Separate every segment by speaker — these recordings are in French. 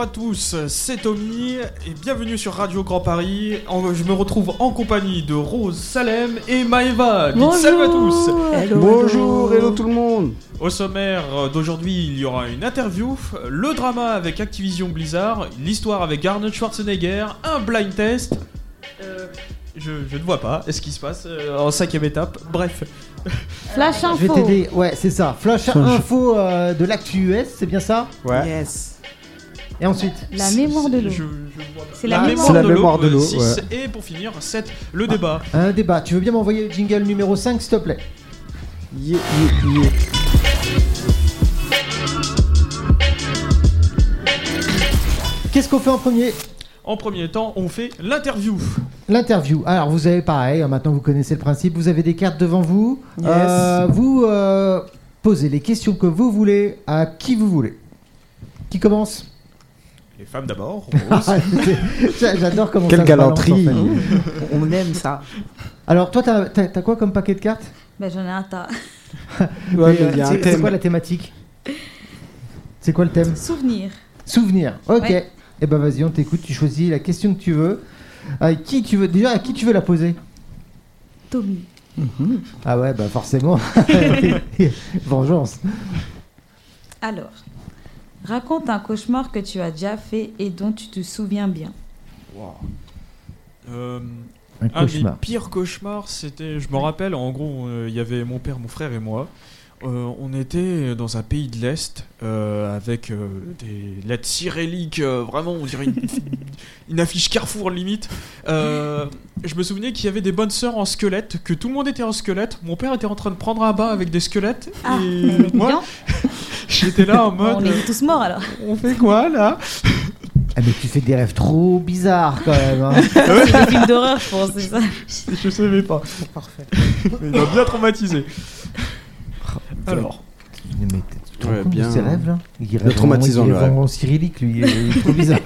Speaker 1: à tous, c'est Tommy et bienvenue sur Radio Grand Paris. En- je me retrouve en compagnie de Rose Salem et Maeva. Dites salut à tous.
Speaker 2: Bonjour, hello tout le monde
Speaker 1: Au sommaire euh, d'aujourd'hui, il y aura une interview, le drama avec Activision Blizzard, l'histoire avec Arnold Schwarzenegger, un blind test. Euh, je, je ne vois pas ce qui se passe euh, en cinquième étape. Bref,
Speaker 3: Flash info.
Speaker 4: Je vais t'aider, ouais, c'est ça. Flash info euh, de l'actu US, c'est bien ça
Speaker 2: Ouais.
Speaker 5: Yes.
Speaker 4: Et ensuite
Speaker 3: La mémoire de l'eau.
Speaker 1: Je- je vois pas.
Speaker 3: C'est la mémoire
Speaker 2: C'est la mémoire de l'eau,
Speaker 1: euh, six, Et pour finir, 7, le débat.
Speaker 4: Un débat. Tu veux bien m'envoyer le jingle numéro 5, s'il te plaît
Speaker 2: Yeah, yeah, yeah.
Speaker 4: Qu'est-ce qu'on fait en premier
Speaker 1: En premier temps, on fait l'interview.
Speaker 4: L'interview. Alors, vous avez pareil, hein, maintenant vous connaissez le principe. Vous avez des cartes devant vous.
Speaker 5: Yes.
Speaker 4: Euh, vous euh, posez les questions que vous voulez à qui vous voulez. Qui commence
Speaker 1: Les femmes d'abord.
Speaker 4: Ah, c'est- J'adore comment
Speaker 2: Quelle
Speaker 4: ça se balance,
Speaker 2: galanterie
Speaker 4: en fait.
Speaker 5: On aime ça.
Speaker 4: Alors, toi, t'as- t'as t'as quoi comme paquet de cartes
Speaker 3: Bah, j'en ai un tas.
Speaker 2: Ouais, mais
Speaker 4: Mais, euh,
Speaker 2: il y a un
Speaker 4: c'est- C'est quoi la
Speaker 2: thème.
Speaker 4: thématique C'est quoi le thème
Speaker 3: Souvenir.
Speaker 4: Souvenir. Ok.
Speaker 3: Ouais.
Speaker 4: Eh ben vas-y, on t'écoute. Tu choisis la question que tu veux. À qui tu veux déjà À qui tu veux la poser
Speaker 3: Tommy.
Speaker 4: Ah ouais, bah forcément. Vengeance.
Speaker 3: Alors, raconte un cauchemar que tu as déjà fait et dont tu te souviens bien.
Speaker 1: Euh,
Speaker 4: Un
Speaker 1: un des
Speaker 4: cauchemar.
Speaker 1: pires cauchemars, c'était, je me rappelle, en gros, euh, il y avait mon père, mon frère et moi. Euh, on était dans un pays de l'Est euh, avec euh, des lettres cyrilliques, euh, vraiment, on dirait une, une affiche Carrefour limite. Euh, je me souvenais qu'il y avait des bonnes sœurs en squelette, que tout le monde était en squelette. Mon père était en train de prendre un bain avec des squelettes.
Speaker 3: Ah,
Speaker 1: et moi,
Speaker 3: non,
Speaker 1: j'étais là en
Speaker 3: on
Speaker 1: mode.
Speaker 3: est tous morts alors.
Speaker 1: On fait quoi là
Speaker 4: Ah, mais tu fais des rêves trop bizarres quand même. hein.
Speaker 3: C'est des films d'horreur, je pense, c'est ça.
Speaker 1: Je savais pas.
Speaker 5: Parfait.
Speaker 1: Il m'a bien traumatisé. Alors,
Speaker 4: Mais t'es- tu te rends
Speaker 2: Ouais,
Speaker 4: compte de
Speaker 2: bien.
Speaker 4: ces rêves là Il rêve en-
Speaker 2: traumatisant,
Speaker 4: il
Speaker 2: le
Speaker 4: rêve en cyrillique, lui. Il est trop bizarre.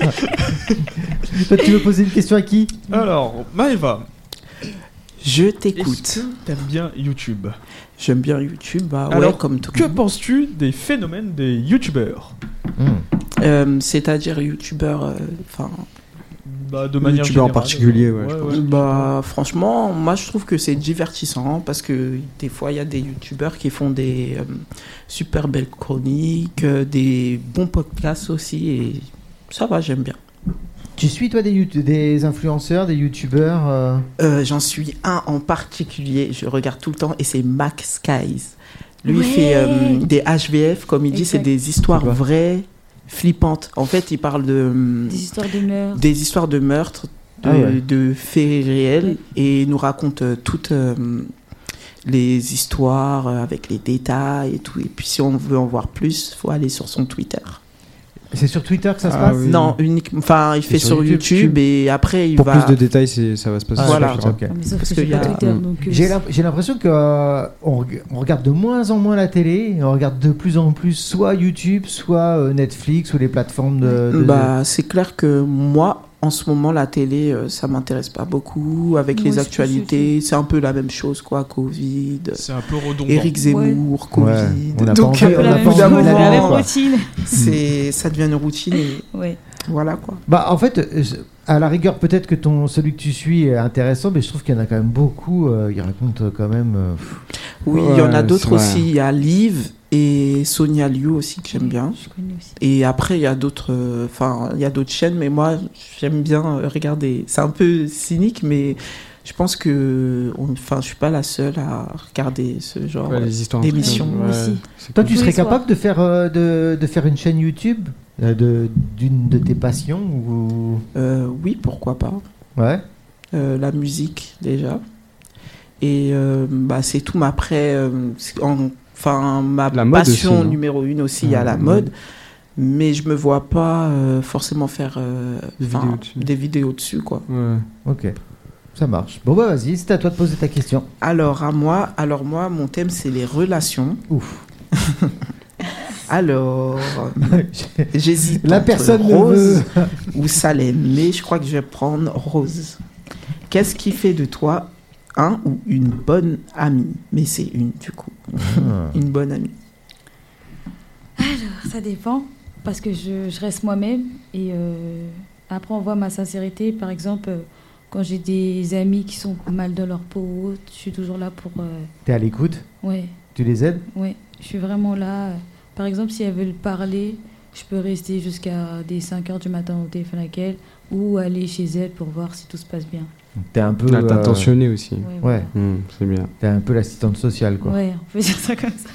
Speaker 4: Toi, tu veux poser une question à qui
Speaker 1: alors Maëva,
Speaker 5: Je
Speaker 1: est-ce
Speaker 5: t'écoute.
Speaker 1: que t'aimes bien YouTube Mm-hmm.
Speaker 5: J'aime bien YouTube, bah
Speaker 1: Alors,
Speaker 5: ouais, comme tout.
Speaker 1: Que penses-tu des phénomènes des YouTubeurs
Speaker 2: Hmm.
Speaker 5: Euh, C'est-à-dire YouTubeur, euh, enfin,
Speaker 1: Bah, de
Speaker 2: YouTubeur
Speaker 1: manière générale, euh,
Speaker 2: en particulier, ouais.
Speaker 1: ouais,
Speaker 2: je pense.
Speaker 1: ouais.
Speaker 5: bah franchement, moi je trouve que c'est divertissant hein, parce que des fois il y a des YouTubeurs qui font des euh, super belles chroniques, euh, des bons podcasts aussi et ça va, j'aime bien.
Speaker 4: Tu suis toi des, yout- des influenceurs, des youtubeurs euh,
Speaker 5: Euh, J'en suis un en particulier, je regarde tout le temps et c'est Mac Skies. Lui, il fait
Speaker 3: Ouais.
Speaker 5: euh, des HVF, comme il dit,
Speaker 3: Exact.
Speaker 5: c'est des histoires vraies, flippantes. En fait, il parle de, euh,
Speaker 3: Des histoires de meurtre.
Speaker 5: des histoires de meurtres, de,
Speaker 4: Ah ouais.
Speaker 5: de faits réels et il nous raconte euh, toutes euh, les histoires euh, avec les détails et tout. Et puis, si on veut en voir plus, faut aller sur son Twitter.
Speaker 4: C'est sur Twitter que ça se
Speaker 2: Ah
Speaker 4: passe
Speaker 2: oui.
Speaker 5: Non, uniquement. Enfin, il fait sur,
Speaker 4: sur YouTube,
Speaker 5: YouTube, et après, il
Speaker 2: Pour
Speaker 5: va.
Speaker 2: plus de détails, c'est- ça va se passer
Speaker 4: Ah,
Speaker 2: sur
Speaker 5: Voilà.
Speaker 2: Twitter.
Speaker 4: ok.
Speaker 3: Mais sauf
Speaker 5: Parce
Speaker 3: que
Speaker 5: que
Speaker 3: j'ai
Speaker 5: y a-
Speaker 3: pas Twitter, donc. euh,
Speaker 4: J'ai l'im- j'ai l'impression que euh, on, reg- on regarde de moins en moins la télé, et on regarde de plus en plus soit YouTube, soit euh, Netflix ou les plateformes de. de-
Speaker 5: Bah, c'est clair que moi, en ce moment, la télé, euh, ça m'intéresse pas beaucoup. Avec
Speaker 3: Moi
Speaker 5: les
Speaker 3: aussi,
Speaker 5: actualités, c'est un peu la même chose, quoi. Covid,
Speaker 1: C'est un peu redondant.
Speaker 5: Eric Zemmour,
Speaker 4: Ouais,
Speaker 5: Covid.
Speaker 4: on n'a pas
Speaker 5: Donc,
Speaker 4: envie-
Speaker 3: un peu
Speaker 5: euh,
Speaker 3: la
Speaker 5: au
Speaker 3: même
Speaker 5: bout
Speaker 3: chose,
Speaker 5: d'un
Speaker 4: envie d'aller
Speaker 3: la
Speaker 4: voir,
Speaker 3: même
Speaker 5: moment,
Speaker 4: quoi.
Speaker 3: routine.
Speaker 2: Hmm.
Speaker 5: c'est- ça devient une routine et
Speaker 3: Ouais.
Speaker 5: voilà, quoi.
Speaker 4: Bah, en fait, euh, je- à la rigueur, peut-être que ton, celui que tu suis est intéressant, mais je trouve qu'il y en a quand même beaucoup. euh, ils racontent euh, quand même. euh, pff,
Speaker 5: Oui, il y en
Speaker 2: Ouais,
Speaker 5: a
Speaker 2: c'est
Speaker 5: d'autres
Speaker 2: vrai.
Speaker 5: aussi. Il y a Liv et Sonia Liu aussi que j'aime bien.
Speaker 3: Je connais aussi.
Speaker 5: Et après, il y a d'autres, euh, enfin, il y a d'autres chaînes, mais moi, j'aime bien euh, regarder. C'est un peu cynique, mais je pense que, on- enfin, je suis pas la seule à regarder ce genre.
Speaker 2: Ouais, les histoires
Speaker 5: D'émissions
Speaker 2: intéressantes, ouais.
Speaker 3: aussi.
Speaker 2: C'est
Speaker 4: Toi,
Speaker 2: cool.
Speaker 4: tu
Speaker 3: Tous
Speaker 4: serais
Speaker 3: les soirs.
Speaker 4: capable de faire, euh, de, de faire une chaîne YouTube euh, de- d'une de, tes passions ou...
Speaker 5: Euh, oui, pourquoi pas.
Speaker 4: Ouais.
Speaker 5: Euh, la musique déjà. Et euh, bah, c'est tout. Mais après, euh, c'est- en- enfin, ma
Speaker 2: La mode
Speaker 5: passion
Speaker 2: aussi, non
Speaker 5: numéro une aussi, il y
Speaker 2: Ouais,
Speaker 5: a la
Speaker 2: la
Speaker 5: mode.
Speaker 2: mode.
Speaker 5: Mais je me vois pas euh, forcément faire euh,
Speaker 2: Des
Speaker 5: enfin,
Speaker 2: vidéos dessus.
Speaker 5: des vidéos dessus, quoi.
Speaker 2: Ouais.
Speaker 4: Ok. Ça marche. Bon, bah vas-y, c'est à toi de poser ta question.
Speaker 5: Alors, à moi, alors moi, mon thème, c'est les relations.
Speaker 4: Ouf.
Speaker 5: Alors, j'hésite.
Speaker 4: La
Speaker 5: entre
Speaker 4: personne ne
Speaker 5: Rose
Speaker 4: veut-
Speaker 5: ou Salem, mais je crois que je vais prendre Rose. Qu'est-ce qui fait de toi un ou une bonne amie Mais c'est une, du coup.
Speaker 4: Ah.
Speaker 5: Une bonne amie.
Speaker 3: Ça dépend. parce que je, je reste moi-même et euh, après on voit ma sincérité. Par exemple, euh, quand j'ai des amis qui sont mal dans leur peau, ou autre, je suis toujours là pour. euh,
Speaker 4: T'es à l'écoute,
Speaker 3: ouais,
Speaker 4: tu les aides.
Speaker 3: ouais, je suis vraiment là. Par exemple, si elles veulent parler, je peux rester jusqu'à des 5 heures du matin au téléphone avec elles ou aller chez elles pour voir si tout se passe bien.
Speaker 4: T'es un peu,
Speaker 2: Ah, T'as
Speaker 4: euh,
Speaker 2: tensionné aussi.
Speaker 3: Ouais,
Speaker 4: ouais.
Speaker 2: Hmm, c'est bien.
Speaker 4: t'es un peu l'assistante sociale, quoi.
Speaker 3: voilà. Ouais, on peut dire ça comme ça.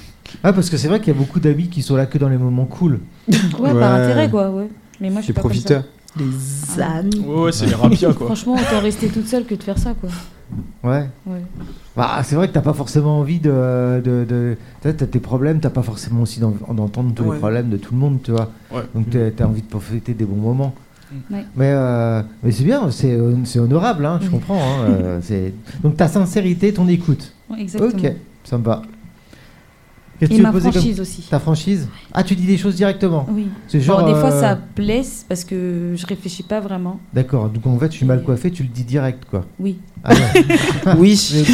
Speaker 4: Ah, parce que c'est vrai qu'il y a beaucoup d'amis qui sont là que dans les moments cool.
Speaker 3: Ouais,
Speaker 2: Ouais.
Speaker 3: par intérêt, quoi, ouais. Mais moi, je suis
Speaker 2: Tu es
Speaker 3: pas comme ça.
Speaker 2: profiteur.
Speaker 5: Les ânes.
Speaker 1: Ouais, ouais, c'est les rapias, quoi.
Speaker 3: Franchement, autant rester toute seule que de faire ça, quoi.
Speaker 4: Ouais.
Speaker 3: Ouais.
Speaker 4: Bah, c'est vrai que t'as pas forcément envie de. de, de- t'as t'as tes problèmes, t'as pas forcément aussi d'en- d'entendre tous
Speaker 5: Ouais.
Speaker 4: les problèmes de tout le monde, tu vois.
Speaker 1: Ouais.
Speaker 4: Donc t'as t'as envie de profiter des bons moments.
Speaker 3: Mm. Ouais. Mm.
Speaker 4: Mais, euh, mais c'est bien, c'est c'est honorable, hein, je
Speaker 3: Oui.
Speaker 4: comprends. hein, euh, c'est- Donc ta sincérité, ton écoute.
Speaker 3: Ouais, exactement.
Speaker 4: Ok, sympa. Qu'est-ce que
Speaker 3: Et
Speaker 4: tu veux
Speaker 3: ma
Speaker 4: poser comme.
Speaker 3: franchise aussi.
Speaker 4: Ta franchise Ah, tu dis des choses directement.
Speaker 3: Oui.
Speaker 4: C'est
Speaker 3: Genre,
Speaker 4: genre.
Speaker 3: des fois,
Speaker 4: euh,
Speaker 3: ça blesse parce que je réfléchis pas vraiment.
Speaker 4: D'accord, donc en fait, je suis mal coiffé, tu le dis direct, quoi.
Speaker 3: Oui.
Speaker 4: Ah ouais.
Speaker 5: Oui.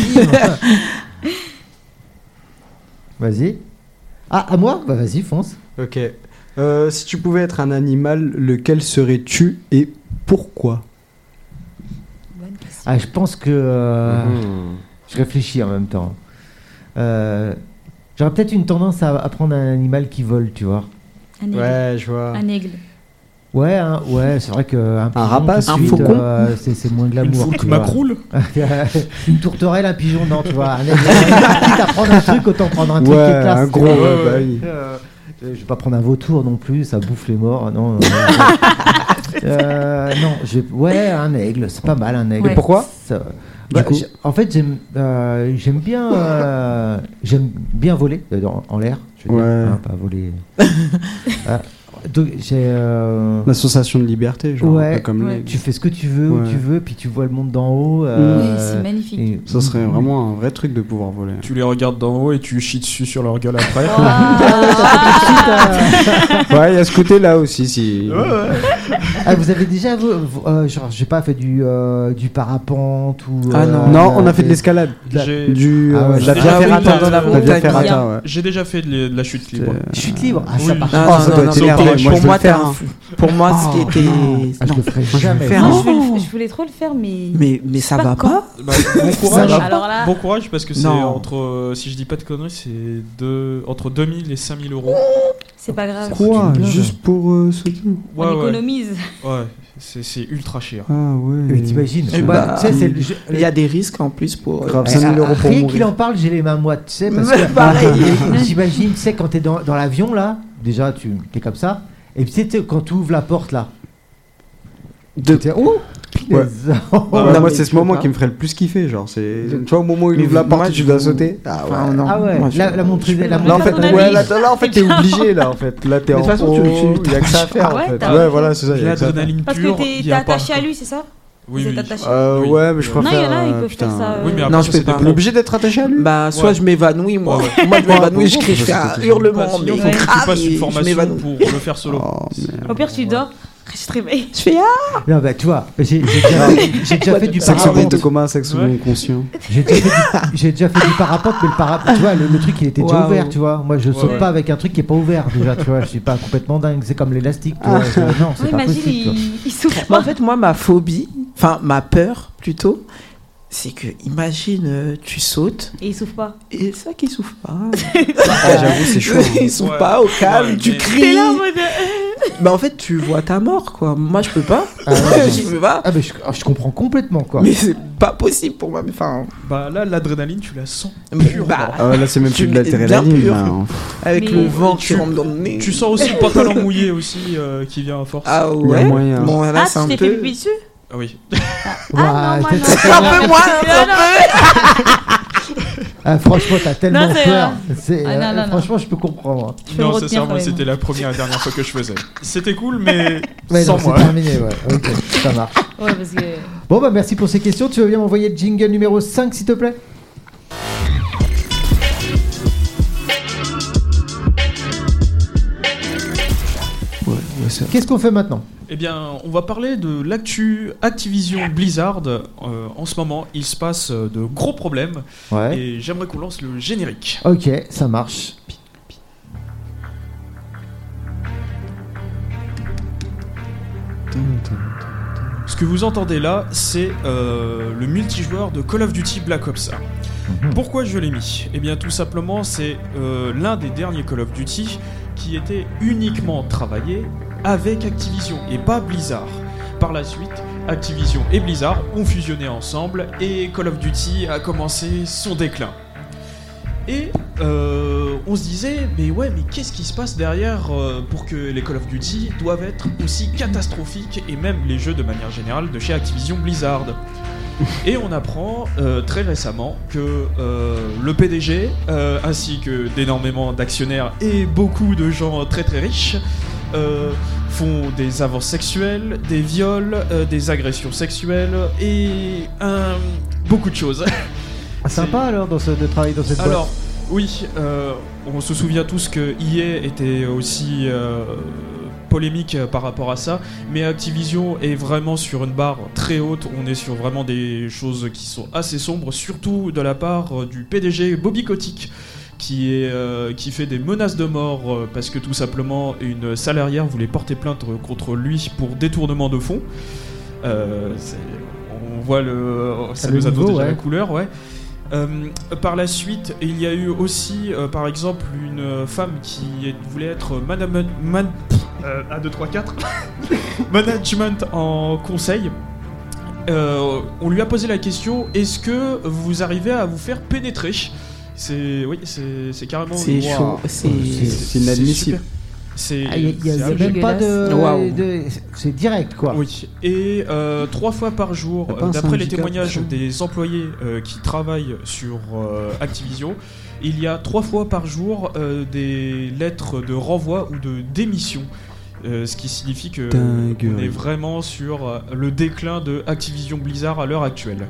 Speaker 4: vas-y. Ah, à moi Bah vas-y, fonce.
Speaker 2: Ok. Euh, si tu pouvais être un animal, lequel serais-tu et pourquoi
Speaker 3: Bonne question.
Speaker 4: Ah, je pense que. euh,
Speaker 2: Mhm.
Speaker 4: Je réfléchis en même temps. Euh, J'aurais peut-être une tendance à, à prendre un animal qui vole, tu vois.
Speaker 3: Un aigle.
Speaker 2: Ouais, je vois.
Speaker 3: Un aigle.
Speaker 4: Ouais, hein, ouais, c'est vrai que un, pigeon,
Speaker 2: rapace,
Speaker 4: tout de
Speaker 5: un
Speaker 4: suite,
Speaker 5: faucon.
Speaker 4: euh, c'est c'est moins
Speaker 1: Une
Speaker 4: glamour.
Speaker 1: fourque
Speaker 4: tu vois.
Speaker 1: macroule
Speaker 4: une tourterelle, un pigeon, non, tu vois. Un aigle, quitte à prendre un truc, autant prendre un truc qui est
Speaker 2: ouais,
Speaker 4: classe.
Speaker 2: un
Speaker 4: tu
Speaker 2: gros.
Speaker 4: vois.
Speaker 1: Ouais,
Speaker 2: ouais,
Speaker 1: ouais.
Speaker 2: bah oui.
Speaker 4: Euh, je vais pas prendre un vautour non plus, ça bouffe les morts. Non, euh, euh, non, je, ouais, un aigle, c'est pas mal un aigle.
Speaker 3: Et
Speaker 2: pourquoi
Speaker 4: Ça-
Speaker 2: Du
Speaker 4: bah,
Speaker 2: coup
Speaker 4: j'ai- En fait, j'aime, euh, j'aime bien, euh, j'aime bien voler euh, dans- en l'air. Je veux dire,
Speaker 2: Ouais.
Speaker 4: hein, pas voler. Euh, donc j'ai. euh,
Speaker 2: La sensation de liberté, genre.
Speaker 4: Ouais.
Speaker 2: un peu comme
Speaker 3: Ouais.
Speaker 2: les-
Speaker 4: tu fais ce que tu veux où
Speaker 2: Ouais.
Speaker 4: tu veux, puis tu vois le monde d'en haut.
Speaker 3: Oui,
Speaker 4: euh,
Speaker 3: c'est magnifique.
Speaker 4: et-
Speaker 2: Ça serait vraiment un vrai truc de pouvoir voler.
Speaker 1: Tu les regardes d'en haut et tu chies dessus sur leur gueule après.
Speaker 3: Oh,
Speaker 4: euh,
Speaker 2: ouais, il y a ce côté-là aussi. Si...
Speaker 4: Ah, vous avez déjà, vous- vous- euh, genre, j'ai pas fait du euh, du parapente ou.
Speaker 5: Ah,
Speaker 4: euh,
Speaker 2: non, on a fait de
Speaker 4: des-
Speaker 2: l'escalade.
Speaker 1: J'ai-
Speaker 2: Du.
Speaker 4: Ah ouais,
Speaker 2: euh,
Speaker 4: j'ai
Speaker 2: la
Speaker 1: déjà
Speaker 2: via
Speaker 1: fait
Speaker 2: ferrata.
Speaker 1: de la
Speaker 2: La via
Speaker 5: montagne.
Speaker 2: ferrata, ouais.
Speaker 1: J'ai déjà fait de les- de la chute libre.
Speaker 2: Euh,
Speaker 4: Chute libre Ah, ça
Speaker 1: Oui.
Speaker 4: par
Speaker 5: Non,
Speaker 2: Oh, ça
Speaker 5: non,
Speaker 2: doit
Speaker 5: non,
Speaker 2: être
Speaker 5: non,
Speaker 2: énervé,
Speaker 5: pour-
Speaker 2: moi, je
Speaker 5: Pour
Speaker 2: veux
Speaker 5: moi,
Speaker 2: le faire,
Speaker 5: t'es un
Speaker 2: hein.
Speaker 5: fou. Pour moi,
Speaker 2: Oh,
Speaker 5: c'était.
Speaker 2: non.
Speaker 4: Ah, je le ferai jamais.
Speaker 5: faire.
Speaker 3: Non,
Speaker 5: Non.
Speaker 3: je, voulais, le- je voulais trop le faire, mais.
Speaker 5: Mais, mais ça
Speaker 3: pas
Speaker 5: va
Speaker 3: quand.
Speaker 5: pas.
Speaker 1: Bah, bon
Speaker 4: Ça
Speaker 1: courage.
Speaker 4: va
Speaker 3: Alors là.
Speaker 1: Bon courage parce que c'est
Speaker 5: Non.
Speaker 1: entre, euh, si je dis pas de conneries, c'est deux- entre 2000 et 5000 euros.
Speaker 3: C'est pas grave.
Speaker 2: Quoi
Speaker 4: C'est une
Speaker 2: Juste pour euh, sauter
Speaker 1: Ouais,
Speaker 3: on
Speaker 1: ouais,
Speaker 3: économise.
Speaker 1: ouais. C'est c'est ultra cher.
Speaker 2: Ah ouais.
Speaker 4: Mais t'imagines
Speaker 5: Eh
Speaker 4: ouais,
Speaker 5: bah,
Speaker 4: tu sais, c'est le jeu-
Speaker 5: Il y a des risques en plus pour.
Speaker 2: Grave,
Speaker 5: euh,
Speaker 2: ça, 5000 euros pour
Speaker 4: Rien
Speaker 2: mourir.
Speaker 4: qu'il en parle, j'ai les mains moites, tu sais, parce
Speaker 5: Mais
Speaker 4: que
Speaker 5: pareil.
Speaker 4: j'imagine, tu sais, quand t'es dans, dans l'avion là, déjà tu t'es comme ça, et puis tu sais, tu sais, quand tu ouvres la porte là,
Speaker 2: De-
Speaker 4: tu sais, oh, punaise.
Speaker 2: Ouais,
Speaker 5: Non,
Speaker 2: moi,
Speaker 5: mais
Speaker 2: c'est
Speaker 5: tu
Speaker 2: ce moment
Speaker 5: peux
Speaker 2: qui me ferait le plus kiffer. Genre, c'est. Tu vois, au moment où il
Speaker 5: Mais
Speaker 2: ouvre la
Speaker 5: moi,
Speaker 2: porte, et tu
Speaker 5: je-
Speaker 2: dois sauter. Ah ouais.
Speaker 5: Enfin, non.
Speaker 4: Ah ouais,
Speaker 5: Moi, je-
Speaker 4: la, la montrer, la
Speaker 2: Là en
Speaker 4: montrer-
Speaker 2: fait,
Speaker 3: Ton avis.
Speaker 2: ouais, là, là, en fait, t'es
Speaker 3: Putain.
Speaker 2: obligé là en fait. Là
Speaker 5: Mais de
Speaker 2: t'es en
Speaker 5: toute façon, tu- tu-
Speaker 2: il y a que ça à faire
Speaker 3: Ouais,
Speaker 2: en fait.
Speaker 3: t'as-
Speaker 2: Ouais, voilà, c'est ça. y a que ça à faire.
Speaker 1: L'adrénaline
Speaker 3: Parce
Speaker 1: pure.
Speaker 3: que t'es
Speaker 1: y
Speaker 3: t'es
Speaker 1: a pas,
Speaker 3: attaché à
Speaker 1: quoi.
Speaker 3: lui, c'est ça
Speaker 1: Oui,
Speaker 3: Vous
Speaker 1: oui.
Speaker 3: êtes attaché.
Speaker 2: Euh,
Speaker 1: Oui.
Speaker 2: ouais, mais je
Speaker 1: Non,
Speaker 2: préfère.
Speaker 3: il y en a, ils
Speaker 2: euh,
Speaker 3: peuvent faire
Speaker 2: putain.
Speaker 3: ça, euh,
Speaker 1: Oui, mais
Speaker 5: Non,
Speaker 1: après,
Speaker 5: je
Speaker 1: ça,
Speaker 5: peux
Speaker 1: c'est
Speaker 5: pas.
Speaker 1: des
Speaker 2: On est obligé d'être attaché à lui.
Speaker 5: Bah, soit
Speaker 1: Ouais.
Speaker 5: je m'évanouis, moi.
Speaker 1: Ouais,
Speaker 5: Moi, je m'évanouis, je
Speaker 2: Ouais,
Speaker 5: crie, je fais
Speaker 2: parce
Speaker 5: un
Speaker 2: que c'est-
Speaker 1: Bah,
Speaker 5: hurlement.
Speaker 1: sinon,
Speaker 5: mais
Speaker 1: faut que tu
Speaker 5: grave,
Speaker 1: fasses
Speaker 5: et
Speaker 1: une
Speaker 5: je
Speaker 1: formation
Speaker 5: m'évanouis.
Speaker 1: pour le faire solo.
Speaker 2: Oh, merde.
Speaker 3: Au pire, tu dors, je te réveille.
Speaker 5: Je fais ah
Speaker 4: Non, bah tu vois, j'ai j'ai déjà, fait- j'ai déjà fait du
Speaker 2: Sexe
Speaker 4: parapente.
Speaker 2: commun, sexe
Speaker 1: Ouais.
Speaker 2: inconscient.
Speaker 4: J'ai déjà, fait du- j'ai déjà fait du parapente, mais le parapente, tu vois, le, le truc il était déjà
Speaker 5: Waouh.
Speaker 4: ouvert, tu vois. Moi je saute
Speaker 1: Ouais.
Speaker 4: pas avec un truc qui est pas ouvert déjà, tu vois. Je suis pas complètement dingue, c'est comme l'élastique, tu vois. Je- Non, c'est
Speaker 3: Ouais,
Speaker 4: pas
Speaker 3: Ah. imagine,
Speaker 4: possible. tu vois.
Speaker 3: il, il souffre.
Speaker 5: Mais en fait, moi, ma phobie, enfin, ma peur plutôt, c'est que, imagine, euh, tu sautes,
Speaker 3: Et il souffre pas.
Speaker 5: et ça qui souffle pas.
Speaker 2: Ah, j'avoue, c'est chaud. hein.
Speaker 5: Ils sont
Speaker 1: Ouais.
Speaker 5: pas au calme,
Speaker 1: Ouais,
Speaker 5: tu
Speaker 1: mais-
Speaker 5: cries.
Speaker 3: mode.
Speaker 5: Mais en fait, tu vois ta mort, quoi. Moi, je peux pas.
Speaker 4: Ah, ouais,
Speaker 5: je
Speaker 4: ouais.
Speaker 5: peux pas.
Speaker 4: Ah, mais je, ah, je comprends complètement quoi.
Speaker 5: Mais c'est pas possible pour moi. mais Enfin,
Speaker 1: Bah là, l'adrénaline, tu la sens.
Speaker 5: bah,
Speaker 2: Ah ouais, là, c'est même
Speaker 5: Tu
Speaker 2: plus de
Speaker 5: mets
Speaker 2: l'adrénaline.
Speaker 5: bien
Speaker 2: là,
Speaker 5: pur.
Speaker 2: hein.
Speaker 5: avec
Speaker 3: Mais-
Speaker 5: le vent qui
Speaker 1: Tu-
Speaker 5: rentre dans le nez.
Speaker 1: Tu sens aussi le pantalon mouillé aussi euh, qui vient à force.
Speaker 5: Ah
Speaker 2: Il y a
Speaker 5: ouais.
Speaker 2: moyen.
Speaker 5: Bon, là,
Speaker 3: Ah,
Speaker 5: c'est un
Speaker 3: tu t'es fait
Speaker 5: peu.
Speaker 3: pipi dessus
Speaker 1: Ah oui.
Speaker 3: Ah, non, moi,
Speaker 4: Ouah,
Speaker 3: non.
Speaker 4: t'as-
Speaker 5: C'est un peu moi, un peu.
Speaker 4: ah, franchement, t'as tellement
Speaker 3: Non, c'est
Speaker 4: peur.
Speaker 3: vrai.
Speaker 4: C'est,
Speaker 3: Ah, non,
Speaker 4: euh,
Speaker 3: non, non.
Speaker 4: franchement, je peux comprendre. hein.
Speaker 3: Je peux le
Speaker 1: Non,
Speaker 3: retenir quand
Speaker 1: sincèrement,
Speaker 3: même.
Speaker 1: c'était la première et dernière fois que je faisais. C'était cool, mais
Speaker 4: Ouais,
Speaker 1: sans
Speaker 4: non,
Speaker 1: moi.
Speaker 4: c'est terminé, ouais. Ok, ça marche.
Speaker 3: Ouais, parce que.
Speaker 4: Bon, bah merci pour ces questions. Tu veux bien m'envoyer le jingle numéro 5, s'il te plaît Qu'est-ce qu'on fait maintenant
Speaker 1: Eh bien, on va parler de l'actu Activision Blizzard. Euh, en ce moment, il se passe euh, de gros problèmes
Speaker 4: Ouais.
Speaker 1: et j'aimerais qu'on lance le générique.
Speaker 4: Ok, ça marche.
Speaker 1: Ce que vous entendez là, c'est euh, le multijoueur de Call of Duty Black Ops 1. Pourquoi je l'ai mis Eh bien tout simplement c'est euh, l'un des derniers Call of Duty qui était uniquement travaillé avec Activision et pas Blizzard. Par la suite, Activision et Blizzard ont fusionné ensemble et Call of Duty a commencé son déclin. Et euh, on se disait, mais ouais, mais qu'est-ce qui se passe derrière euh, pour que les Call of Duty doivent être aussi catastrophiques et même les jeux de manière générale de chez Activision Blizzard et on apprend euh, très récemment que euh, le PDG, euh, ainsi que d'énormément d'actionnaires et beaucoup de gens très très riches, euh, font des avances sexuelles, des viols, euh, des agressions sexuelles et un- beaucoup de choses.
Speaker 4: Ah, sympa alors dans ce, de travailler dans cette
Speaker 1: Alors, oui, euh, on se souvient tous que EA était aussi euh, polémique euh, par rapport à ça, mais Activision est vraiment sur une barre très haute. On est sur vraiment des choses qui sont assez sombres, surtout de la part euh, du PDG Bobby Kotick. Qui, est, euh, qui fait des menaces de mort euh, parce que tout simplement une salarière voulait porter plainte contre lui pour détournement de fonds. Euh, c'est- on voit le. Ça
Speaker 4: Le
Speaker 1: nous annonce
Speaker 4: niveau,
Speaker 1: déjà la
Speaker 4: ouais.
Speaker 1: couleur, ouais. Euh, par la suite, il y a eu aussi, euh, par exemple, une euh, femme qui est- voulait être madame. Man, euh, 1, 2, 3, 4. Management en conseil. Euh, on lui a posé la question est-ce que vous arrivez à vous faire pénétrer C'est. Oui, c'est c'est carrément.
Speaker 5: C'est
Speaker 1: Oh, Wow. Oh,
Speaker 5: chaud. C'est.
Speaker 2: C'est inadmissible.
Speaker 1: C'est.
Speaker 4: boîte. Ah, Il y a, il y a-
Speaker 1: c'est
Speaker 4: il y a
Speaker 1: abject.
Speaker 4: même pas de.
Speaker 5: Waouh.
Speaker 4: de- c'est direct quoi.
Speaker 1: Oui, et euh, trois fois par jour,
Speaker 2: T'as
Speaker 1: euh,
Speaker 2: pas un
Speaker 1: d'après les
Speaker 2: syndicat,
Speaker 1: témoignages
Speaker 2: putain.
Speaker 1: des employés euh, qui travaillent sur euh, Activision, il y a trois fois par jour euh, des lettres de renvoi ou de démission. Euh, ce qui signifie que
Speaker 2: Dinguerie.
Speaker 1: on est vraiment sur euh, le déclin de Activision Blizzard à l'heure actuelle.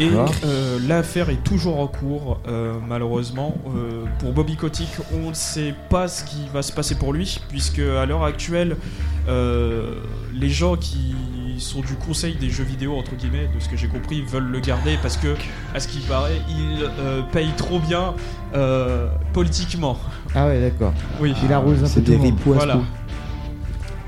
Speaker 1: Et
Speaker 2: D'accord.
Speaker 1: euh, l'affaire est toujours en cours, euh, malheureusement. Euh, pour Bobby Kotick, on ne sait pas ce qui va se passer pour lui, puisque à l'heure actuelle, euh, les gens qui sont du conseil des jeux vidéo, entre guillemets, de ce que j'ai compris, veulent le garder parce que, à ce qu'il paraît, il euh, paye trop bien euh, politiquement.
Speaker 4: Ah ouais d'accord.
Speaker 1: Oui.
Speaker 4: Il arrose un peu
Speaker 2: C'est
Speaker 4: tout
Speaker 2: des
Speaker 4: le monde.
Speaker 2: ripoux à ce
Speaker 1: Voilà.
Speaker 2: coup.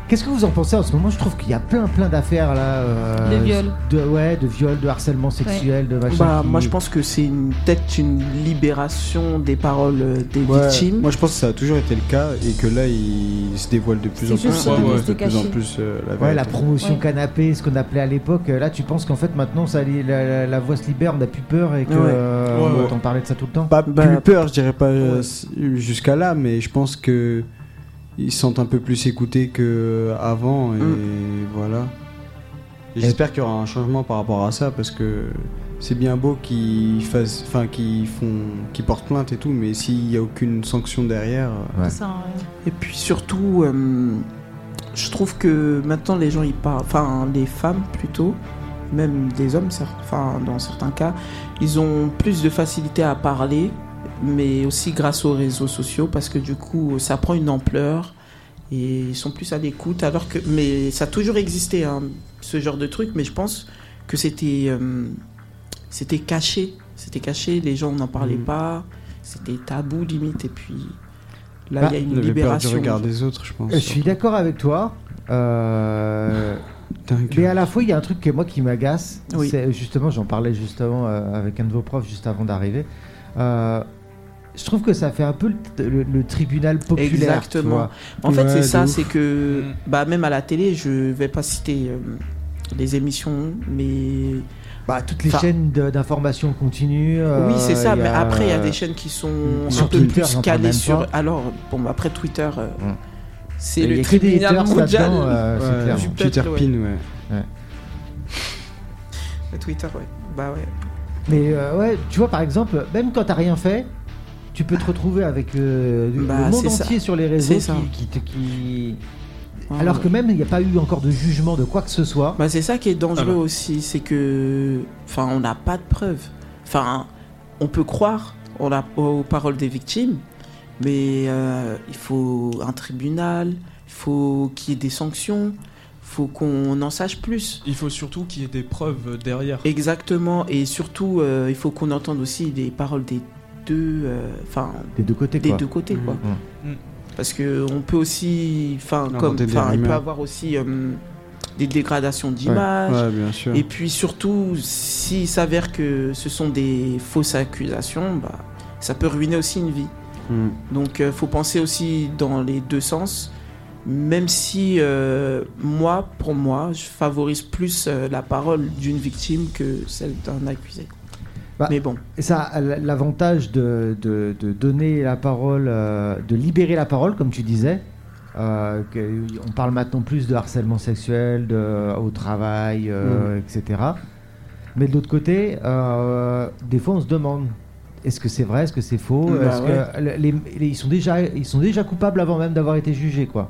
Speaker 4: Qu'est-ce que vous en pensez en ce moment Je trouve qu'il y a plein plein d'affaires là. euh,
Speaker 3: De viol.
Speaker 4: De, ouais, de viol, de harcèlement sexuel, de machin.
Speaker 5: Bah,
Speaker 4: qui-
Speaker 5: moi je pense que c'est une- peut-être une libération des paroles euh, des
Speaker 2: Ouais,
Speaker 5: victimes.
Speaker 2: Moi je pense que ça a toujours été le cas et que là il se dévoile de plus
Speaker 3: C'est
Speaker 2: en plus,
Speaker 3: juste
Speaker 2: ça
Speaker 1: qu'ils
Speaker 2: dévoile
Speaker 3: se
Speaker 2: de plus en
Speaker 3: cachent.
Speaker 2: plus euh, la
Speaker 4: Ouais, la
Speaker 2: vérité.
Speaker 4: promotion
Speaker 3: Ouais.
Speaker 4: canapé, ce qu'on appelait à l'époque, euh, là tu penses qu'en fait maintenant ça, la, la- la voix se libère, on n'a plus peur et que
Speaker 5: Ouais.
Speaker 4: euh, on
Speaker 1: Ouais, ouais.
Speaker 4: entend parler de ça tout le temps
Speaker 2: Pas
Speaker 5: Bah,
Speaker 2: plus peur, je dirais pas euh,
Speaker 5: ouais.
Speaker 2: s- jusqu'à là, mais je pense que ils se sentent un peu plus écoutés qu'avant et voilà. Et J'espère qu'il y aura un changement par rapport à ça parce que c'est bien beau qu'ils fassent, enfin qu'ils font, qu'ils portent plainte et tout, mais s'il n'y a aucune sanction derrière, euh,
Speaker 4: Ouais.
Speaker 3: C'est ça, ouais.
Speaker 5: Et puis surtout, euh, je trouve que maintenant les gens ils parlent, enfin les femmes plutôt, même des hommes, cer- enfin dans certains cas, ils ont plus de facilité à parler, mais aussi grâce aux réseaux sociaux parce que du coup ça prend une ampleur et ils sont plus à l'écoute. Alors que, mais ça a toujours existé hein, ce genre de truc, mais je pense que c'était, euh, c'était caché, c'était caché, les gens n'en parlaient
Speaker 2: Mhm.
Speaker 5: pas, c'était tabou limite et puis. Là,
Speaker 4: Bah,
Speaker 5: il y a
Speaker 2: ils
Speaker 5: une
Speaker 2: avaient peur du
Speaker 5: libération.
Speaker 2: regard des autres, je pense.
Speaker 4: Je suis d'accord avec toi. Euh,
Speaker 2: Dingue.
Speaker 4: mais à la fois, il y a un truc que moi qui m'agace.
Speaker 5: Oui.
Speaker 4: C'est justement, j'en parlais justement euh, avec un de vos profs juste avant d'arriver. Euh, je trouve que ça fait un peu le, le- le tribunal populaire. tu
Speaker 5: Exactement.
Speaker 4: vois.
Speaker 5: En fait,
Speaker 2: Ouais,
Speaker 5: c'est
Speaker 2: de
Speaker 5: ça,
Speaker 2: ouf.
Speaker 5: c'est que
Speaker 1: Mm.
Speaker 5: bah, même à la télé, je vais pas citer euh, les émissions, mais
Speaker 4: Bah, toutes les
Speaker 5: Enfin-
Speaker 4: chaînes de- d'information continue. euh,
Speaker 5: oui, c'est ça.
Speaker 4: il y
Speaker 5: Mais
Speaker 4: a- Mm.
Speaker 5: après, il y a des chaînes qui sont
Speaker 4: Sur
Speaker 5: un peu
Speaker 4: Twitter,
Speaker 5: plus
Speaker 4: j'en parle
Speaker 5: calées
Speaker 4: même
Speaker 5: sur.
Speaker 4: pas.
Speaker 5: Alors, bon, après Twitter, euh,
Speaker 4: Mm.
Speaker 5: c'est
Speaker 4: il
Speaker 5: le
Speaker 4: y a que des
Speaker 5: tribunal
Speaker 4: haters
Speaker 5: mondial.
Speaker 4: là-dedans, euh, c'est
Speaker 2: Ouais,
Speaker 4: clair.
Speaker 5: du-
Speaker 2: Peter
Speaker 5: Peut-être, ouais.
Speaker 2: Pin, ouais.
Speaker 5: Twitter, ouais. Bah ouais.
Speaker 4: Mais euh, ouais, tu vois, par exemple, même quand t'as rien fait, tu peux te retrouver avec euh, le-
Speaker 5: Bah,
Speaker 4: le monde
Speaker 5: c'est ça.
Speaker 4: entier sur les réseaux
Speaker 5: C'est
Speaker 4: qui,
Speaker 5: ça.
Speaker 4: qui te- qui-
Speaker 5: Ouais,
Speaker 4: Alors
Speaker 5: ouais.
Speaker 4: que même il n'y a pas eu encore de jugement de quoi que ce soit.
Speaker 5: Bah, c'est ça qui est dangereux
Speaker 1: Ah bah.
Speaker 5: aussi, c'est que. Enfin, on n'a pas de preuves. Enfin, on peut croire on a, aux paroles des victimes, mais euh, il faut un tribunal, il faut qu'il y ait des sanctions, il faut qu'on en sache plus.
Speaker 1: Il faut surtout qu'il y ait des preuves derrière.
Speaker 5: Exactement, et surtout, euh, il faut qu'on entende aussi les paroles des deux. euh, Enfin,
Speaker 4: des deux côtés
Speaker 5: des
Speaker 4: quoi.
Speaker 5: deux côtés, quoi.
Speaker 1: Mm. Mm.
Speaker 5: Parce que on peut aussi. Enfin, comme.
Speaker 2: Mmh, Inventer des
Speaker 5: Enfin, il peut
Speaker 2: rumeurs.
Speaker 5: avoir aussi. euh, des dégradations d'image.
Speaker 2: Ouais, bien sûr.
Speaker 5: Et puis surtout, s'il s'avère que ce sont des fausses accusations, bah, ça peut ruiner aussi une vie.
Speaker 2: Mm.
Speaker 5: Donc euh, faut penser aussi dans les deux sens. Même si euh, moi, pour moi, je favorise plus euh, la parole d'une victime que celle d'un accusé.
Speaker 4: Bah,
Speaker 5: Mais bon,
Speaker 4: Et ça, a l- l'avantage de, de- de donner la parole, euh, de libérer la parole, comme tu disais. euh, que- on parle maintenant plus de harcèlement sexuel, de, au travail, euh, etc. Mais de l'autre côté, euh, des fois, on se demande est-ce que c'est vrai, est-ce que c'est faux,
Speaker 5: Bah
Speaker 4: est-ce que les- les- ils sont déjà, ils sont déjà coupables avant même d'avoir été jugés, quoi.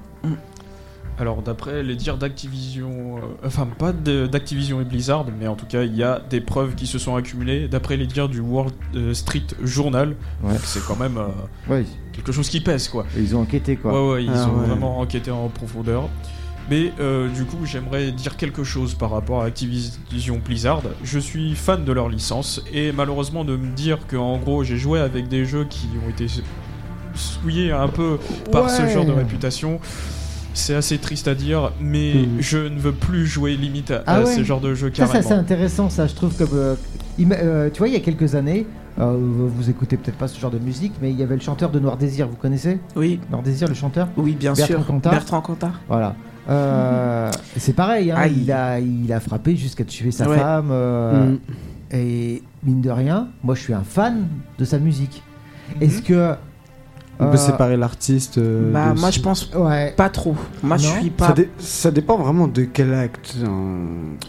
Speaker 1: Alors d'après les dires d'Activision, euh, enfin pas de- d'Activision et Blizzard, mais en tout cas il y a des preuves qui se sont accumulées. D'après les dires du World euh, Street Journal,
Speaker 4: Ouais.
Speaker 1: donc c'est quand même euh,
Speaker 4: Oui,
Speaker 1: quelque chose qui pèse quoi.
Speaker 4: ils ont enquêté, quoi.
Speaker 1: Ouais ouais, ils
Speaker 2: Ah,
Speaker 1: ont
Speaker 2: ouais.
Speaker 1: vraiment enquêté en profondeur. Mais euh, du coup j'aimerais dire quelque chose par rapport à Activision Blizzard. Je suis fan de leur licence et malheureusement de me dire que en gros j'ai joué avec des jeux qui ont été souillés un peu par ce
Speaker 4: Ouais.
Speaker 1: genre de réputation. C'est assez triste à dire, mais
Speaker 2: Mhm.
Speaker 1: je ne veux plus jouer limite à,
Speaker 4: Hmm. Ah
Speaker 1: à
Speaker 4: ouais.
Speaker 1: ce genre de jeu
Speaker 4: Ça, ça,
Speaker 1: carrément.
Speaker 4: c'est intéressant, ça, je trouve. Comme, euh, ima- euh, tu vois, il y a quelques années, euh, vous, vous écoutez peut-être pas ce genre de musique, mais il y avait le chanteur de Noir Désir, vous connaissez
Speaker 5: oui,
Speaker 4: Noir Désir, le chanteur
Speaker 5: oui, bien
Speaker 4: Bertrand
Speaker 5: sûr.
Speaker 4: Cantat.
Speaker 5: Bertrand Cantat.
Speaker 4: Voilà. Euh, c'est pareil, hein,
Speaker 5: Aïe.
Speaker 4: il, a, il a frappé jusqu'à tuer sa
Speaker 5: Ouais.
Speaker 4: femme. euh,
Speaker 2: Mm.
Speaker 4: Et mine de rien, moi, je suis un fan de sa musique. Est-ce que.
Speaker 2: On
Speaker 4: euh,
Speaker 2: peut séparer l'artiste. euh,
Speaker 5: Bah,
Speaker 2: de-
Speaker 5: moi, je pense
Speaker 4: Ouais.
Speaker 5: pas trop. Moi, je
Speaker 4: Non.
Speaker 5: suis
Speaker 2: Ça,
Speaker 5: pas.
Speaker 2: dé- ça dépend vraiment de quel acte. hein.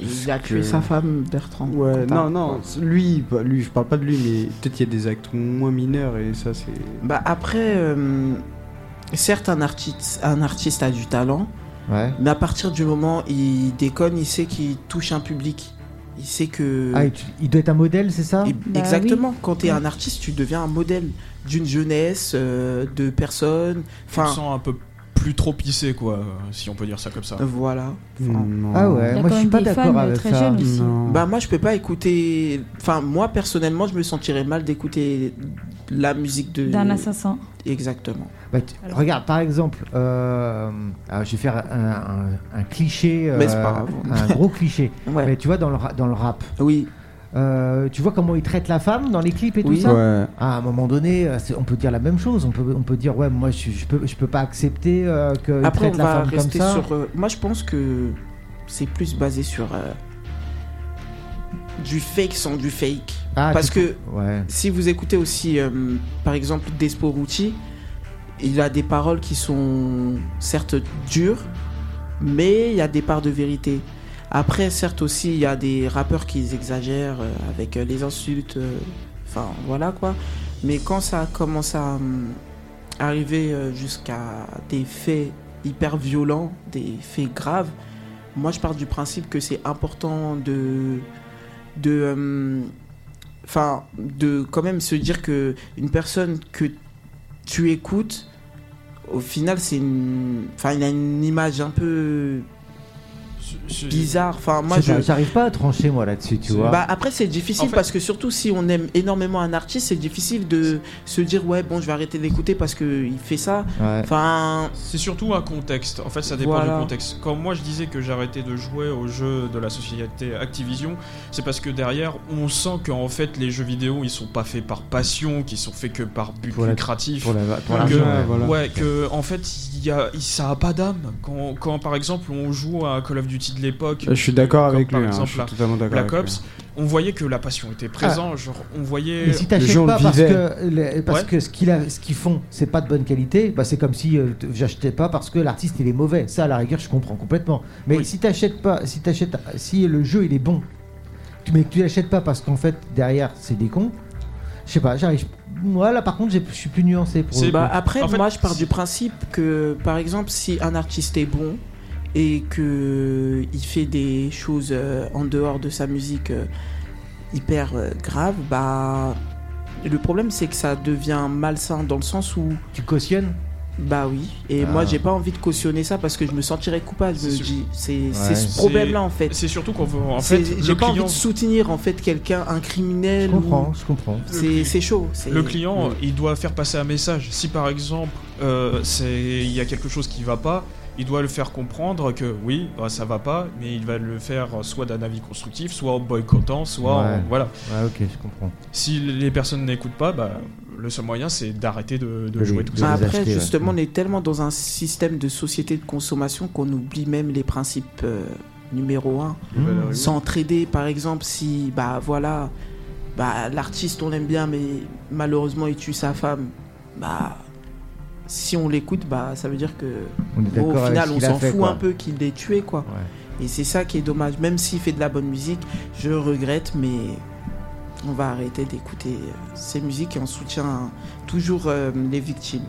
Speaker 5: Il a
Speaker 2: Parce
Speaker 5: tué
Speaker 2: que-
Speaker 5: sa femme, Bertrand.
Speaker 2: Ouais,
Speaker 5: Cantat.
Speaker 2: non, non, c'est- lui, bah, lui, je parle pas de lui, mais peut-être qu'il y a des actes moins mineurs et ça, c'est.
Speaker 5: Bah, après, euh, certes, un artiste, un artiste a du talent.
Speaker 4: Ouais.
Speaker 5: Mais à partir du moment où il déconne, il sait qu'il touche un public. Il sait que.
Speaker 4: Ah, et tu- il doit être un modèle, c'est ça
Speaker 5: Et-
Speaker 3: Bah
Speaker 5: Exactement. Quand tu es un artiste, tu deviens un modèle d'une jeunesse, euh, de personnes.
Speaker 1: Je me
Speaker 5: Enfin,
Speaker 1: sens un peu plus trop pissé quoi, si on peut dire ça comme ça.
Speaker 4: Euh,
Speaker 5: voilà. Enfin,
Speaker 2: Non.
Speaker 4: Ah
Speaker 3: Il
Speaker 4: ouais,
Speaker 3: y a
Speaker 4: moi
Speaker 3: quand
Speaker 4: je suis
Speaker 3: même
Speaker 4: pas
Speaker 3: des
Speaker 4: d'accord
Speaker 3: fans
Speaker 4: avec
Speaker 3: très
Speaker 4: ça.
Speaker 3: jeunes aussi.
Speaker 2: Non.
Speaker 5: Bah moi je peux pas écouter. Enfin moi personnellement je me sentirais mal d'écouter la musique de.
Speaker 3: euh, D'un assassin.
Speaker 5: Exactement.
Speaker 4: Bah, tu-
Speaker 3: Alors.
Speaker 4: regarde, par exemple, euh, alors, je vais faire un, un- un cliché, euh,
Speaker 5: Mais c'est pas grave.
Speaker 4: un gros cliché.
Speaker 5: Ouais.
Speaker 4: Mais tu vois dans le ra- dans le rap,
Speaker 5: Oui.
Speaker 4: euh, tu vois comment ils traitent la femme dans les clips et
Speaker 5: Oui.
Speaker 4: tout ça. Ah,
Speaker 2: Ouais.
Speaker 4: À un moment donné, euh, c'est- on peut dire la même chose. On peut on peut dire ouais, moi je, je peux je peux pas accepter euh, que ils
Speaker 5: Après on
Speaker 4: traitent la
Speaker 5: va
Speaker 4: femme comme
Speaker 5: rester
Speaker 4: ça.
Speaker 5: sur. euh, moi je pense que c'est plus basé sur euh, du fake sans du fake.
Speaker 4: Ah,
Speaker 5: Parce
Speaker 4: tu-
Speaker 5: que
Speaker 4: ouais.
Speaker 5: si vous écoutez aussi, euh, par exemple, Despo Rucci, il a des paroles qui sont certes dures, mais il y a des parts de vérité. Après, certes aussi, il y a des rappeurs qui exagèrent euh, avec euh, les insultes, euh, enfin voilà quoi. Mais quand ça commence à hum, arriver euh, jusqu'à des faits hyper violents, des faits graves, moi je pars du principe que c'est important de, de hum, enfin de quand même se dire que une personne que tu écoutes au final c'est une enfin il a une image un peu
Speaker 1: C'est-
Speaker 5: bizarre enfin moi
Speaker 4: C'est
Speaker 5: je
Speaker 4: ça, j'arrive pas à trancher moi là-dessus, tu
Speaker 1: C'est-
Speaker 4: vois.
Speaker 5: bah après c'est difficile
Speaker 1: En fait-
Speaker 5: parce que surtout si on aime énormément un artiste c'est difficile de se dire ouais bon je vais arrêter d'écouter parce que il fait ça
Speaker 4: Ouais.
Speaker 5: enfin
Speaker 1: C'est surtout un contexte. En fait, ça dépend
Speaker 5: Voilà.
Speaker 1: du contexte. Quand moi je disais que j'arrêtais de jouer aux jeux de la société Activision, c'est parce que derrière, on sent qu'en fait, les jeux vidéo, ils sont pas faits par passion, qu'ils sont faits que par but
Speaker 4: Pour la-
Speaker 1: lucratif.
Speaker 4: Pour la pour
Speaker 1: que-
Speaker 4: l'argent, ouais.
Speaker 2: voilà.
Speaker 1: Ouais, que en fait, il y a, il- ça a pas d'âme. Quand, quand par exemple, on joue à Call of Duty de l'époque,
Speaker 2: Je suis d'accord
Speaker 1: Comme
Speaker 2: avec lui,
Speaker 1: par
Speaker 2: hein,
Speaker 1: exemple,
Speaker 2: je suis
Speaker 1: la-
Speaker 2: totalement d'accord.
Speaker 1: Black
Speaker 2: avec
Speaker 1: Ops, on voyait que la passion était présente. Genre, on voyait.
Speaker 4: Mais si
Speaker 2: les gens le
Speaker 4: t'achètes pas parce
Speaker 2: vivaient.
Speaker 4: que, les- parce
Speaker 1: Ouais.
Speaker 4: que ce qu'ils ce qu'ils font, c'est pas de bonne qualité, bah c'est comme si euh, t- j'achetais pas parce que l'artiste il est mauvais. Ça, à la rigueur, je comprends complètement. Mais
Speaker 1: Oui.
Speaker 4: si t'achètes pas, si t'achètes, si le jeu il est bon, tu- mais que tu l'achètes pas parce qu'en fait derrière c'est des cons, je sais pas, j'arrive. Moi là, par contre, j'ai- je suis plus nuancé pour.
Speaker 1: C'est-
Speaker 4: le coup.
Speaker 5: bah après
Speaker 1: En fait,
Speaker 5: moi je pars
Speaker 1: si-
Speaker 5: du principe que par exemple si un artiste est bon et que euh, il fait des choses euh, en dehors de sa musique euh, hyper euh, grave bah le problème c'est que ça devient malsain dans le sens où
Speaker 4: Tu cautionnes
Speaker 5: bah oui et
Speaker 4: Ah.
Speaker 5: moi j'ai pas envie de cautionner ça parce que je me sentirais coupable je
Speaker 1: C'est
Speaker 5: me
Speaker 1: sûr.
Speaker 5: dis c'est
Speaker 4: Ouais.
Speaker 5: c'est
Speaker 1: C'est-
Speaker 5: ce problème là en fait,
Speaker 1: C'est surtout qu'on veut. En fait,
Speaker 5: C'est-
Speaker 1: le
Speaker 5: j'ai pas envie
Speaker 1: client
Speaker 5: de soutenir en fait quelqu'un un
Speaker 4: Je
Speaker 5: criminel ou-
Speaker 4: comprends, je comprends.
Speaker 5: c'est c'est chaud c'est-
Speaker 1: Le client, il doit faire passer un message. Si par exemple, euh, c'est- il y a quelque chose qui va pas, il doit le faire comprendre que oui, bah, ça va pas, mais il va le faire soit d'un avis constructif, soit en boycottant, soit en-
Speaker 4: Ouais.
Speaker 1: voilà.
Speaker 4: Ouais, ok, je comprends.
Speaker 1: Si les personnes n'écoutent pas, bah, le seul moyen c'est d'arrêter de, de
Speaker 4: Oui.
Speaker 1: jouer tout
Speaker 4: De
Speaker 1: ça.
Speaker 4: les
Speaker 5: Après,
Speaker 4: acheter, ouais.
Speaker 5: justement, on est tellement dans un système de société de consommation qu'on oublie même les principes euh, numéro un.
Speaker 2: Les valeurs
Speaker 4: Ah
Speaker 2: humaines.
Speaker 5: S'entraider, par exemple, si bah voilà, bah l'artiste on l'aime bien, mais malheureusement il tue sa femme, bah si on l'écoute, bah ça veut dire que
Speaker 4: On est
Speaker 5: bon,
Speaker 4: d'accord
Speaker 5: au
Speaker 4: avec
Speaker 5: final
Speaker 4: ce
Speaker 5: on
Speaker 4: qu'il a
Speaker 5: s'en
Speaker 4: fait,
Speaker 5: fout
Speaker 4: quoi.
Speaker 5: un peu qu'il l'ait tué quoi.
Speaker 4: Ouais.
Speaker 5: Et c'est ça qui est dommage. Même s'il fait de la bonne musique, je regrette, mais on va arrêter d'écouter euh, ces musiques et on soutient toujours euh, les victimes.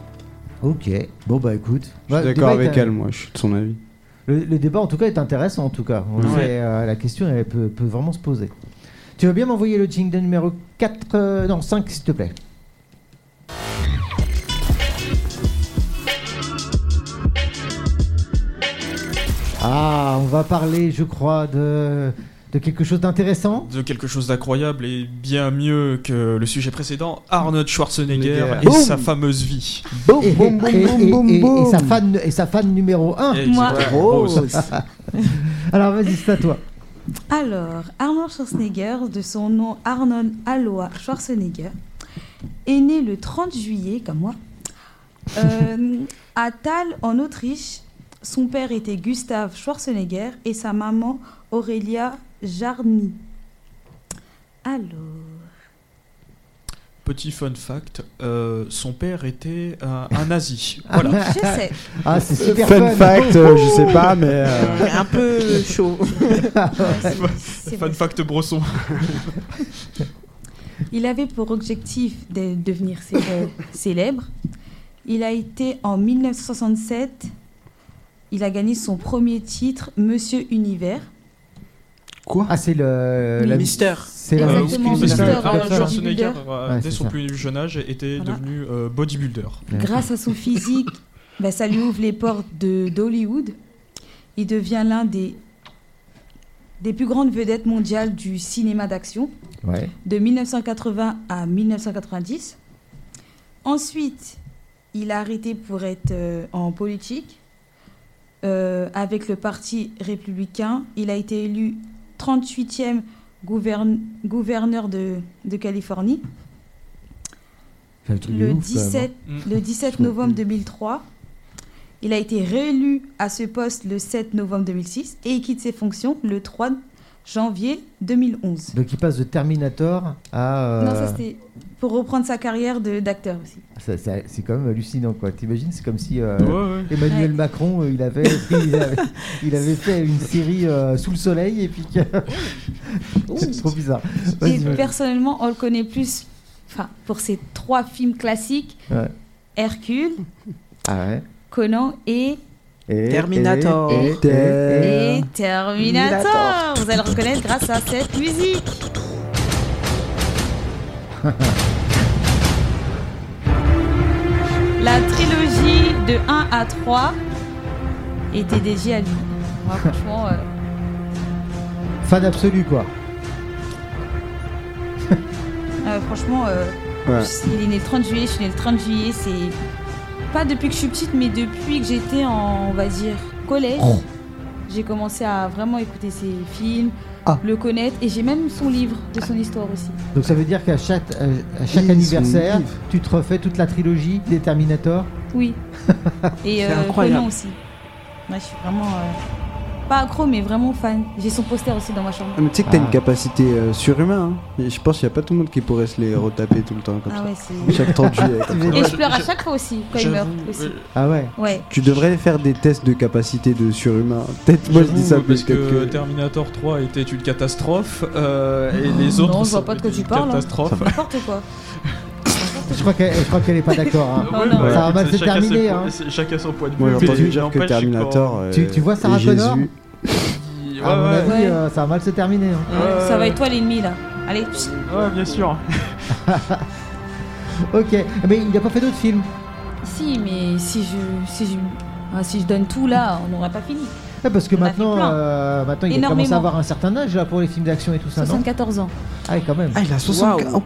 Speaker 4: Ok, bon bah écoute.
Speaker 2: Je suis
Speaker 4: Ouais, le
Speaker 2: d'accord
Speaker 4: débat est
Speaker 2: avec
Speaker 4: un-
Speaker 2: elle, moi, je suis de son avis.
Speaker 4: Le, le débat en tout cas est intéressant en tout cas. On
Speaker 5: Ouais.
Speaker 4: sait, euh, la question elle peut, peut vraiment se poser. Tu veux bien m'envoyer le jingle numéro 4, non 5 s'il te plaît. Ah, on va parler je crois de, de quelque chose d'intéressant.
Speaker 1: de quelque chose d'incroyable et bien mieux que le sujet précédent, Arnold Schwarzenegger
Speaker 2: Schwarzenegger.
Speaker 1: et
Speaker 2: Boum
Speaker 1: sa fameuse vie.
Speaker 2: Boum,
Speaker 4: Et,
Speaker 2: boum,
Speaker 4: et-
Speaker 2: boum,
Speaker 4: et-
Speaker 2: boum,
Speaker 4: et- et
Speaker 2: boum,
Speaker 4: sa
Speaker 2: boum.
Speaker 4: fan, et sa fan numéro 1.
Speaker 1: Et
Speaker 3: Moi.
Speaker 2: Oh.
Speaker 1: c'était
Speaker 5: Rose.
Speaker 1: rose.
Speaker 4: Alors vas-y, c'est à toi.
Speaker 3: Alors, Arnold Schwarzenegger, de son nom Arnold Alois Schwarzenegger, est né le 30 juillet, comme moi, euh, à Thal, en Autriche. Son père était Gustav Schwarzenegger et sa maman Aurélia Jarny. Alors,
Speaker 1: Petit fun fact, euh, son père était un, un nazi. Voilà.
Speaker 3: je sais.
Speaker 4: Ah, c'est super
Speaker 2: Fun fact, euh, je sais pas, mais. euh,
Speaker 5: C'est un peu chaud.
Speaker 3: Ouais, c'est- c'est
Speaker 1: fun
Speaker 3: vrai.
Speaker 1: fact brosson.
Speaker 3: Il avait pour objectif de devenir cé- euh, célèbre. Il a été en 1967, il a gagné son premier titre, Monsieur Univers.
Speaker 4: Ah, c'est le. la-
Speaker 5: Mister.
Speaker 4: C'est
Speaker 1: Euh,
Speaker 3: Exactement,
Speaker 1: oui, parce
Speaker 4: la-
Speaker 1: que
Speaker 3: Mister
Speaker 4: la-
Speaker 1: Arnold
Speaker 3: Arnold
Speaker 1: Schwarzenegger,
Speaker 3: Bodybuilder.
Speaker 1: euh,
Speaker 4: Ouais,
Speaker 1: dès
Speaker 4: c'est
Speaker 1: son
Speaker 4: ça.
Speaker 1: plus jeune âge, était
Speaker 3: Voilà.
Speaker 1: devenu euh, bodybuilder.
Speaker 3: Grâce à son physique, bah, ça lui ouvre les portes de d'Hollywood. Il devient l'un des, des plus grandes vedettes mondiales du cinéma d'action.
Speaker 4: Ouais.
Speaker 3: de 1980 à 1990. Ensuite, il a arrêté pour être euh, en politique. Euh, avec le Parti républicain, il a été élu 38e gouverne- gouverneur de, de Californie
Speaker 4: Fait un truc de
Speaker 3: le,
Speaker 4: ouf, quand même, hein.
Speaker 3: 17,
Speaker 1: Mm.
Speaker 3: le 17 novembre 2003. Il a été réélu à ce poste le 7 novembre 2006 et il quitte ses fonctions le 3 janvier 2011.
Speaker 4: hein. Donc il passe de Terminator à. euh,
Speaker 3: Non, ça c'était pour reprendre sa carrière de- d'acteur aussi.
Speaker 4: ça- ça- c'est quand même hallucinant quoi. T'imagines, c'est comme si euh,
Speaker 1: Ouais, ouais.
Speaker 4: Emmanuel
Speaker 3: Ouais.
Speaker 4: Macron euh, il avait, il avait, il avait fait une série euh, sous le soleil et puis que. c'est trop bizarre. Vas-y,
Speaker 3: Et
Speaker 4: vas-y.
Speaker 3: personnellement, on le connaît plus enfin, pour ses trois films classiques
Speaker 4: Ouais.
Speaker 3: Hercule,
Speaker 4: Ah ouais.
Speaker 3: Conan et,
Speaker 4: Et-
Speaker 5: Terminator.
Speaker 4: et- et- et- et-
Speaker 3: et Terminator. Vous allez le reconnaître grâce à cette musique. La trilogie de 1 à 3 était dédiée à lui. Moi, franchement, euh,
Speaker 4: Fan absolu quoi.
Speaker 3: euh, franchement euh,
Speaker 2: Ouais.
Speaker 3: Il est né le 30 juillet, je suis née le 30 juillet, c'est pas depuis que je suis petite, mais depuis que j'étais en, on va dire, collège, j'ai commencé à vraiment écouter ses films,
Speaker 4: Ah.
Speaker 3: le connaître, et j'ai même son livre de son histoire aussi.
Speaker 4: Donc ça veut dire qu'à chaque, à, à chaque
Speaker 2: Ils
Speaker 4: anniversaire,
Speaker 2: sont vifs.
Speaker 4: tu te refais toute la trilogie des Terminator.
Speaker 3: Oui. Et
Speaker 5: C'est
Speaker 3: euh,
Speaker 5: incroyable.
Speaker 3: Conan aussi. Moi, je suis vraiment euh, pas accro, mais vraiment fan. J'ai son poster aussi dans ma chambre.
Speaker 2: Ah, mais tu sais que t'as
Speaker 4: Ah.
Speaker 2: une capacité euh, surhumaine. hein. Et Je pense qu'il n'y a pas tout le monde qui pourrait se les retaper tout le temps comme
Speaker 3: Ah
Speaker 2: ça.
Speaker 3: ouais, c'est.
Speaker 2: Chaque 30 juillet. comme ça.
Speaker 3: Et
Speaker 1: Ouais,
Speaker 3: je pleure à
Speaker 1: je-
Speaker 3: chaque fois aussi quand il meurt
Speaker 1: J'avoue,
Speaker 3: aussi.
Speaker 1: euh,
Speaker 4: Ah ouais.
Speaker 3: Ouais.
Speaker 2: Tu devrais faire des tests de capacité de surhumain. Peut-être moi je dis
Speaker 1: j'avoue,
Speaker 2: ça
Speaker 1: parce
Speaker 2: plus
Speaker 1: que,
Speaker 2: que.
Speaker 1: Terminator 3 était une catastrophe euh, et les autres
Speaker 3: non, je vois
Speaker 1: ça-
Speaker 3: pas de quoi tu
Speaker 1: une
Speaker 3: parles, hein.
Speaker 1: Catastrophe.
Speaker 3: N'importe quoi.
Speaker 4: Je crois qu'elle, je crois qu'elle est pas d'accord. hein.
Speaker 3: Oh
Speaker 1: Ouais,
Speaker 3: non.
Speaker 1: bah,
Speaker 4: Ça va mal se
Speaker 1: écoute, chacun
Speaker 4: terminer,
Speaker 1: ses-
Speaker 4: hein.
Speaker 1: c'est- Chacun son point de vue.
Speaker 2: Moi j'ai
Speaker 1: mais
Speaker 2: entendu dire que
Speaker 1: n'empêche
Speaker 2: Terminator. euh,
Speaker 4: Tu- tu vois Sarah
Speaker 2: et Jésus.
Speaker 4: Connor
Speaker 1: quand- Ouais,
Speaker 4: À mon
Speaker 1: ouais,
Speaker 4: avis,
Speaker 3: Ouais.
Speaker 4: euh, ça va mal se terminer. hein.
Speaker 1: Ouais.
Speaker 3: Ça va être toi l'ennemi là. Allez, psst.
Speaker 1: ouais, bien sûr.
Speaker 4: Ok, mais il n'a pas fait d'autres films.
Speaker 3: Si, mais si je, si je, ah, si je donne tout là, on n'aura pas fini.
Speaker 4: Ah, parce que
Speaker 3: On a
Speaker 4: maintenant,
Speaker 3: fait plein.
Speaker 4: euh, maintenant, il a
Speaker 3: Énormément.
Speaker 4: commencé à avoir un certain âge là pour les films d'action et tout ça, non
Speaker 3: 74 ans.
Speaker 4: Ah, oui, quand même.
Speaker 2: Ah, il a 64.
Speaker 5: Waouh.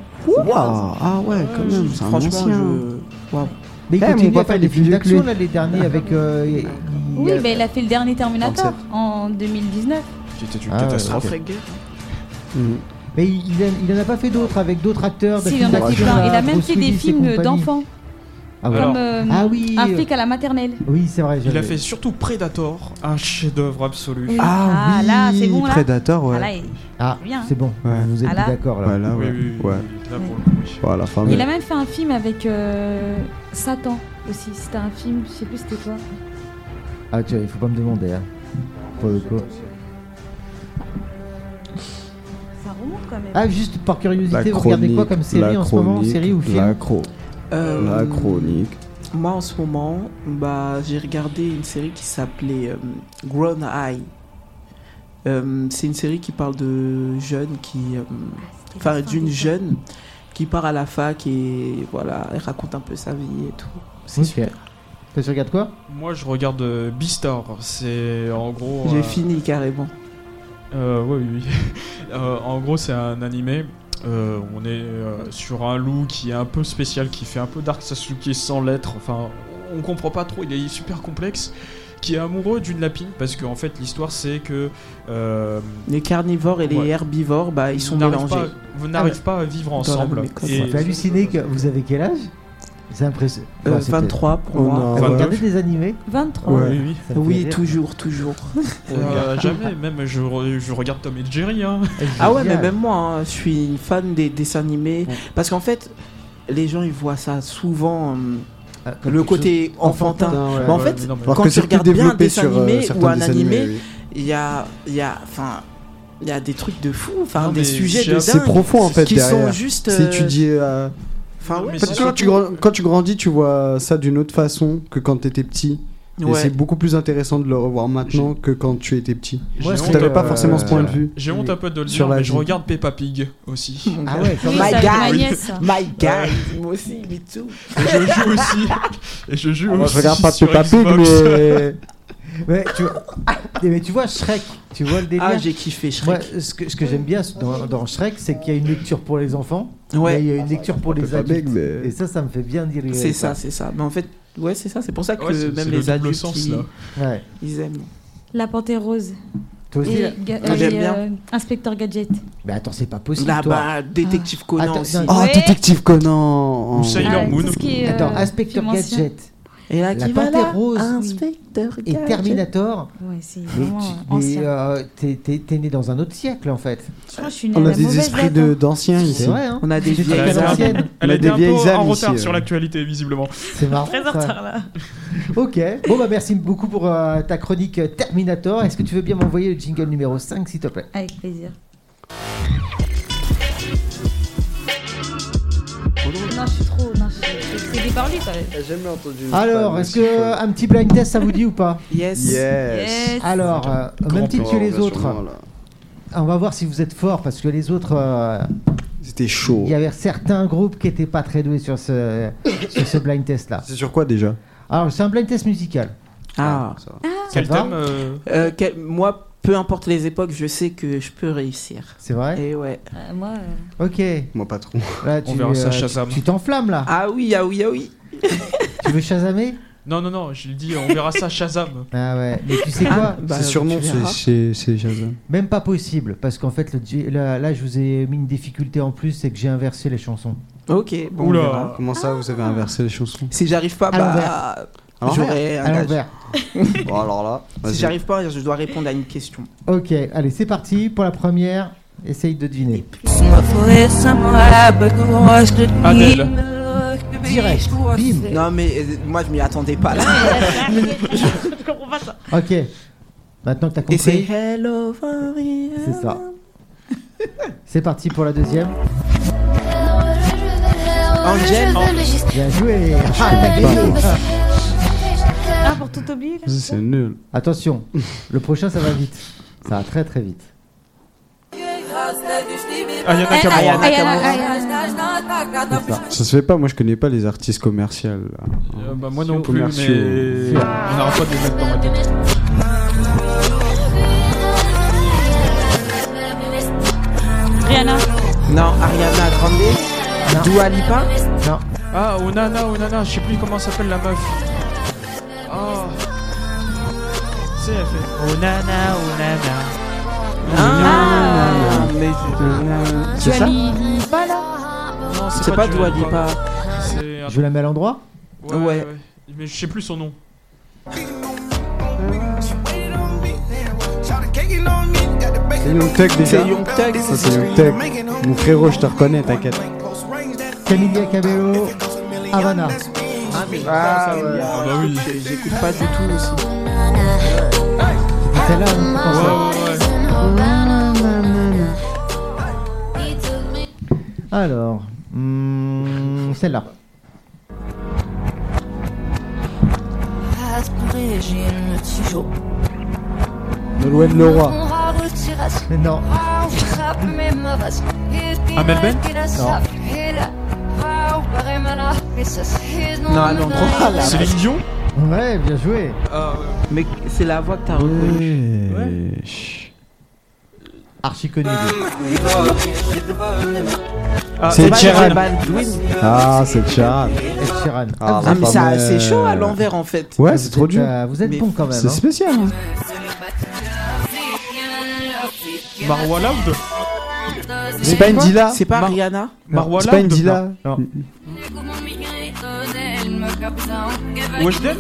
Speaker 2: Waouh. Ah ouais, quand même, c'est un
Speaker 5: Franchement,
Speaker 2: ancien.
Speaker 5: je. Waouh.
Speaker 4: Mais il
Speaker 2: Eh, mon
Speaker 4: continue à
Speaker 2: papa,
Speaker 4: faire
Speaker 2: il
Speaker 4: des
Speaker 2: est plus
Speaker 4: films
Speaker 2: vieux que lui.
Speaker 4: d'action là, les derniers avec. euh, il-
Speaker 3: Oui, bah, il a fait le dernier Terminator
Speaker 2: 37.
Speaker 3: en 2019.
Speaker 1: C'était une
Speaker 4: Ah, ouais,
Speaker 1: catastrophe.
Speaker 5: Alfred Gay.
Speaker 2: Mhm.
Speaker 4: Mais il il en- il en a pas fait d'autres avec d'autres acteurs. des
Speaker 3: Si, il
Speaker 4: films
Speaker 3: en a fait
Speaker 4: d'action,
Speaker 3: plein. Il
Speaker 4: euh,
Speaker 3: a même
Speaker 4: Bruce
Speaker 3: fait des
Speaker 4: Willis et
Speaker 3: films
Speaker 4: compagnie.
Speaker 3: d'enfants,
Speaker 4: Ah, ouais.
Speaker 1: Alors-
Speaker 3: comme euh,
Speaker 4: Ah oui.
Speaker 3: Un flic à la maternelle.
Speaker 4: Oui, c'est vrai.
Speaker 1: Il a
Speaker 4: j'avais-
Speaker 1: fait surtout Predator, un chef-d'œuvre absolu.
Speaker 3: Oui.
Speaker 2: Ah, oui,
Speaker 3: là, c'est bon là.
Speaker 2: Predator, ouais.
Speaker 3: Ah, là, il...
Speaker 4: Ah,
Speaker 3: C'est bien.
Speaker 4: c'est bon.
Speaker 2: Ouais.
Speaker 4: Vous êtes
Speaker 3: Ah là.
Speaker 4: plus d'accord là.
Speaker 2: Ouais, là,
Speaker 1: Oui,
Speaker 2: ouais.
Speaker 1: oui, oui,
Speaker 2: Ouais. Oh,
Speaker 1: oui, là, pour le coup, oui.
Speaker 2: Voilà, fameux.
Speaker 3: il a même fait un film avec euh, Satan aussi. C'était un film, je sais plus c'était quoi.
Speaker 4: Ah, tu vois, il faut pas me demander. hein. Pour le coup.
Speaker 6: Ça remonte quand même.
Speaker 4: Ah, juste par
Speaker 2: La
Speaker 4: curiosité, vous
Speaker 2: chronique,
Speaker 4: regardez quoi comme série
Speaker 2: la
Speaker 4: en ce moment
Speaker 2: chronique,
Speaker 4: Série ou
Speaker 2: La,
Speaker 4: film
Speaker 2: chro-
Speaker 5: Euh,
Speaker 2: la chronique.
Speaker 5: Moi en ce moment, bah, j'ai regardé une série qui s'appelait euh, Grown Eye. Euh, c'est une série qui parle de jeunes qui. euh,
Speaker 3: Ah,
Speaker 5: Enfin, d'une jeune qui part à la fac et voilà, elle raconte un peu sa vie et tout. C'est
Speaker 4: Ok.
Speaker 5: super.
Speaker 4: Toi, Tu regardes quoi
Speaker 1: Moi, je regarde euh, Beastar. C'est en gros.
Speaker 5: J'ai
Speaker 1: euh,
Speaker 5: fini carrément.
Speaker 1: Euh, ouais, oui, oui. Euh, en gros, c'est un animé. Euh, on est euh, sur un loup qui est un peu spécial, qui fait un peu Dark Sasuke sans l'être. Enfin, on comprend pas trop. Il est super complexe. Qui est amoureux d'une lapine parce qu'en fait, l'histoire c'est que euh,
Speaker 5: Les carnivores et les
Speaker 1: Ouais.
Speaker 5: herbivores, bah, ils sont
Speaker 1: n'arrivent
Speaker 5: mélangés.
Speaker 1: pas- vous n'arrez pas à vivre
Speaker 5: Dans la
Speaker 1: ensemble.
Speaker 5: même école.
Speaker 1: Et-
Speaker 4: Ça fait halluciner que vous avez quel âge C'est impressionnant.
Speaker 5: Euh,
Speaker 4: Ouais, Ah, c'était-
Speaker 5: 23 pour
Speaker 2: Oh
Speaker 5: moi.
Speaker 2: non.
Speaker 4: Ah, Vous regardez des animés
Speaker 3: 23.
Speaker 2: Ouais.
Speaker 1: Oui, oui.
Speaker 4: Ça me fait
Speaker 5: Oui,
Speaker 4: rire.
Speaker 5: toujours, toujours.
Speaker 1: Euh, jamais, même je, re- je regarde Tom et Jerry. Hein.
Speaker 5: Ah ouais, mais
Speaker 4: Génial.
Speaker 5: même moi, hein, je suis une fan des dessins animés. Parce qu'en fait, les gens, ils voient ça souvent, hum,
Speaker 4: Ah, comme
Speaker 5: le
Speaker 4: quelque chose-
Speaker 5: côté enfantin.
Speaker 4: enfantin, ouais.
Speaker 2: Bah,
Speaker 5: Mais en
Speaker 1: Ouais,
Speaker 5: fait,
Speaker 1: Euh, mais non, mais-
Speaker 2: Alors
Speaker 5: quand
Speaker 2: que
Speaker 5: tu
Speaker 2: c'est plus
Speaker 5: regardes bien un
Speaker 2: développé
Speaker 5: dessin
Speaker 2: sur, euh,
Speaker 5: animé ou
Speaker 2: certains
Speaker 5: un
Speaker 2: dessins
Speaker 5: animé,
Speaker 2: animés, oui.
Speaker 5: il y a, il y a, enfin, il y a des trucs de fou,
Speaker 1: Non,
Speaker 5: enfin,
Speaker 1: mais
Speaker 5: des sujets
Speaker 1: j'ai
Speaker 5: de
Speaker 1: un-
Speaker 2: C'est
Speaker 5: dingue
Speaker 2: profond en fait
Speaker 5: qui
Speaker 2: derrière.
Speaker 5: sont juste.
Speaker 2: C'est
Speaker 5: euh,
Speaker 2: étudié. euh,
Speaker 5: Enfin,
Speaker 1: Non,
Speaker 5: ouais,
Speaker 1: mais
Speaker 2: Parce
Speaker 1: c'est
Speaker 2: que quand tu, grand- quand tu grandis, tu vois ça d'une autre façon que quand t'étais petit. Et
Speaker 5: ouais.
Speaker 2: c'est beaucoup plus intéressant de le revoir maintenant que quand tu étais petit.
Speaker 1: Moi,
Speaker 2: Parce
Speaker 1: c'est
Speaker 2: que t'avais
Speaker 1: que,
Speaker 2: pas forcément ce
Speaker 4: euh,
Speaker 2: point de vue.
Speaker 1: J'ai honte un peu de le
Speaker 2: Sur
Speaker 1: dire,
Speaker 2: la
Speaker 1: mais je
Speaker 2: vie.
Speaker 1: regarde Peppa Pig aussi.
Speaker 4: Ah ouais, quand
Speaker 3: Oui,
Speaker 4: même.
Speaker 5: My
Speaker 3: ça, c'est ma
Speaker 5: God.
Speaker 3: nièce.
Speaker 5: My God, moi aussi, me too.
Speaker 1: Et je joue aussi. Et je joue
Speaker 2: Ah, Moi,
Speaker 1: aussi.
Speaker 2: je regarde pas
Speaker 1: sur
Speaker 2: Peppa Pig,
Speaker 1: Xbox.
Speaker 2: mais.
Speaker 4: Ouais, tu vois... Et mais tu vois Shrek, tu vois le délire.
Speaker 5: Ah, j'ai kiffé
Speaker 4: Moi,
Speaker 5: Shrek.
Speaker 4: ce que, ce que j'aime bien dans, dans Shrek, c'est qu'il y a une lecture pour les enfants, mais
Speaker 5: Ouais,
Speaker 4: il y a une lecture pour les
Speaker 2: Peppa Pig,
Speaker 4: adultes.
Speaker 2: mais-
Speaker 4: Et ça, ça me fait bien dire.
Speaker 5: c'est ça, c'est ça. Mais en fait, ouais, c'est ça. C'est pour ça que
Speaker 1: Ouais, c'est- c'est
Speaker 5: même
Speaker 1: le
Speaker 5: les
Speaker 1: double
Speaker 5: adultes,
Speaker 1: sens,
Speaker 5: ils,
Speaker 1: là.
Speaker 4: Ouais.
Speaker 5: ils aiment.
Speaker 3: La Panthère Rose.
Speaker 4: Toi aussi.
Speaker 3: Et,
Speaker 4: là-
Speaker 3: Ga-
Speaker 5: Ah,
Speaker 3: et,
Speaker 5: j'aime bien.
Speaker 3: euh, Inspecteur Gadget.
Speaker 4: Mais attends, c'est pas possible. toi.
Speaker 5: Là-bas, détective Conan
Speaker 4: Attends,
Speaker 5: aussi.
Speaker 4: non.
Speaker 2: Oh,
Speaker 3: Ouais.
Speaker 2: détective Conan
Speaker 1: Ou Sailor
Speaker 3: Ah,
Speaker 1: Moon.
Speaker 3: tout ce qui est, euh,
Speaker 4: Attends, Inspecteur
Speaker 3: film ancien.
Speaker 4: Gadget
Speaker 5: Et là,
Speaker 4: La
Speaker 5: qui va
Speaker 4: Panthère
Speaker 5: là
Speaker 4: Rose, oui.
Speaker 5: Inspecteur
Speaker 4: et
Speaker 5: Gadget.
Speaker 4: Terminator.
Speaker 3: Ouais, c'est
Speaker 4: Mais
Speaker 3: vraiment
Speaker 4: tu-
Speaker 3: euh,
Speaker 4: mais,
Speaker 3: ancien.
Speaker 4: euh, t'es- t'es t'es né dans un autre siècle en fait.
Speaker 3: je crois que je suis née
Speaker 2: euh, On
Speaker 3: à
Speaker 2: a
Speaker 3: la
Speaker 2: des
Speaker 3: mauvaise
Speaker 2: esprits
Speaker 3: date,
Speaker 2: de-
Speaker 3: hein.
Speaker 2: d'anciens
Speaker 4: C'est
Speaker 2: ici.
Speaker 4: vrai, hein
Speaker 5: On a des
Speaker 4: J'étais
Speaker 1: Elle a
Speaker 5: vieilles
Speaker 1: été
Speaker 4: à
Speaker 1: un-
Speaker 4: l'ancienne.
Speaker 1: Elle
Speaker 2: On
Speaker 1: a
Speaker 2: a
Speaker 1: été un
Speaker 2: des vieilles
Speaker 1: peu en
Speaker 2: âmes
Speaker 1: retard
Speaker 2: ici, euh.
Speaker 1: sur
Speaker 2: ouais.
Speaker 1: l'actualité, visiblement.
Speaker 4: C'est marrant.
Speaker 3: Très en
Speaker 4: ça.
Speaker 3: retard, là.
Speaker 4: Ok, bon bah merci beaucoup pour euh, ta chronique euh, Terminator. Est-ce que tu veux bien m'envoyer le jingle numéro 5 s'il te plaît
Speaker 3: Avec plaisir. Non, je suis trop. Non, je suis c'est déparlé quand même.
Speaker 2: jamais entendu.
Speaker 4: Alors, est-ce que un petit blind test ça vous dit ou pas
Speaker 5: Yes.
Speaker 2: Yes.
Speaker 3: Yes.
Speaker 4: Alors, euh, au même titre que les
Speaker 2: hein.
Speaker 4: autres, on va voir si vous êtes fort parce que les autres, euh,
Speaker 2: C'était chaud.
Speaker 4: il y avait certains groupes qui n'étaient pas très doués sur ce, sur ce blind test là.
Speaker 2: C'est sur quoi déjà
Speaker 4: Alors, c'est un blind test musical.
Speaker 5: Ah.
Speaker 2: ça va.
Speaker 1: Quel
Speaker 4: va
Speaker 1: thème euh,
Speaker 5: Euh, quel- Moi, peu importe les époques, je sais que je peux réussir.
Speaker 4: C'est vrai
Speaker 5: Et ouais.
Speaker 3: Euh, moi, euh,
Speaker 4: Ok,
Speaker 2: Moi pas trop.
Speaker 4: là
Speaker 1: On
Speaker 4: tu
Speaker 1: verra ça,
Speaker 4: tu-
Speaker 1: Shazam.
Speaker 4: tu t'enflammes là.
Speaker 5: Ah oui, ah oui, ah oui.
Speaker 4: Tu veux Shazamer
Speaker 1: Non, non, non, je l'ai dit, on verra ça Shazam.
Speaker 4: Ah ouais, mais tu sais quoi
Speaker 5: Ah, bah,
Speaker 2: c'est sûrement
Speaker 5: tu verras.
Speaker 2: c'est c'est Shazam.
Speaker 4: Même pas possible, parce qu'en fait, le J- là, là, je vous ai mis une difficulté en plus, c'est que j'ai inversé les chansons.
Speaker 5: Ok, bon. on verra.
Speaker 1: Oula.
Speaker 2: Comment ça vous avez inversé les chansons
Speaker 5: Si j'arrive pas,
Speaker 4: À
Speaker 5: bah.
Speaker 2: À l'envers.
Speaker 5: J'aurai un
Speaker 4: à
Speaker 5: gage.
Speaker 4: l'envers.
Speaker 2: Bon alors là,
Speaker 5: Si
Speaker 2: vas-y.
Speaker 5: j'arrive pas, je dois répondre à une question.
Speaker 4: Ok, allez, c'est parti pour la première. Essaye de deviner.
Speaker 1: Adèle.
Speaker 4: Direct, bim.
Speaker 5: Non, mais euh, moi, je m'y attendais pas là.
Speaker 4: Ok. Maintenant que t'as
Speaker 5: Et c'est
Speaker 4: compris,
Speaker 5: Hello, Maria.
Speaker 4: c'est ça. c'est parti pour la deuxième.
Speaker 5: Angel.
Speaker 4: Bien joué. Ah, t'as gagné.
Speaker 3: Ah, pour tout oublier là
Speaker 2: Vas-y, C'est nul.
Speaker 4: Attention, le prochain, ça va vite. Ça va très très vite.
Speaker 3: Eh,
Speaker 1: Ayana Ah, Kamura.
Speaker 5: Ayana Kamura.
Speaker 4: C'est ça.
Speaker 2: Ça se fait pas, moi je connais pas les artistes commerciaux. là.
Speaker 1: Euh, bah, moi non plus,
Speaker 2: Commerciaux.
Speaker 1: mais on n'arrête pas de les mettre dans ma tête.
Speaker 3: Rihanna.
Speaker 5: Non, Ariana Grande. Dua Lipa.
Speaker 4: Non,
Speaker 1: Ah, Onana, Onana, je sais plus comment s'appelle la meuf. Ah, Tu sais, elle fait. Oh nana, oh nana.
Speaker 5: Ah, mais
Speaker 4: C'est ça
Speaker 3: pas là
Speaker 1: Non,
Speaker 5: c'est pas Dua
Speaker 1: Lipa.
Speaker 5: Lipa.
Speaker 1: C'est un-
Speaker 4: Je la mets à l'endroit
Speaker 1: Ouais,
Speaker 5: Ouais.
Speaker 1: ouais, ouais. Mais je sais plus son nom.
Speaker 2: C'est Young Tug déjà
Speaker 5: C'est Young Thug.
Speaker 2: Ça, c'est Young Tug. Mon frérot, je te reconnais, t'inquiète.
Speaker 4: Camilla Cabello, Havana.
Speaker 5: Ah, mais
Speaker 2: Ah,
Speaker 5: ça, ça me
Speaker 2: ouais.
Speaker 5: dit
Speaker 1: Ah, bah oui.
Speaker 5: un truc que J'écoute pas du tout aussi.
Speaker 4: Celle-là, on pense
Speaker 1: Ouais,
Speaker 4: à-
Speaker 1: ouais, ouais.
Speaker 4: Alors, hmm, celle-là.
Speaker 2: Nolwenn Leroy.
Speaker 4: Mais non,
Speaker 1: Amel Ben
Speaker 5: Non, à l'endroit là.
Speaker 1: C'est Céline Dion
Speaker 4: ouais, bien joué.
Speaker 1: Ah, ouais.
Speaker 5: Mais c'est la voix que t'as reconnue.
Speaker 4: Archi connu.
Speaker 5: Ah,
Speaker 2: C'est
Speaker 5: Ed
Speaker 2: Sheeran.
Speaker 5: Baldwin.
Speaker 2: Ah, c'est Chad.
Speaker 4: Ed Sheeran.
Speaker 2: Ah,
Speaker 5: Ah, mais
Speaker 2: la
Speaker 5: ça,
Speaker 2: femme,
Speaker 5: c'est chaud à
Speaker 2: euh,
Speaker 5: l'envers en fait.
Speaker 2: Ouais,
Speaker 4: Vous
Speaker 2: c'est trop
Speaker 4: êtes,
Speaker 2: dur.
Speaker 4: euh, vous êtes
Speaker 5: Mais
Speaker 4: bon quand même.
Speaker 2: C'est
Speaker 4: hein.
Speaker 2: spécial. hein.
Speaker 1: Marwa Loud
Speaker 2: C'est pas Indila.
Speaker 5: C'est pas Rihanna
Speaker 1: Marwa
Speaker 2: C'est pas
Speaker 1: Loud
Speaker 2: Indila.
Speaker 4: Non.
Speaker 1: Weshden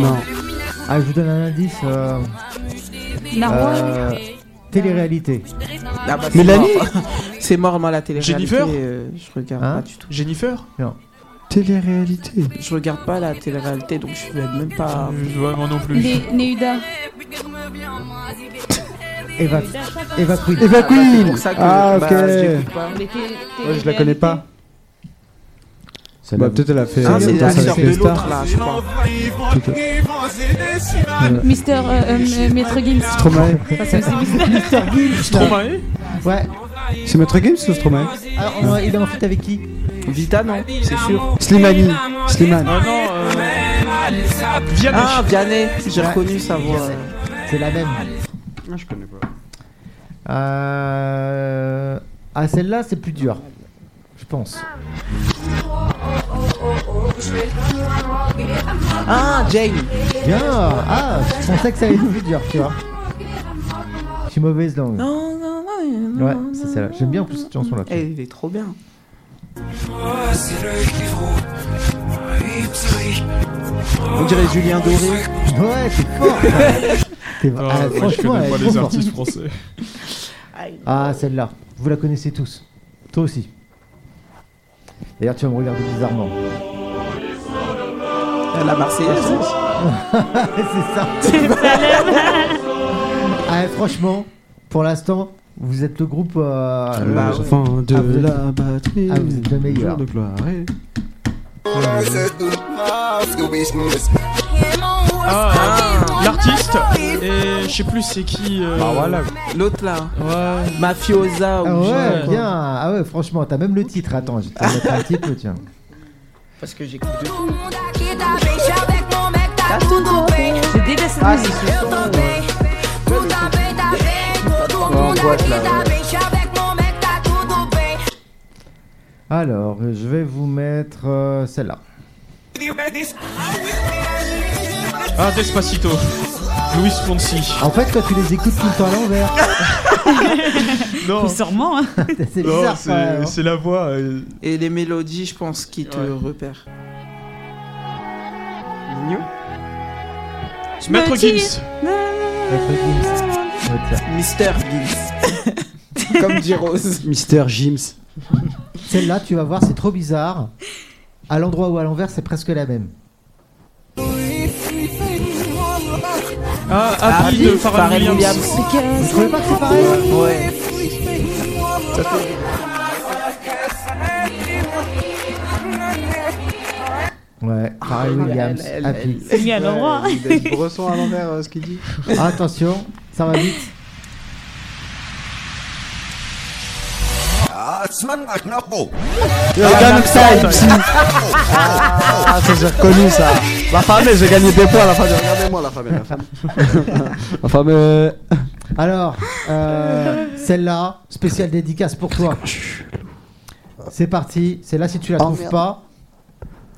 Speaker 2: Non.
Speaker 4: Ah, je vous donne un indice. Euh,
Speaker 6: Narwa,
Speaker 4: euh, télé-réalité.
Speaker 5: Ah, bah, c'est
Speaker 2: Mélanie
Speaker 5: mort. C'est mort, moi, la télé
Speaker 1: Jennifer
Speaker 5: Je regarde
Speaker 4: Hein
Speaker 5: pas du tout.
Speaker 1: Jennifer
Speaker 2: Télé-réalité.
Speaker 5: Je regarde pas la télé-réalité, donc je vais même pas.
Speaker 1: Euh, Ouais, moi non plus.
Speaker 6: les Neuda.
Speaker 4: Eva, Eva Queen.
Speaker 2: Eva
Speaker 5: bah, C'est
Speaker 2: Queen
Speaker 5: pour ça que
Speaker 2: Ah, ok.
Speaker 5: bah, j'écoute pas.
Speaker 2: Ouais, je la connais pas.
Speaker 4: Celle-là,
Speaker 2: Bah, peut-être elle a fait.
Speaker 5: Ah,
Speaker 2: euh,
Speaker 5: c'est la
Speaker 2: Danse
Speaker 5: sœur
Speaker 2: avec les
Speaker 5: de
Speaker 2: stars.
Speaker 5: l'autre là, je crois.
Speaker 2: Peut-être.
Speaker 6: Mister euh, euh, euh, Maître Gims.
Speaker 2: Stromae.
Speaker 6: Ça, c'est aussi Mister.
Speaker 1: Stromae
Speaker 4: vous- Ouais.
Speaker 2: C'est Maître Games ou Stromae
Speaker 4: Alors, on- il est en fait avec qui
Speaker 5: Vita, non C'est sûr.
Speaker 2: Slimani. Slimane.
Speaker 1: Ah non, euh... Vianney
Speaker 5: Ah, Vianney, j'ai reconnu sa voix. euh.
Speaker 4: C'est la même.
Speaker 2: je connais pas.
Speaker 4: Euh... Ah, celle-là, c'est plus dur. Je pense.
Speaker 5: Ah, Jane
Speaker 4: Bien Ah, je pensais que ça allait être plus dur, tu vois. Je suis mauvaise langue.
Speaker 5: Non, non, non, non.
Speaker 4: Ouais,
Speaker 5: non,
Speaker 4: c'est
Speaker 5: non,
Speaker 4: celle-là. J'aime bien en plus cette chanson-là.
Speaker 5: Eh, il est trop bien. On dirait Julien Doré.
Speaker 4: Ouais, c'est fort ça. T'es-
Speaker 1: Ah,
Speaker 4: ah,
Speaker 1: ouais, je
Speaker 4: franchement,
Speaker 1: connais
Speaker 4: elle
Speaker 1: pas
Speaker 4: est
Speaker 1: les
Speaker 4: trop forte.
Speaker 1: artistes français.
Speaker 4: Ah, celle-là. Vous la connaissez tous. Toi aussi. D'ailleurs, tu vas me regarder bizarrement.
Speaker 5: La Marseillaise. hein.
Speaker 4: c'est ça. ah, franchement, pour l'instant, vous êtes le groupe. euh,
Speaker 2: Ah,
Speaker 4: le-
Speaker 5: bah, ouais.
Speaker 2: fin de
Speaker 4: Ah, vous êtes-
Speaker 2: la batterie.
Speaker 4: Ah, vous êtes le meilleur.
Speaker 2: Jour de gloire. et-
Speaker 1: Ah, euh, l'artiste Et je sais plus c'est qui... Euh...
Speaker 2: Ah,
Speaker 4: Bah,
Speaker 5: L'autre là.
Speaker 1: Ouais,
Speaker 5: Mafiosa ou
Speaker 4: Ah
Speaker 5: genre,
Speaker 4: ouais,
Speaker 5: quoi.
Speaker 4: bien. Ah ouais, franchement, t'as même le titre. Attends, je vais te le mettre un petit peu, tiens.
Speaker 5: Parce que j'écoute de tout.
Speaker 6: Je déteste cette musique.
Speaker 4: Alors, je vais vous mettre euh, celle-là.
Speaker 1: ah Despacito Luis Fonsi
Speaker 4: En fait, quand tu les écoutes tout le temps à l'envers,
Speaker 1: Non,
Speaker 6: Sûrement, hein.
Speaker 4: c'est
Speaker 1: non,
Speaker 4: bizarre.
Speaker 1: c'est-
Speaker 4: quand même, hein.
Speaker 1: c'est la voix... euh,
Speaker 5: Et les mélodies, je pense, qui te
Speaker 1: Ouais.
Speaker 5: repèrent.
Speaker 6: Je
Speaker 1: Maître
Speaker 6: me tire.
Speaker 1: Gims
Speaker 4: Maître Gims. Ouais, tiens.
Speaker 5: Mister Gibbs. Comme dit Rose.
Speaker 2: Mister Jims.
Speaker 4: Celle-là, tu vas voir, c'est trop bizarre. À l'endroit ou à l'envers, c'est presque la même.
Speaker 1: Ah, Abby de Pharrell
Speaker 5: Pharrell
Speaker 1: Williams
Speaker 5: Williams.
Speaker 4: Vous trouvez pas que c'est pareil
Speaker 5: Ouais.
Speaker 4: Ouais, Pharrell Williams,
Speaker 5: Ah, elle, elle,
Speaker 4: Happy. Ah,
Speaker 6: C'est mis à l'endroit.
Speaker 2: Je ressens à l'envers euh, ce qu'il dit.
Speaker 4: Attention, ça va vite.
Speaker 2: Gangnam Style. Ah, bah, ça Bah, j'ai reconnu ça. La femme, j'ai gagné des points la femme. Regardez-moi la femme. La femme. la femme. euh,
Speaker 4: Alors, euh, celle-là, spéciale dédicace pour toi. C'est parti,
Speaker 5: Oh,
Speaker 4: celle-là, si tu la trouves pas,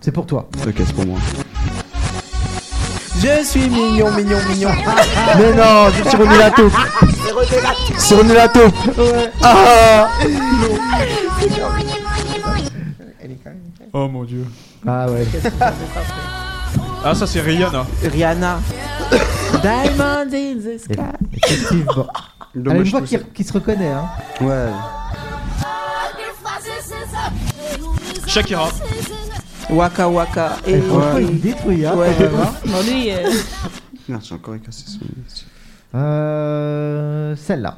Speaker 4: c'est pour toi.
Speaker 2: Ok, c'est pour moi.
Speaker 5: Je suis mignon, mignon, mignon.
Speaker 4: Mais non, je suis revenu la taupe. C'est revenu la taupe. Ah,
Speaker 1: Oh mon dieu.
Speaker 4: ah ouais.
Speaker 1: Ah, ça c'est Rihanna.
Speaker 5: Rihanna. Diamond in the sky.
Speaker 4: Effectivement. Elle a une
Speaker 2: Dommage
Speaker 4: voix
Speaker 2: que
Speaker 4: qui, qui se reconnaît. Hein.
Speaker 2: c'est- Ouais.
Speaker 1: Shakira.
Speaker 5: Waka Waka. Et
Speaker 4: Elle franchement, il me détruit. Hein,
Speaker 5: Ouais.
Speaker 4: quand même, hein.
Speaker 6: Non, lui, euh,
Speaker 2: Merde, j'ai encore cassé son.
Speaker 4: Euh, Celle-là.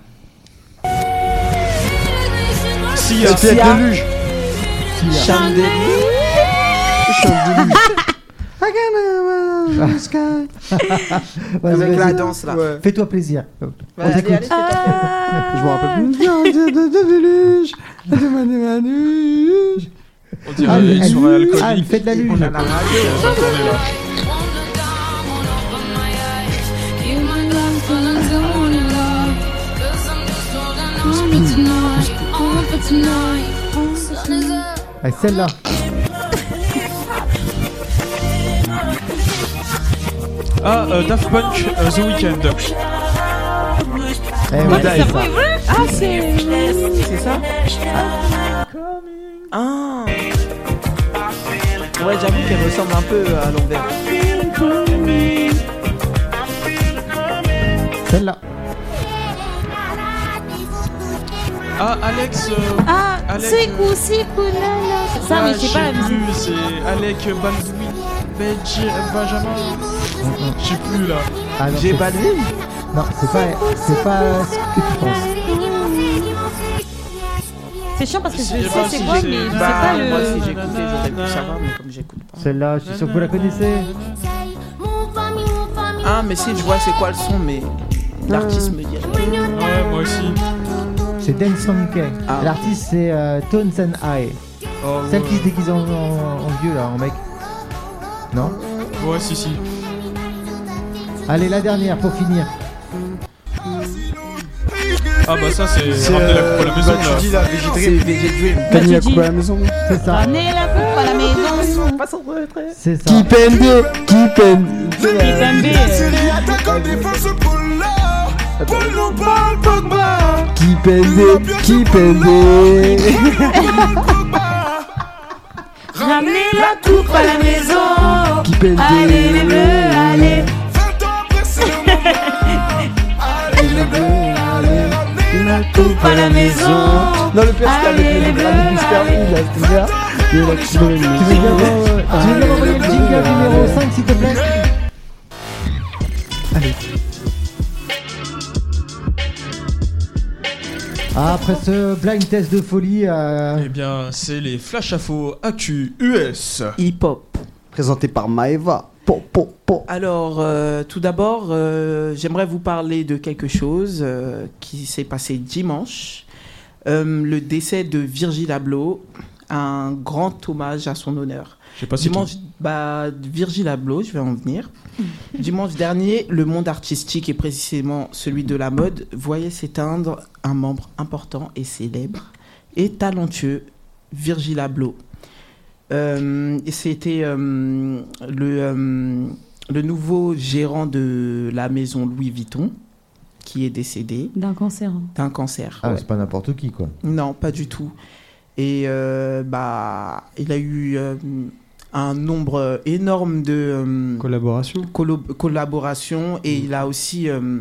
Speaker 1: Sia.
Speaker 5: Sia.
Speaker 4: Sia.
Speaker 5: Chandelier.
Speaker 2: euh,
Speaker 4: Vas-y,
Speaker 5: Avec la
Speaker 4: vas-y.
Speaker 5: danse là.
Speaker 4: Fais-toi plaisir.
Speaker 5: Vas-y,
Speaker 4: On t'écoute.
Speaker 5: allez, fais-toi plaisir.
Speaker 6: Ah,
Speaker 2: Je me rappelle plus. Viens, viens, de- de déluge, de ma- de ma luge.
Speaker 1: On
Speaker 4: Anne,
Speaker 1: dirait une
Speaker 4: Anne,
Speaker 1: soirée
Speaker 4: Anne,
Speaker 1: alcoolique.
Speaker 4: fais de la
Speaker 1: On
Speaker 4: luge.
Speaker 1: a pas marqué, on va tourner là.
Speaker 4: Ah, Celle-là.
Speaker 1: Ah, euh, Daft Punk, euh, The Weeknd.
Speaker 4: Eh, ouais,
Speaker 1: Dive.
Speaker 4: c'est ça.
Speaker 6: Ah, c'est.
Speaker 5: C'est ça Ah Ouais, j'avoue qu'elle ressemble un peu à l'envers.
Speaker 4: Celle-là.
Speaker 1: Ah, Alex. euh,
Speaker 6: Ah,
Speaker 1: Alex,
Speaker 6: c'est
Speaker 1: euh,
Speaker 6: cou, c'est cou, là, là. Ça, mais c'est
Speaker 1: sais
Speaker 6: pas la musique.
Speaker 1: plus, c'est Alec Baldwin, Benji- euh, Benjamin. Je sais plus là.
Speaker 4: Ah, non,
Speaker 5: J'ai
Speaker 4: c'est-
Speaker 5: pas de ligne
Speaker 4: Non, c'est pas, c'est pas ce que tu penses.
Speaker 6: C'est chiant parce que je
Speaker 1: C'est
Speaker 6: sais
Speaker 1: pas
Speaker 6: c'est
Speaker 1: si
Speaker 6: quoi,
Speaker 1: c'est-
Speaker 6: mais je
Speaker 1: bah,
Speaker 6: sais pas
Speaker 5: moi si
Speaker 6: le.
Speaker 5: j'écoutais, j'aurais pu savoir, mais comme j'écoute pas.
Speaker 4: Celle-là, je suis sûr que vous la connaissez.
Speaker 5: Ah, mais si, je vois c'est quoi le son, mais l'artiste me dit. rien.
Speaker 1: Ouais, moi aussi.
Speaker 4: C'est Dan Sankey.
Speaker 5: Ah.
Speaker 4: L'artiste, c'est euh, Tones and I.
Speaker 1: Oh,
Speaker 4: Celle
Speaker 1: ouais.
Speaker 4: qui se déguise en, en- en vieux, là, en mec. Non
Speaker 1: Ouais, si, si.
Speaker 4: Allez, la dernière pour finir.
Speaker 1: Ah, bah ça, c'est ramener la coupe à la maison
Speaker 2: bah, tu dis
Speaker 1: là.
Speaker 2: la Veggie
Speaker 5: C'est
Speaker 2: Dream.
Speaker 5: VG Dream.
Speaker 2: T'as mis la
Speaker 6: Veggie
Speaker 2: coupe à la maison
Speaker 4: C'est ça.
Speaker 6: Ramenez la coupe à la maison.
Speaker 5: Pas son retrait.
Speaker 4: C'est ça.
Speaker 2: Keep and go, keep and keep and go, keep and go.
Speaker 6: Ramenez la coupe à la maison.
Speaker 2: Keep and go.
Speaker 6: Allez, les bleus, allez.
Speaker 2: La coupe à la maison. Non, le pire, c'est avec le la musique Fermi, là, c'est bien. Et la coupe à la
Speaker 4: Tu veux bien
Speaker 2: maison.
Speaker 4: m'envoyer-
Speaker 5: Ah.
Speaker 4: tu veux bien m'envoyer le jingle numéro 5, s'il te plaît Allez. Ah, après ce blind test de folie, euh,
Speaker 1: Eh bien, c'est les Flash à faux AQ US.
Speaker 5: Hip-hop.
Speaker 2: Présenté par Maeva. Po, po, po.
Speaker 5: Alors, euh, tout d'abord, euh, j'aimerais vous parler de quelque chose euh, qui s'est passé dimanche. Euh, le décès de Virgil Abloh, un grand hommage à son honneur.
Speaker 1: Je sais pas si.
Speaker 5: Dimanche, bah, Virgil Abloh, je vais en venir. Dimanche dernier, le monde artistique et précisément celui de la mode voyait s'éteindre un membre important et célèbre et talentueux, Virgil Abloh. Euh, C'était euh, le, euh, le nouveau gérant de la maison Louis Vuitton qui est décédé
Speaker 6: D'un hein. cancer.
Speaker 5: d'un cancer.
Speaker 4: ah, ouais, c'est pas n'importe qui quoi.
Speaker 5: Non, pas du tout. Et euh, bah, il a eu euh, un nombre énorme de euh,
Speaker 2: Collaboration.
Speaker 5: collo- collaborations et
Speaker 2: Mmh.
Speaker 5: il a aussi euh,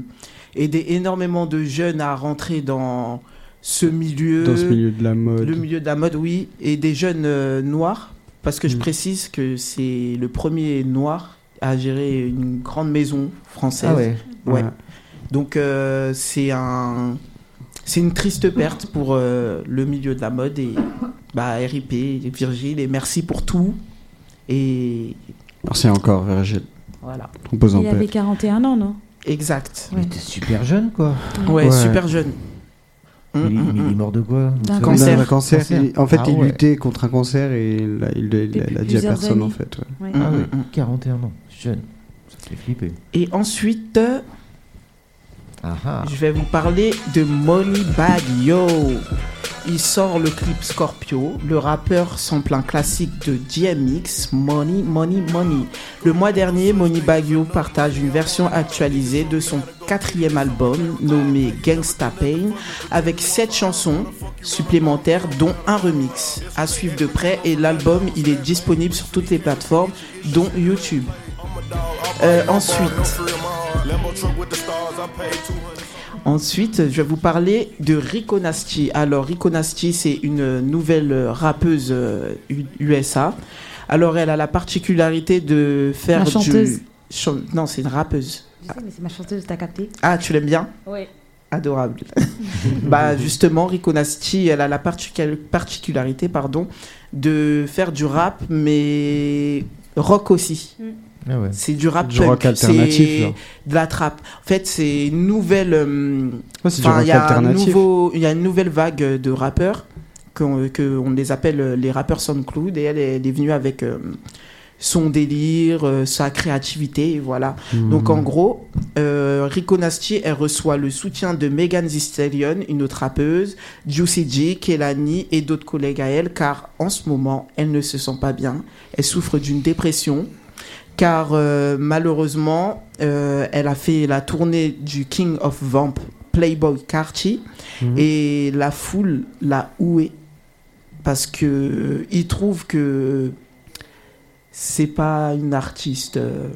Speaker 5: aidé énormément de jeunes à rentrer dans ce milieu,
Speaker 2: Dans ce milieu de la
Speaker 5: le
Speaker 2: mode.
Speaker 5: milieu de la mode, oui, et des jeunes euh, noirs, parce que je
Speaker 2: Mm.
Speaker 5: précise que c'est le premier noir à gérer une grande maison française.
Speaker 4: Ah ouais.
Speaker 5: Ouais. Donc euh, c'est un c'est une triste perte pour euh, le milieu de la mode et bah RIP Virgile et merci pour tout et
Speaker 2: Merci encore, Virgil.
Speaker 5: voilà.
Speaker 2: On pose en
Speaker 6: Il avait
Speaker 2: paix.
Speaker 6: 41 ans, non
Speaker 5: Exact.
Speaker 4: Mais t'es super jeune quoi.
Speaker 5: Ouais,
Speaker 2: Ouais.
Speaker 5: super jeune. Mm,
Speaker 4: Il,
Speaker 5: mm,
Speaker 4: il est
Speaker 5: mm.
Speaker 4: mort de quoi Ah
Speaker 6: D'un
Speaker 4: Ça-
Speaker 5: cancer.
Speaker 2: Non, un cancer.
Speaker 4: Cancer.
Speaker 2: Il- en fait,
Speaker 4: Ah
Speaker 2: il
Speaker 4: ouais.
Speaker 2: luttait contre un cancer et il a- il il- il
Speaker 6: Depuis
Speaker 2: a dit à
Speaker 6: plusieurs
Speaker 2: personne, en
Speaker 6: années.
Speaker 2: fait. ouais.
Speaker 6: Ouais.
Speaker 4: Ah ouais,
Speaker 5: Mm, mm, mm.
Speaker 4: 41 ans, jeune. Ça fait flipper.
Speaker 5: Et ensuite euh,
Speaker 4: Ah, ah.
Speaker 5: Je vais vous parler de Moneybag Yo. Il sort le clip Scorpio. Le rappeur sample un classique de DMX, Money, Money, Money. Le mois dernier, Moneybag Yo partage une version actualisée de son quatrième album nommé Gangsta Pain avec sept chansons supplémentaires dont un remix. À suivre de près et l'album il est disponible sur toutes les plateformes dont YouTube. Euh, ensuite, Ensuite, je vais vous parler de Rico Nasty. Alors, Rico Nasty, c'est une nouvelle euh, rappeuse euh, U- USA. Alors, elle a la particularité de faire
Speaker 3: La chanteuse.
Speaker 5: du. chan- Non, c'est une rappeuse.
Speaker 3: Je sais, mais c'est ma chanteuse, t'as capté
Speaker 5: Ah, tu l'aimes bien
Speaker 3: Ouais.
Speaker 5: Adorable. bah, justement, Rico Nasty, elle a la particu- particularité pardon, de faire du rap, mais rock aussi.
Speaker 4: Ah ouais.
Speaker 5: C'est du rap
Speaker 2: Du rock
Speaker 5: punk,
Speaker 2: alternatif,
Speaker 5: c'est
Speaker 2: là.
Speaker 5: de la trappe. En fait, c'est une nouvelle. euh,
Speaker 2: Ouais, c'est du
Speaker 5: enfin,
Speaker 2: rock
Speaker 5: il y a un
Speaker 2: alternatif.
Speaker 5: nouveau- il y a une nouvelle vague euh, de rappeurs qu'on que on les appelle euh, les rappeurs SoundCloud et elle, elle est venue avec euh, son délire, euh, sa créativité, et voilà.
Speaker 2: Hmm.
Speaker 5: Donc en gros, euh, Rico Nasty, elle reçoit le soutien de Megan Thee Stallion, une autre rappeuse, Juicy J, Kelani et d'autres collègues à elle, car en ce moment, elle ne se sent pas bien. Elle souffre d'une dépression, car euh, malheureusement, euh, elle a fait la tournée du King of Vamp, Playboy Carti,
Speaker 2: Mhm.
Speaker 5: et la foule l'a ouée parce que euh, ils trouvent que c'est pas une artiste euh,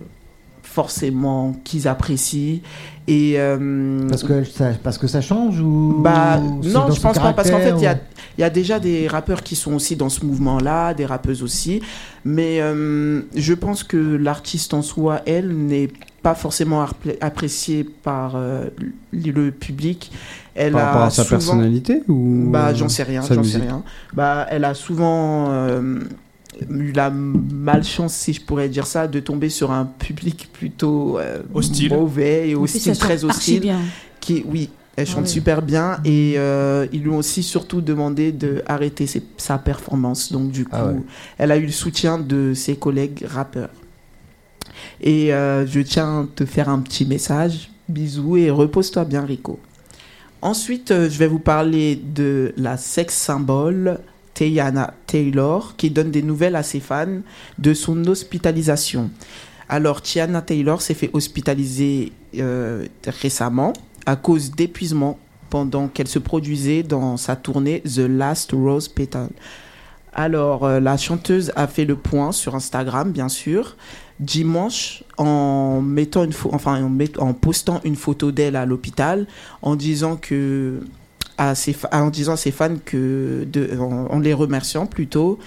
Speaker 5: forcément qu'ils apprécient et euh,
Speaker 4: Parce que, ça, parce que ça change ou
Speaker 5: bah
Speaker 4: ou c'est
Speaker 5: non
Speaker 4: dans
Speaker 5: je
Speaker 4: son
Speaker 5: pense pas parce qu'en fait
Speaker 4: caractère
Speaker 5: il y, a-
Speaker 4: ou-
Speaker 5: il y a déjà des rappeurs qui sont aussi dans ce mouvement là des rappeuses aussi mais euh, je pense que l'artiste en soi elle n'est pas forcément arplé- appréciée par euh, le public elle
Speaker 2: Par
Speaker 5: a
Speaker 2: rapport à sa
Speaker 5: souvent-
Speaker 2: personnalité ou
Speaker 5: bah, j'en sais rien,
Speaker 2: sa
Speaker 5: j'en sais
Speaker 2: musique.
Speaker 5: rien. Bah, elle a souvent euh, eu la malchance, si je pourrais dire ça, de tomber sur un public plutôt euh,
Speaker 1: Hostile.
Speaker 5: mauvais et
Speaker 3: En plus, ça
Speaker 5: hostile,
Speaker 3: chante
Speaker 5: très
Speaker 3: archi
Speaker 5: hostile.
Speaker 3: bien.
Speaker 5: Qui, oui, elle chante
Speaker 3: Ouais.
Speaker 5: super bien et euh, ils lui ont aussi surtout demandé de arrêter ses- sa performance. Donc du coup,
Speaker 4: Ah ouais.
Speaker 5: elle a eu le soutien de ses collègues rappeurs. Et euh, je tiens à te faire un petit message. Bisous et repose-toi bien, Rico. Ensuite, euh, je vais vous parler de la sex symbole Teyana Taylor qui donne des nouvelles à ses fans de son hospitalisation. Alors, Tiana Taylor s'est fait hospitaliser euh, récemment à cause d'épuisement pendant qu'elle se produisait dans sa tournée The Last Rose Petal. Alors, euh, la chanteuse a fait le point sur Instagram, bien sûr, dimanche, en, mettant une pho- enfin, en, met- en postant une photo d'elle à l'hôpital, en disant que à ses fa- en disant à ses fans que de, en, en les remerciant plutôt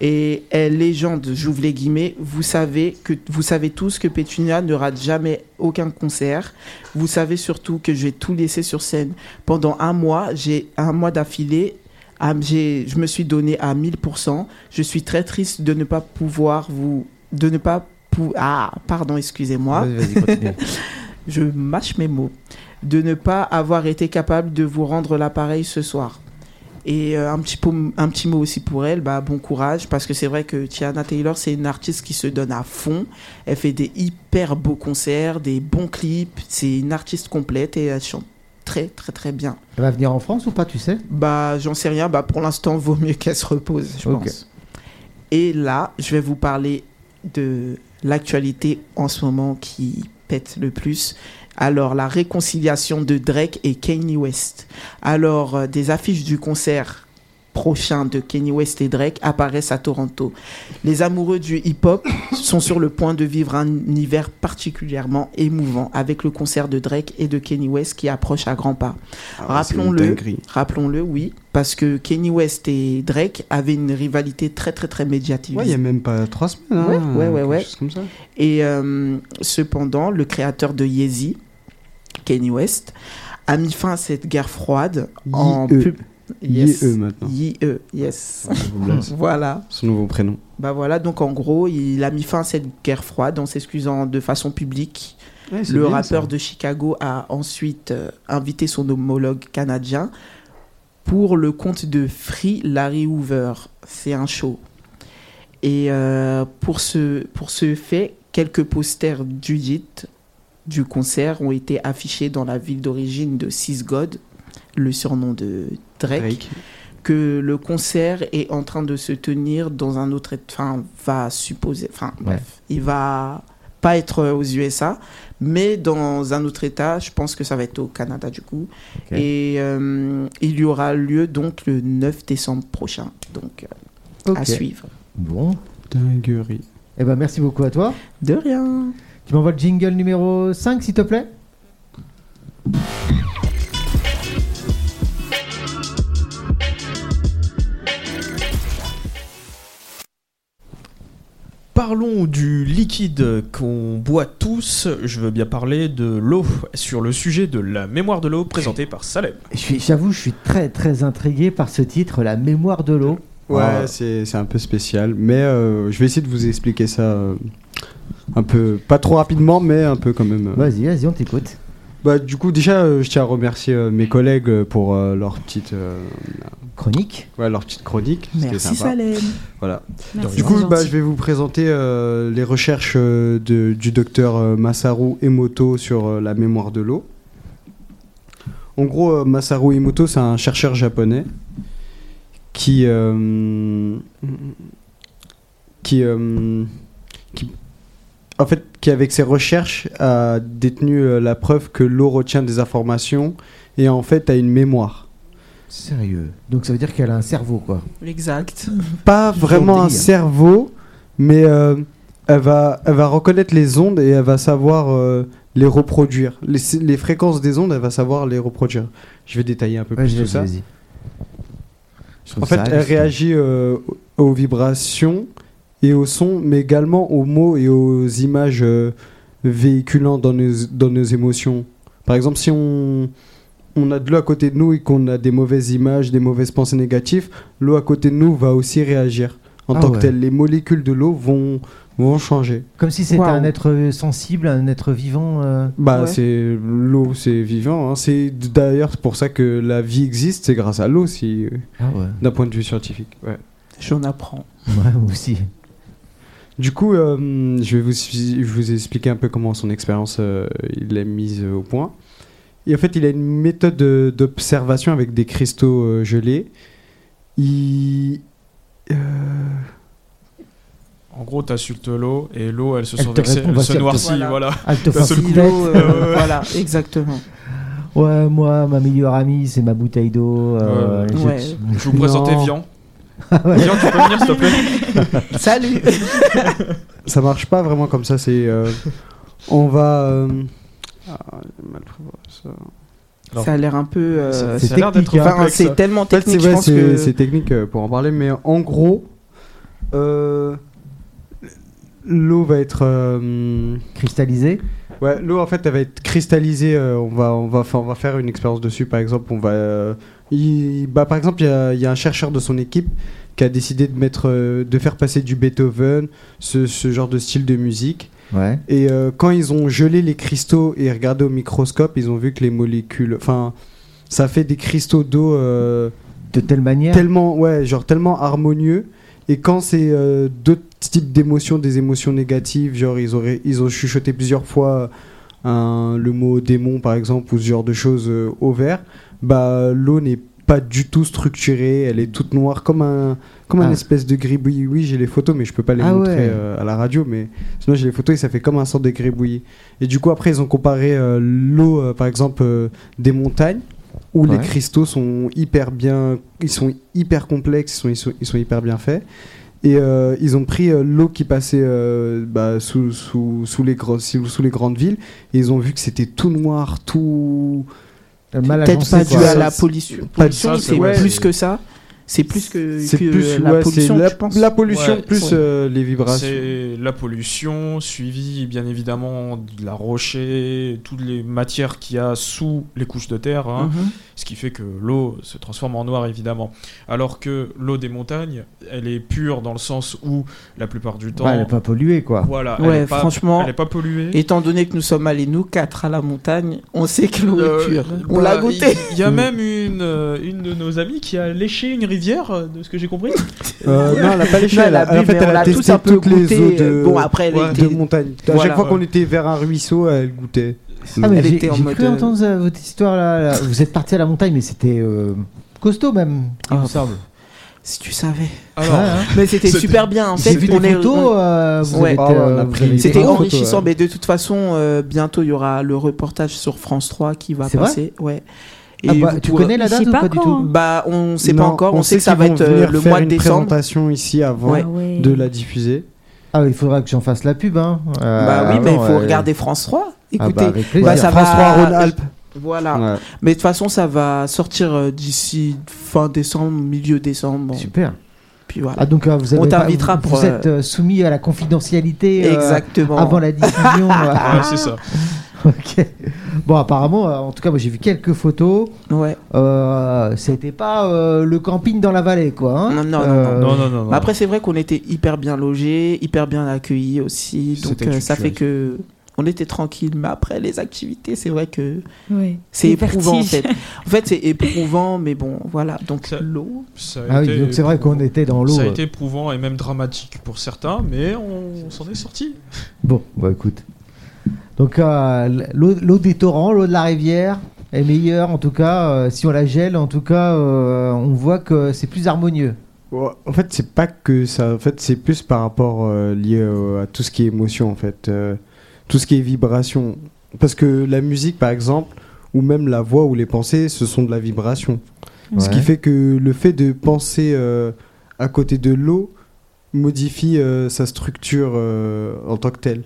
Speaker 5: et elle légende j'ouvre les guillemets vous savez que vous savez tous que Pétunia ne rate jamais aucun concert vous savez surtout que j'ai tout laissé sur scène pendant un mois j'ai un mois d'affilée à- j'ai- je me suis donné à 1000% je suis très triste de ne pas pouvoir vous de ne pas pou- ah pardon excusez-moi
Speaker 4: Vas-y, vas-y, continue.
Speaker 5: je mâche mes mots, de ne pas avoir été capable de vous rendre l'appareil ce soir. Et euh, un, petit po- un petit mot aussi pour elle, bah, bon courage, parce que c'est vrai que Tiana Taylor, c'est une artiste qui se donne à fond. Elle fait des hyper beaux concerts, des bons clips, c'est une artiste complète et elle chante très très très bien.
Speaker 4: Elle va venir en France ou pas, tu sais
Speaker 5: Bah, j'en sais rien. Bah, pour l'instant, vaut mieux qu'elle se repose, je
Speaker 4: Ok.
Speaker 5: pense. Et là, je vais vous parler de l'actualité en ce moment qui pète le plus. Alors, la réconciliation de Drake et Kanye West. Alors, euh, des affiches du concert prochain de Kanye West et Drake apparaissent à Toronto. Les amoureux du hip-hop sont sur le point de vivre un hiver particulièrement émouvant avec le concert de Drake et de Kanye West qui approche à grands pas.
Speaker 2: Ah,
Speaker 5: Rappelons-le. Rappelons-le, oui, parce que Kanye West et Drake avaient une rivalité très très très médiatisée.
Speaker 2: Ouais, il y a même pas trois semaines. hein,
Speaker 5: Ouais, ouais, ouais,
Speaker 2: quelque
Speaker 5: ouais.
Speaker 2: chose comme ça.
Speaker 5: Et euh, cependant, le créateur de Yeezy, Kanye West, a mis fin à cette guerre froide en
Speaker 2: Ye.
Speaker 5: pub.
Speaker 2: IE E. maintenant.
Speaker 5: Ye, euh, yes.
Speaker 2: Bless.
Speaker 5: voilà.
Speaker 2: Son nouveau prénom.
Speaker 5: Bah voilà, donc en gros, il a mis fin à cette guerre froide en s'excusant de façon publique Le rappeur de Chicago a ensuite euh, invité son homologue canadien pour le compte de Free Larry Hoover. C'est un show. Et euh, pour, ce, pour ce fait, quelques posters d'Udit du concert ont été affichés dans la ville d'origine de Six God, le surnom de Drake,
Speaker 2: Drake.
Speaker 5: que le concert est en train de se tenir dans un autre état, enfin, va supposer, enfin, bref, il va pas être euh, aux USA, mais dans un autre état, je pense que ça va être au Canada du coup.
Speaker 4: Ok.
Speaker 5: Et euh, il y aura lieu donc le 9 décembre prochain, donc euh, à
Speaker 4: Ok.
Speaker 5: suivre.
Speaker 4: Bon.
Speaker 2: Dinguerie.
Speaker 4: Eh ben, merci beaucoup à toi.
Speaker 5: De rien.
Speaker 4: Tu m'envoies le jingle numéro 5, s'il te plaît
Speaker 1: Parlons du liquide qu'on boit tous. Je veux bien parler de l'eau sur le sujet de la mémoire de l'eau présentée par Salem.
Speaker 4: Je suis- J'avoue, je suis très très intrigué par ce titre, La mémoire de l'eau.
Speaker 2: Ouais,
Speaker 4: Ah.
Speaker 2: c'est c'est un peu spécial. Mais euh, je vais essayer de vous expliquer ça euh, un peu, pas trop rapidement, mais un peu quand même. euh.
Speaker 4: Vas-y, vas-y, on t'écoute.
Speaker 2: Bah, du coup, déjà, euh, je tiens à remercier euh, mes collègues euh, pour euh, leur, petite, euh,
Speaker 4: Chronique
Speaker 2: ouais, leur petite chronique. c'était
Speaker 5: Merci
Speaker 2: sympa.
Speaker 5: Salem.
Speaker 2: Voilà.
Speaker 6: Merci,
Speaker 2: Du
Speaker 6: c'est
Speaker 2: coup,
Speaker 6: gentil.
Speaker 2: bah, je vais vous présenter euh, les recherches euh, de- du docteur euh, Masaru Emoto sur euh, la mémoire de l'eau. En gros, euh, Masaru Emoto, c'est un chercheur japonais qui euh, qui, euh, qui- en fait qui avec ses recherches a détenu euh, la preuve que l'eau retient des informations et en fait a une mémoire.
Speaker 4: Sérieux. Donc ça veut dire qu'elle a un cerveau, quoi.
Speaker 5: Exact.
Speaker 2: pas vraiment un
Speaker 4: délire.
Speaker 2: cerveau, mais euh, elle, va, elle va reconnaître les ondes et elle va savoir euh, les reproduire. Les, les fréquences des ondes, elle va savoir les reproduire. Je vais détailler un peu
Speaker 4: Ouais,
Speaker 2: plus tout
Speaker 4: vas-y,
Speaker 2: ça.
Speaker 4: vas-y. Je trouve
Speaker 2: En fait,
Speaker 4: ça
Speaker 2: elle
Speaker 4: hallucinant.
Speaker 2: réagit euh, aux vibrations et aux sons, mais également aux mots et aux images euh, véhiculant dans nos, dans nos émotions. Par exemple, si on, on a de l'eau à côté de nous et qu'on a des mauvaises images, des mauvaises pensées négatives, l'eau à côté de nous va aussi réagir. En
Speaker 4: Ah
Speaker 2: tant
Speaker 4: ouais.
Speaker 2: que telle, les molécules de l'eau vont, vont changer.
Speaker 4: Comme si c'était
Speaker 5: Waouh.
Speaker 4: un être sensible, un être vivant. euh,
Speaker 2: Bah,
Speaker 5: Ouais.
Speaker 2: c'est l'eau, c'est vivant. hein. C'est d'ailleurs pour ça que la vie existe, c'est grâce à l'eau, si,
Speaker 4: Ah ouais.
Speaker 2: d'un point de vue scientifique. Ouais.
Speaker 5: J'en apprends.
Speaker 4: Ouais, moi aussi.
Speaker 2: Du coup, euh, je vais vous, je vous expliquer un peu comment son expérience euh, il l'a mise au point. Et en fait, il a une méthode euh, d'observation avec des cristaux euh, gelés. Il, euh,
Speaker 1: En gros, t'insultes l'eau et l'au, elle se,
Speaker 4: Elle te
Speaker 1: survexe-
Speaker 4: répond,
Speaker 1: elle
Speaker 4: bah,
Speaker 1: se
Speaker 4: si, elle te-
Speaker 1: noircit.
Speaker 5: Voilà.
Speaker 1: Voilà.
Speaker 4: Acte
Speaker 1: D'un seul
Speaker 4: offensif.
Speaker 5: L'eau, euh, voilà, exactement.
Speaker 4: Ouais, moi, ma meilleure amie, c'est ma bouteille d'eau. euh,
Speaker 1: Ouais.
Speaker 4: j'ai-
Speaker 5: Ouais.
Speaker 1: Je vais vous présenter
Speaker 4: Non.
Speaker 1: Vian.
Speaker 5: Ah
Speaker 1: Vian, tu peux venir s'il te plaît
Speaker 5: Salut.
Speaker 2: ça marche pas vraiment comme ça. C'est, euh, on va. euh, ah, j'ai mal préparé ça.
Speaker 1: Alors.
Speaker 5: Ça a l'air un peu. euh,
Speaker 1: Ça-
Speaker 4: c'est
Speaker 1: Ça a l'air d'être
Speaker 4: technique, hein.
Speaker 5: enfin,
Speaker 1: complexe.
Speaker 5: c'est tellement
Speaker 2: En fait,
Speaker 5: technique, je
Speaker 2: c'est vrai,
Speaker 5: pense
Speaker 2: c'est
Speaker 5: que.
Speaker 2: c'est technique euh, pour en parler, mais en gros, euh, l'eau va être. euh,
Speaker 4: Cristallisé.
Speaker 2: Ouais, l'eau en fait elle va être cristallisée. euh, on va, on va, fa- on va faire une expérience dessus. Par exemple, on va, euh, il- bah, par exemple, il y a- il y, a un chercheur de son équipe qui a décidé de mettre, euh, de faire passer du Beethoven, ce, ce genre de style de musique.
Speaker 4: Ouais.
Speaker 2: Et euh, quand ils ont gelé les cristaux et regardé au microscope, ils ont vu que les molécules, enfin, ça fait des cristaux d'eau euh,
Speaker 4: De telle manière.
Speaker 2: tellement, ouais, genre tellement harmonieux. Et quand c'est euh, d'autres types d'émotions, des émotions négatives, genre ils, auraient, ils ont chuchoté plusieurs fois un- le mot démon par exemple ou ce genre de choses euh, au vert, bah l'eau n'est pas du tout structurée, elle est toute noire comme un comme un
Speaker 4: Ah.
Speaker 2: espèce de gribouillis. Oui, j'ai les photos, mais je peux pas les
Speaker 4: Ah
Speaker 2: montrer
Speaker 4: ouais.
Speaker 2: euh, à la radio, mais sinon j'ai les photos et ça fait comme un sort de gribouillis. Et du coup après ils ont comparé euh, l'eau euh, par exemple euh, des montagnes où les
Speaker 4: Ouais.
Speaker 2: cristaux sont hyper bien, ils sont hyper complexes, ils sont, ils sont, ils sont hyper bien faits. Et euh, ils ont pris euh, l'eau qui passait euh, bah, sous, sous, sous, les gros- sous, sous les grandes villes et ils ont vu que c'était tout noir, tout.
Speaker 4: Mal
Speaker 5: Peut-être
Speaker 4: agencé,
Speaker 5: pas
Speaker 4: quoi.
Speaker 5: dû à
Speaker 2: Ça,
Speaker 5: la
Speaker 2: c'est-
Speaker 5: pollution.
Speaker 2: pas
Speaker 5: pollution,
Speaker 1: ça,
Speaker 5: c'est
Speaker 1: c'est- ouais,
Speaker 5: plus
Speaker 1: c'est-
Speaker 5: que ça. C'est plus que,
Speaker 2: C'est
Speaker 5: que
Speaker 2: plus
Speaker 5: euh, la
Speaker 2: ouais, c'est
Speaker 5: pollution,
Speaker 2: la,
Speaker 5: je pense.
Speaker 2: la pollution
Speaker 1: Ouais,
Speaker 2: plus
Speaker 5: ouais.
Speaker 2: euh, les vibrations.
Speaker 1: C'est la pollution, suivie bien évidemment de la rocher, toutes les matières qu'il y a sous les couches de terre. hein.
Speaker 5: Mhm.
Speaker 1: ce qui fait que l'eau se transforme en noir évidemment. Alors que l'eau des montagnes, elle est pure dans le sens où la plupart du temps,
Speaker 4: Bah, elle n'est pas polluée, quoi.
Speaker 1: voilà,
Speaker 5: Ouais,
Speaker 1: elle est pas,
Speaker 5: franchement,
Speaker 1: elle est pas polluée.
Speaker 5: Étant donné que nous sommes allés, nous quatre, à la montagne, on sait que l'eau
Speaker 1: Euh,
Speaker 5: est pure. On
Speaker 1: bah,
Speaker 5: l'a goûté. Mm.
Speaker 1: Il y, a même une, euh, une de nos amies qui a léché une rivière, euh, de ce que j'ai compris.
Speaker 2: Euh, non, elle a pas léché.
Speaker 5: Non,
Speaker 2: elle a-
Speaker 5: bu,
Speaker 2: en fait,
Speaker 5: mais
Speaker 2: elle
Speaker 5: on
Speaker 2: a
Speaker 5: l'a tous
Speaker 2: testé
Speaker 5: un peu
Speaker 2: toutes les eaux
Speaker 5: goûté. euh,
Speaker 2: de,
Speaker 5: Bon, après, elle
Speaker 2: ouais,
Speaker 5: était-
Speaker 2: de montagne. À
Speaker 5: Voilà,
Speaker 2: chaque fois
Speaker 1: ouais.
Speaker 2: qu'on était vers un ruisseau, elle goûtait.
Speaker 4: Ah, mais
Speaker 5: Elle
Speaker 4: j'ai
Speaker 5: était en
Speaker 4: j'ai
Speaker 5: mode,
Speaker 4: cru
Speaker 5: euh,
Speaker 4: entendre euh, votre histoire là. là. Vous êtes parti à la montagne, mais c'était euh, costaud même, il
Speaker 5: Ah.
Speaker 4: me semble.
Speaker 5: Si tu savais.
Speaker 1: Alors,
Speaker 4: Ouais, hein.
Speaker 5: Mais c'était
Speaker 1: C'était-
Speaker 5: super bien. En
Speaker 4: J'ai
Speaker 5: fait,
Speaker 4: vu
Speaker 5: on
Speaker 4: des
Speaker 5: est-
Speaker 4: photos.
Speaker 5: on-
Speaker 4: euh, vous
Speaker 5: Ouais.
Speaker 4: avez été,
Speaker 2: Ah ouais, on a
Speaker 4: euh, vous
Speaker 2: pris
Speaker 4: avez
Speaker 2: des
Speaker 4: été
Speaker 5: C'était
Speaker 4: en photo,
Speaker 5: enrichissant,
Speaker 4: ouais.
Speaker 5: mais de toute façon, euh, bientôt il y aura le reportage sur France 3 qui va
Speaker 4: C'est vrai
Speaker 5: passer. ouais.
Speaker 4: Ah
Speaker 5: Et
Speaker 4: bah,
Speaker 5: vous
Speaker 4: tu
Speaker 5: pourrez-
Speaker 4: connais la
Speaker 3: je
Speaker 4: date
Speaker 3: sais
Speaker 4: ou
Speaker 3: pas
Speaker 4: pas du
Speaker 3: quand,
Speaker 4: tout
Speaker 3: hein.
Speaker 5: Bah, on sait pas
Speaker 2: Non,
Speaker 5: encore.
Speaker 2: on
Speaker 5: On, sait que ça
Speaker 2: qu'ils
Speaker 5: va
Speaker 2: vont
Speaker 5: être euh,
Speaker 2: venir
Speaker 5: le
Speaker 2: faire
Speaker 5: mois de
Speaker 2: une
Speaker 5: décembre.
Speaker 2: présentation ici avant
Speaker 5: Ouais.
Speaker 3: Ah ouais.
Speaker 2: de la diffuser.
Speaker 4: Ah, il faudra que j'en fasse la pub. Hein. Euh,
Speaker 5: Bah oui,
Speaker 4: ah
Speaker 5: mais il
Speaker 4: non,
Speaker 5: faut
Speaker 4: euh,
Speaker 5: regarder France 3.
Speaker 4: ah bah,
Speaker 5: Écoutez,
Speaker 4: avec plaisir.
Speaker 5: bah, ça
Speaker 2: France
Speaker 5: va- Ah.
Speaker 2: 3 Rhône-Alpes.
Speaker 5: voilà.
Speaker 2: Ouais.
Speaker 5: Mais de toute façon, ça va sortir euh, d'ici fin décembre, milieu décembre.
Speaker 4: Super.
Speaker 5: Puis voilà.
Speaker 4: Ah donc euh, vous
Speaker 5: On
Speaker 4: avez pas-
Speaker 5: t'invitera
Speaker 4: vous,
Speaker 5: pour,
Speaker 4: vous êtes euh, soumis à la confidentialité euh,
Speaker 5: Exactement.
Speaker 4: avant la diffusion. euh,
Speaker 1: ouais, c'est ça.
Speaker 4: ok. Bon apparemment, euh, en tout cas moi j'ai vu quelques photos.
Speaker 5: Ouais.
Speaker 4: Euh, C'était pas euh, le camping dans la vallée quoi. hein.
Speaker 5: Non, non, non,
Speaker 4: Euh,
Speaker 1: Non, non, non. non.
Speaker 5: Ah. Après, c'est vrai qu'on était hyper bien logés, hyper bien accueillis aussi. Donc,
Speaker 1: C'était
Speaker 5: euh, ça fait
Speaker 1: culturel.
Speaker 5: que. On était tranquille, mais après les activités, c'est vrai que
Speaker 3: Ouais.
Speaker 5: c'est
Speaker 3: Les
Speaker 5: éprouvant en
Speaker 3: vertiges.
Speaker 5: fait. En fait, c'est éprouvant, mais bon, voilà. Donc
Speaker 1: Ça-
Speaker 5: l'eau,
Speaker 1: Ça a
Speaker 4: Ah oui,
Speaker 1: été
Speaker 4: donc c'est vrai qu'on
Speaker 1: éprouvant.
Speaker 4: était dans l'eau.
Speaker 1: Ça a
Speaker 4: euh.
Speaker 1: été éprouvant et même dramatique pour certains, mais on, s'en est sorti.
Speaker 4: Bon, bah écoute. Donc euh, l'eau l'eau des torrents, l'eau de la rivière est meilleure en tout cas. euh, si on la gèle, en tout cas, euh, on voit que c'est plus harmonieux.
Speaker 2: Ouais, En fait, c'est pas que ça. En fait, c'est plus par rapport euh, lié au- à tout ce qui est émotion, en fait, Euh, tout ce qui est vibration. Parce que la musique, par exemple, ou même la voix ou les pensées, ce sont de la vibration. Ce qui fait que le fait de penser euh, à côté de l'eau modifie euh, sa structure euh, en tant que telle.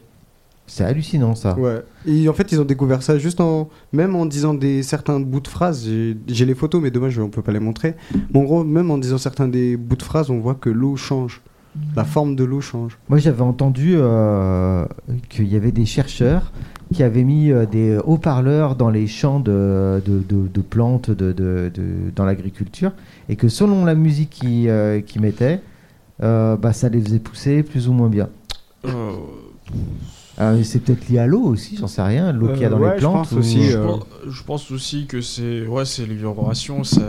Speaker 4: C'est hallucinant ça.
Speaker 2: Ouais. Et en fait, ils ont découvert ça juste en. Même en disant des, certains bouts de phrases, j'ai j'ai les photos, mais dommage, on peut pas les montrer. Mais en gros, même en disant certains des bouts de phrases, on voit que l'eau change.
Speaker 4: Mm.
Speaker 2: La forme de l'eau change.
Speaker 4: Moi j'avais entendu euh, qu'il y avait des chercheurs qui avaient mis euh, des haut-parleurs dans les champs de, de- de- de plantes de, de- de- dans l'agriculture et que selon la musique qu'ils euh, qu'ils mettaient, euh, bah, ça les faisait pousser plus ou moins bien.
Speaker 1: Euh,
Speaker 4: Euh, c'est peut-être lié à l'eau aussi, j'en sais rien, l'eau qu'il y a
Speaker 2: Euh,
Speaker 4: dans
Speaker 2: ouais,
Speaker 4: les
Speaker 2: je
Speaker 4: plantes.
Speaker 2: pense aussi,
Speaker 1: je,
Speaker 2: euh,
Speaker 1: pense, je pense aussi que c'est ouais, c'est les vibrations, ça,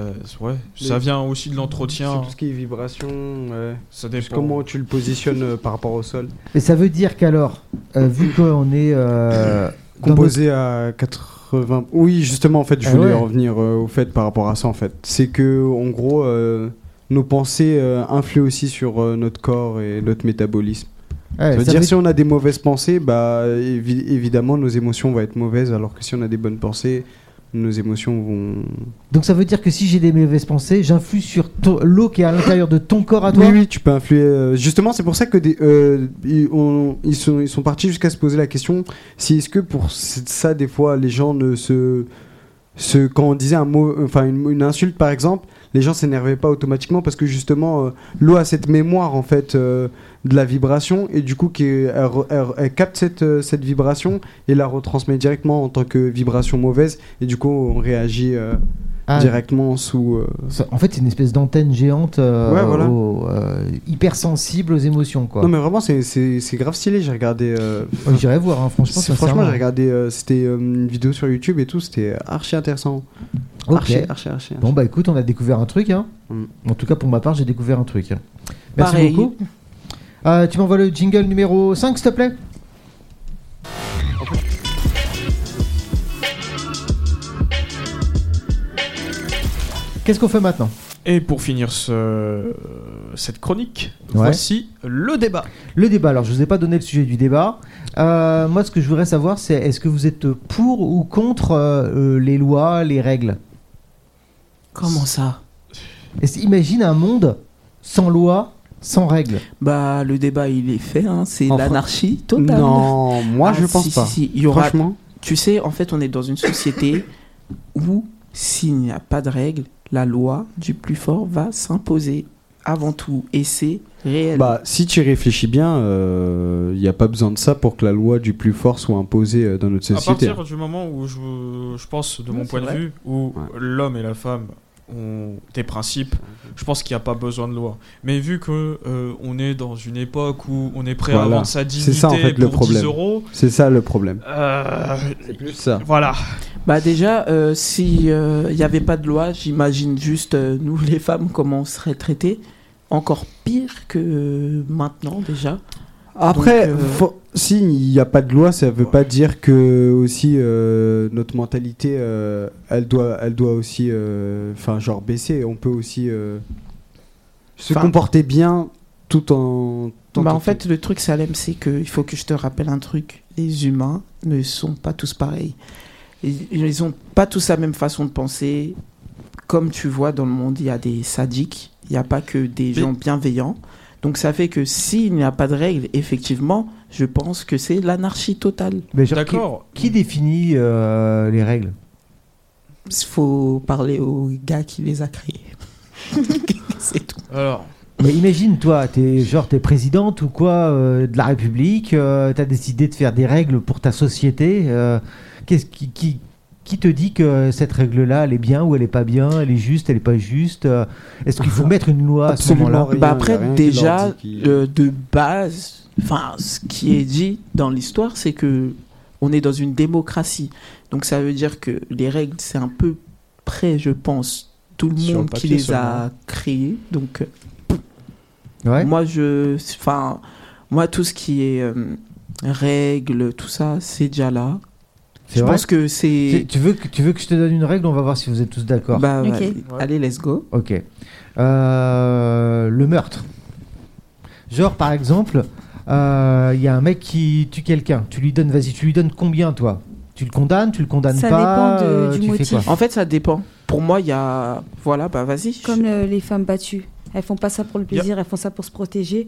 Speaker 1: ouais, ça
Speaker 2: Les-
Speaker 1: vient aussi de l'entretien.
Speaker 2: C'est tout ce qui est vibration, ouais.
Speaker 1: Ça dépend.
Speaker 2: comment tu le positionnes euh, par rapport au sol.
Speaker 4: Et ça veut dire qu'alors, euh, vu qu'on est euh, dans
Speaker 2: Composé à 80. Oui, justement, en fait, je
Speaker 4: Ah
Speaker 2: voulais
Speaker 4: ouais.
Speaker 2: revenir euh, au fait par rapport à ça, en fait. C'est que, en gros, euh, nos pensées euh, influent aussi sur euh, notre corps et notre métabolisme.
Speaker 4: notre- Ouais,
Speaker 2: Ça veut
Speaker 4: ça
Speaker 2: dire
Speaker 4: veut-
Speaker 2: si on a des mauvaises pensées, bah évi- évidemment nos émotions vont être mauvaises, alors que si on a des bonnes pensées, nos émotions vont.
Speaker 4: Donc ça veut dire que si j'ai des mauvaises pensées, j'influe sur ton- l'eau qui est à l'intérieur de ton corps à toi.
Speaker 2: Oui, oui, tu peux influer. euh, Justement, c'est pour ça que des, euh, ils, ont- ils sont, ils sont partis jusqu'à se poser la question si est-ce que pour c- ça des fois les gens ne se, se quand on disait un mot, enfin une, une insulte par exemple, les gens s'énervaient pas automatiquement parce que justement euh, l'eau a cette mémoire en fait euh, de la vibration et du coup qui est- elle, re- elle- elle capte cette euh, cette vibration et la retransmet directement en tant que vibration mauvaise et du coup on réagit euh,
Speaker 4: Ah,
Speaker 2: directement sous. euh,
Speaker 4: ça- en fait, c'est une espèce d'antenne géante euh,
Speaker 2: Ouais, voilà.
Speaker 4: au- euh, hypersensible aux émotions. Quoi.
Speaker 2: Non mais vraiment c'est- c'est c'est grave stylé. J'ai regardé. euh,
Speaker 4: Ouais, J'irai voir, hein, franchement.
Speaker 2: C'est-
Speaker 4: ça
Speaker 2: Franchement,
Speaker 4: sert à-
Speaker 2: j'ai regardé, euh, c'était euh, une vidéo sur YouTube et tout, c'était archi intéressant.
Speaker 4: Ok.
Speaker 2: Archi, archi, archi.
Speaker 4: Bon, bah écoute, on a découvert un truc. Hein.
Speaker 2: Mm.
Speaker 4: En tout cas, pour ma part, j'ai découvert un truc. hein. Merci
Speaker 5: Pareil.
Speaker 4: beaucoup. Euh, tu m'envoies le jingle numéro 5, s'il te plaît Qu'est-ce qu'on fait maintenant
Speaker 1: Et pour finir ce- cette chronique,
Speaker 4: Ouais.
Speaker 1: voici le débat.
Speaker 4: Le débat, alors je vous ai pas donné le sujet du débat. Euh, moi, ce que je voudrais savoir, c'est est-ce que vous êtes pour ou contre euh, euh, les lois, les règles
Speaker 5: comment ça
Speaker 4: Est-ce- Imagine un monde sans loi, sans règles.
Speaker 5: Bah, le débat il est fait, hein. c'est
Speaker 2: Enfin,
Speaker 5: l'anarchie totale.
Speaker 2: Non, moi
Speaker 5: Ah,
Speaker 2: je pense
Speaker 5: si,
Speaker 2: pas.
Speaker 5: si, si, il y aura-
Speaker 2: Franchement,
Speaker 5: Tu sais, en fait, on est dans une société où s'il n'y a pas de règles, la loi du plus fort va s'imposer avant tout. Et c'est réel.
Speaker 2: Bah, si tu y réfléchis bien, il n'y a pas besoin de ça pour que la loi du plus fort soit imposée euh, dans notre
Speaker 1: À
Speaker 2: société.
Speaker 1: partir du moment où je, je pense, de
Speaker 5: Ouais,
Speaker 1: mon
Speaker 5: c'est
Speaker 1: point
Speaker 5: vrai.
Speaker 1: de vue, où
Speaker 2: Ouais.
Speaker 1: l'homme et la femme ont des principes, je pense qu'il n'y a pas besoin de loi. Mais vu que euh, on est dans une époque où on est prêt à
Speaker 2: Voilà.
Speaker 1: vendre sa dignité
Speaker 2: C'est ça, en fait, le
Speaker 1: pour 10
Speaker 2: problème.
Speaker 1: euros,
Speaker 2: C'est ça le problème.
Speaker 1: euh,
Speaker 2: Plus ça.
Speaker 1: voilà.
Speaker 5: Bah déjà, euh, si euh, il n'y avait pas de loi, j'imagine juste euh, nous les femmes comment on serait traitées. Encore pire que euh, maintenant déjà.
Speaker 2: Après,
Speaker 5: Donc, euh,
Speaker 2: faut- s'il n'y a pas de loi, ça ne veut pas dire que aussi euh, notre mentalité, euh, elle doit, elle doit aussi, euh, enfin, genre baisser. On peut aussi euh, se
Speaker 5: Enfin-
Speaker 2: comporter bien tout en. tant
Speaker 5: bah,
Speaker 2: que-
Speaker 5: en fait, le truc Salem, c'est qu'il faut que je te rappelle un truc. Les humains ne sont pas tous pareils. Ils- Ils n'ont pas tous la même façon de penser. Comme tu vois dans le monde, il y a des sadiques, il n'y a pas que des gens bienveillants. Donc ça fait que s'il n'y a pas de règles, effectivement, je pense que c'est l'anarchie totale.
Speaker 4: Mais genre, qui,
Speaker 1: D'accord.
Speaker 4: qui définit euh, les règles
Speaker 5: Il faut parler au gars qui les a créés. c'est tout.
Speaker 1: Alors,
Speaker 4: Mais imagine, toi, t'es genre t'es présidente ou quoi euh, de la République, euh, t'as décidé de faire des règles pour ta société. euh, Qu'est-ce qui, qui qui te dit que cette règle-là, elle est bien ou elle est pas bien, elle est juste, elle est pas juste euh, Est-ce qu'il faut mettre une loi à ce
Speaker 2: Absolument
Speaker 4: moment-là
Speaker 2: rien,
Speaker 5: Bah
Speaker 2: y a
Speaker 5: après,
Speaker 2: rien qui
Speaker 5: déjà,
Speaker 2: leur dit qui-
Speaker 5: euh, de base, enfin, ce qui est dit dans l'histoire, c'est que on est dans une démocratie. Donc ça veut dire que les règles, c'est un peu près, je pense, tout le
Speaker 1: Sur le
Speaker 5: monde qui
Speaker 1: papier
Speaker 5: les a
Speaker 1: seulement.
Speaker 5: créées. Donc euh,
Speaker 4: Ouais.
Speaker 5: moi, je, enfin, moi, tout ce qui est euh, règles, tout ça, c'est déjà là.
Speaker 4: C'est
Speaker 5: Je
Speaker 4: vrai
Speaker 5: pense que
Speaker 4: Tu-
Speaker 5: c'est.
Speaker 4: tu veux que tu veux que je te donne une règle On va voir si vous êtes tous d'accord.
Speaker 5: Bah,
Speaker 6: Ok.
Speaker 5: allez, allez, let's go.
Speaker 4: Ok. Euh, le meurtre. Genre, par exemple, euh, il y a un mec qui tue quelqu'un. Tu lui donnes, vas-y, tu lui donnes combien, toi Tu le condamnes, tu le condamnes
Speaker 3: Ça
Speaker 4: pas
Speaker 3: dépend de-
Speaker 4: euh,
Speaker 3: du
Speaker 4: tu fais
Speaker 3: motif.
Speaker 4: quoi
Speaker 5: En fait, ça dépend. Pour moi, il y a. Voilà, bah vas-y.
Speaker 3: Comme euh, les femmes battues. Elles font pas ça pour le plaisir, elles font ça pour se protéger.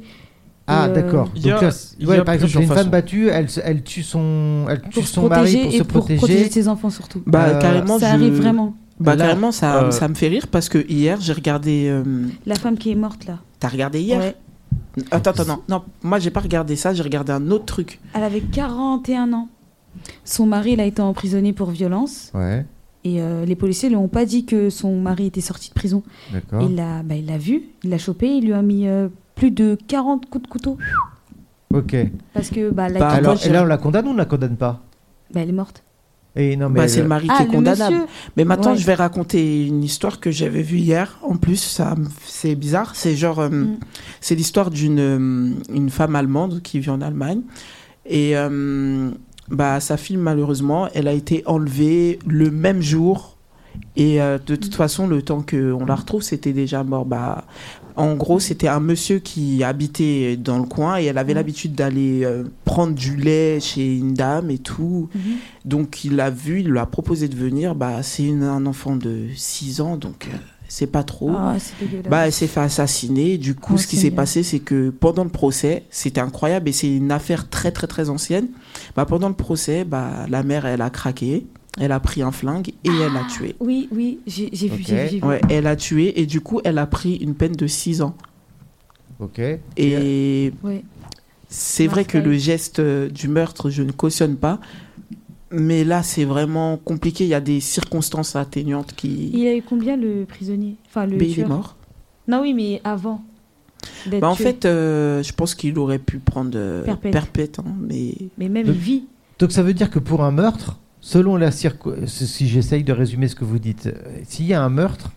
Speaker 4: Ah,
Speaker 3: Euh,
Speaker 4: d'accord.
Speaker 1: il
Speaker 4: Donc
Speaker 1: y a-
Speaker 4: là, c-
Speaker 1: il y
Speaker 4: ouais,
Speaker 1: a
Speaker 4: par exemple,
Speaker 1: plusieurs
Speaker 4: une femme
Speaker 1: façons.
Speaker 4: battue, elle, se- elle tue son, elle tue
Speaker 3: Pour se
Speaker 4: son mari
Speaker 3: protéger
Speaker 4: pour
Speaker 3: et
Speaker 4: se
Speaker 3: pour
Speaker 4: protéger.
Speaker 3: protéger ses enfants surtout.
Speaker 5: Bah,
Speaker 4: Euh,
Speaker 5: carrément,
Speaker 3: ça
Speaker 5: je-
Speaker 3: arrive vraiment.
Speaker 5: Bah
Speaker 4: Là,
Speaker 5: carrément, ça,
Speaker 1: euh,
Speaker 5: ça me fait rire parce que hier j'ai regardé. euh,
Speaker 3: La femme qui est morte là.
Speaker 5: T'as regardé hier
Speaker 3: Ouais.
Speaker 5: Attends, attends, non, non, moi j'ai pas regardé ça, j'ai regardé un autre truc.
Speaker 3: Elle avait 41 ans. Son mari, il a été emprisonné pour violence.
Speaker 4: Ouais,
Speaker 3: Et euh, les policiers ne lui ont pas dit que son mari était sorti de prison.
Speaker 5: Ah.
Speaker 4: d'accord.
Speaker 3: Il l'a bah, il l'a vu, il l'a chopé, il lui a mis euh, plus de 40 coups de couteau.
Speaker 4: Ok.
Speaker 3: Parce que bah, la
Speaker 5: Bah,
Speaker 3: gueule,
Speaker 4: Alors,
Speaker 5: moi,
Speaker 4: et
Speaker 5: j'ai-
Speaker 4: là, on la condamne ou on la condamne pas
Speaker 3: bah, elle est morte.
Speaker 4: Et non, mais
Speaker 5: bah, c'est
Speaker 4: le-
Speaker 5: le mari qui
Speaker 3: ah,
Speaker 5: est
Speaker 3: le
Speaker 5: condamnable.
Speaker 3: monsieur
Speaker 5: Mais maintenant
Speaker 3: Ouais.
Speaker 5: je vais raconter une histoire que j'avais vue hier. En plus, ça, me- c'est bizarre. C'est genre, euh,
Speaker 3: Mm.
Speaker 5: c'est l'histoire d'une euh, une femme allemande qui vit en Allemagne et euh, bah sa fille malheureusement, elle a été enlevée le même jour. Et euh, de
Speaker 3: Mm.
Speaker 5: toute façon, le temps qu'on la retrouve, c'était déjà mort. Bah, en gros, c'était un monsieur qui habitait dans le coin et elle avait
Speaker 3: Mhm.
Speaker 5: l'habitude d'aller euh, prendre du lait chez une dame et tout.
Speaker 3: Mhm.
Speaker 5: Donc, il l'a vu, il lui a proposé de venir. Bah, c'est une- un enfant de 6 ans, donc euh, c'est pas trop.
Speaker 3: Ah, c'est dégueulasse.
Speaker 5: Bah, elle s'est fait assassiner. Du coup,
Speaker 3: Oh,
Speaker 5: ce qui s'est
Speaker 3: Seigneur.
Speaker 5: passé, c'est que pendant le procès, c'était incroyable et c'est une affaire très, très, très ancienne. Bah, pendant le procès, bah, la mère, elle a craqué, elle a pris un flingue et elle a tué.
Speaker 3: Oui, oui, j'ai j'ai vu,
Speaker 4: Ok.
Speaker 3: j'ai vu, j'ai vu.
Speaker 5: Ouais, elle a tué et du coup, elle a pris une peine de 6 ans.
Speaker 4: Ok.
Speaker 5: Et euh,
Speaker 3: Ouais.
Speaker 5: c'est vrai que le
Speaker 3: Marseille.
Speaker 5: geste euh, du meurtre, je ne cautionne pas. Mais là, c'est vraiment compliqué. Il y a des circonstances atténuantes qui.
Speaker 3: Il a eu combien le prisonnier Enfin, le
Speaker 5: Mais il est
Speaker 3: tueur
Speaker 5: mort.
Speaker 3: Non, oui, mais avant. d'être
Speaker 5: Bah, en
Speaker 3: tué.
Speaker 5: fait, euh, je pense qu'il aurait pu prendre euh,
Speaker 3: Perpète.
Speaker 5: perpète, hein, mais
Speaker 3: Mais même
Speaker 4: Le-
Speaker 3: il vit.
Speaker 4: Donc ça veut dire que pour un meurtre, selon la circo... si j'essaye de résumer ce que vous dites, euh, s'il y a un meurtre,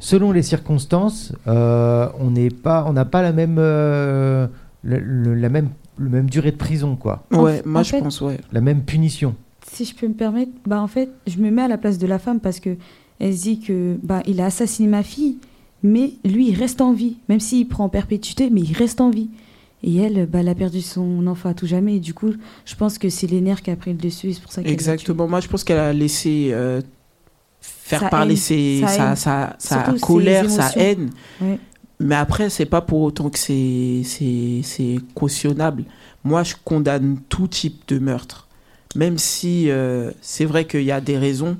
Speaker 4: selon les circonstances, euh, on n'est pas, on n'a pas la même, euh, le- le- la même, le même durée de prison quoi,
Speaker 3: En-
Speaker 5: Ouais, moi
Speaker 3: en
Speaker 5: je
Speaker 3: fait-
Speaker 5: pense, ouais.
Speaker 4: la même punition.
Speaker 3: Si je peux me permettre, bah en fait, je me mets à la place de la femme parce que elle se dit que bah il a assassiné ma fille, mais lui il reste en vie, même s'il prend en perpétuité, mais il reste en vie. Et elle, bah, elle a perdu son enfant à tout jamais. Et du coup, je pense que c'est les nerfs qui a pris le dessus, et c'est pour ça qu'elle l'a tué.
Speaker 5: Exactement. Moi je pense qu'elle a laissé euh, faire
Speaker 3: Sa
Speaker 5: parler
Speaker 3: haine,
Speaker 5: ses,
Speaker 3: sa
Speaker 5: sa,
Speaker 3: haine.
Speaker 5: sa- sa
Speaker 3: Surtout ses
Speaker 5: colère, sa
Speaker 3: émotions.
Speaker 5: haine.
Speaker 3: Ouais.
Speaker 5: Mais après, c'est pas pour autant que c'est- c'est c'est cautionnable. Moi je condamne tout type de meurtre. Même si euh, c'est vrai qu'il y a des raisons,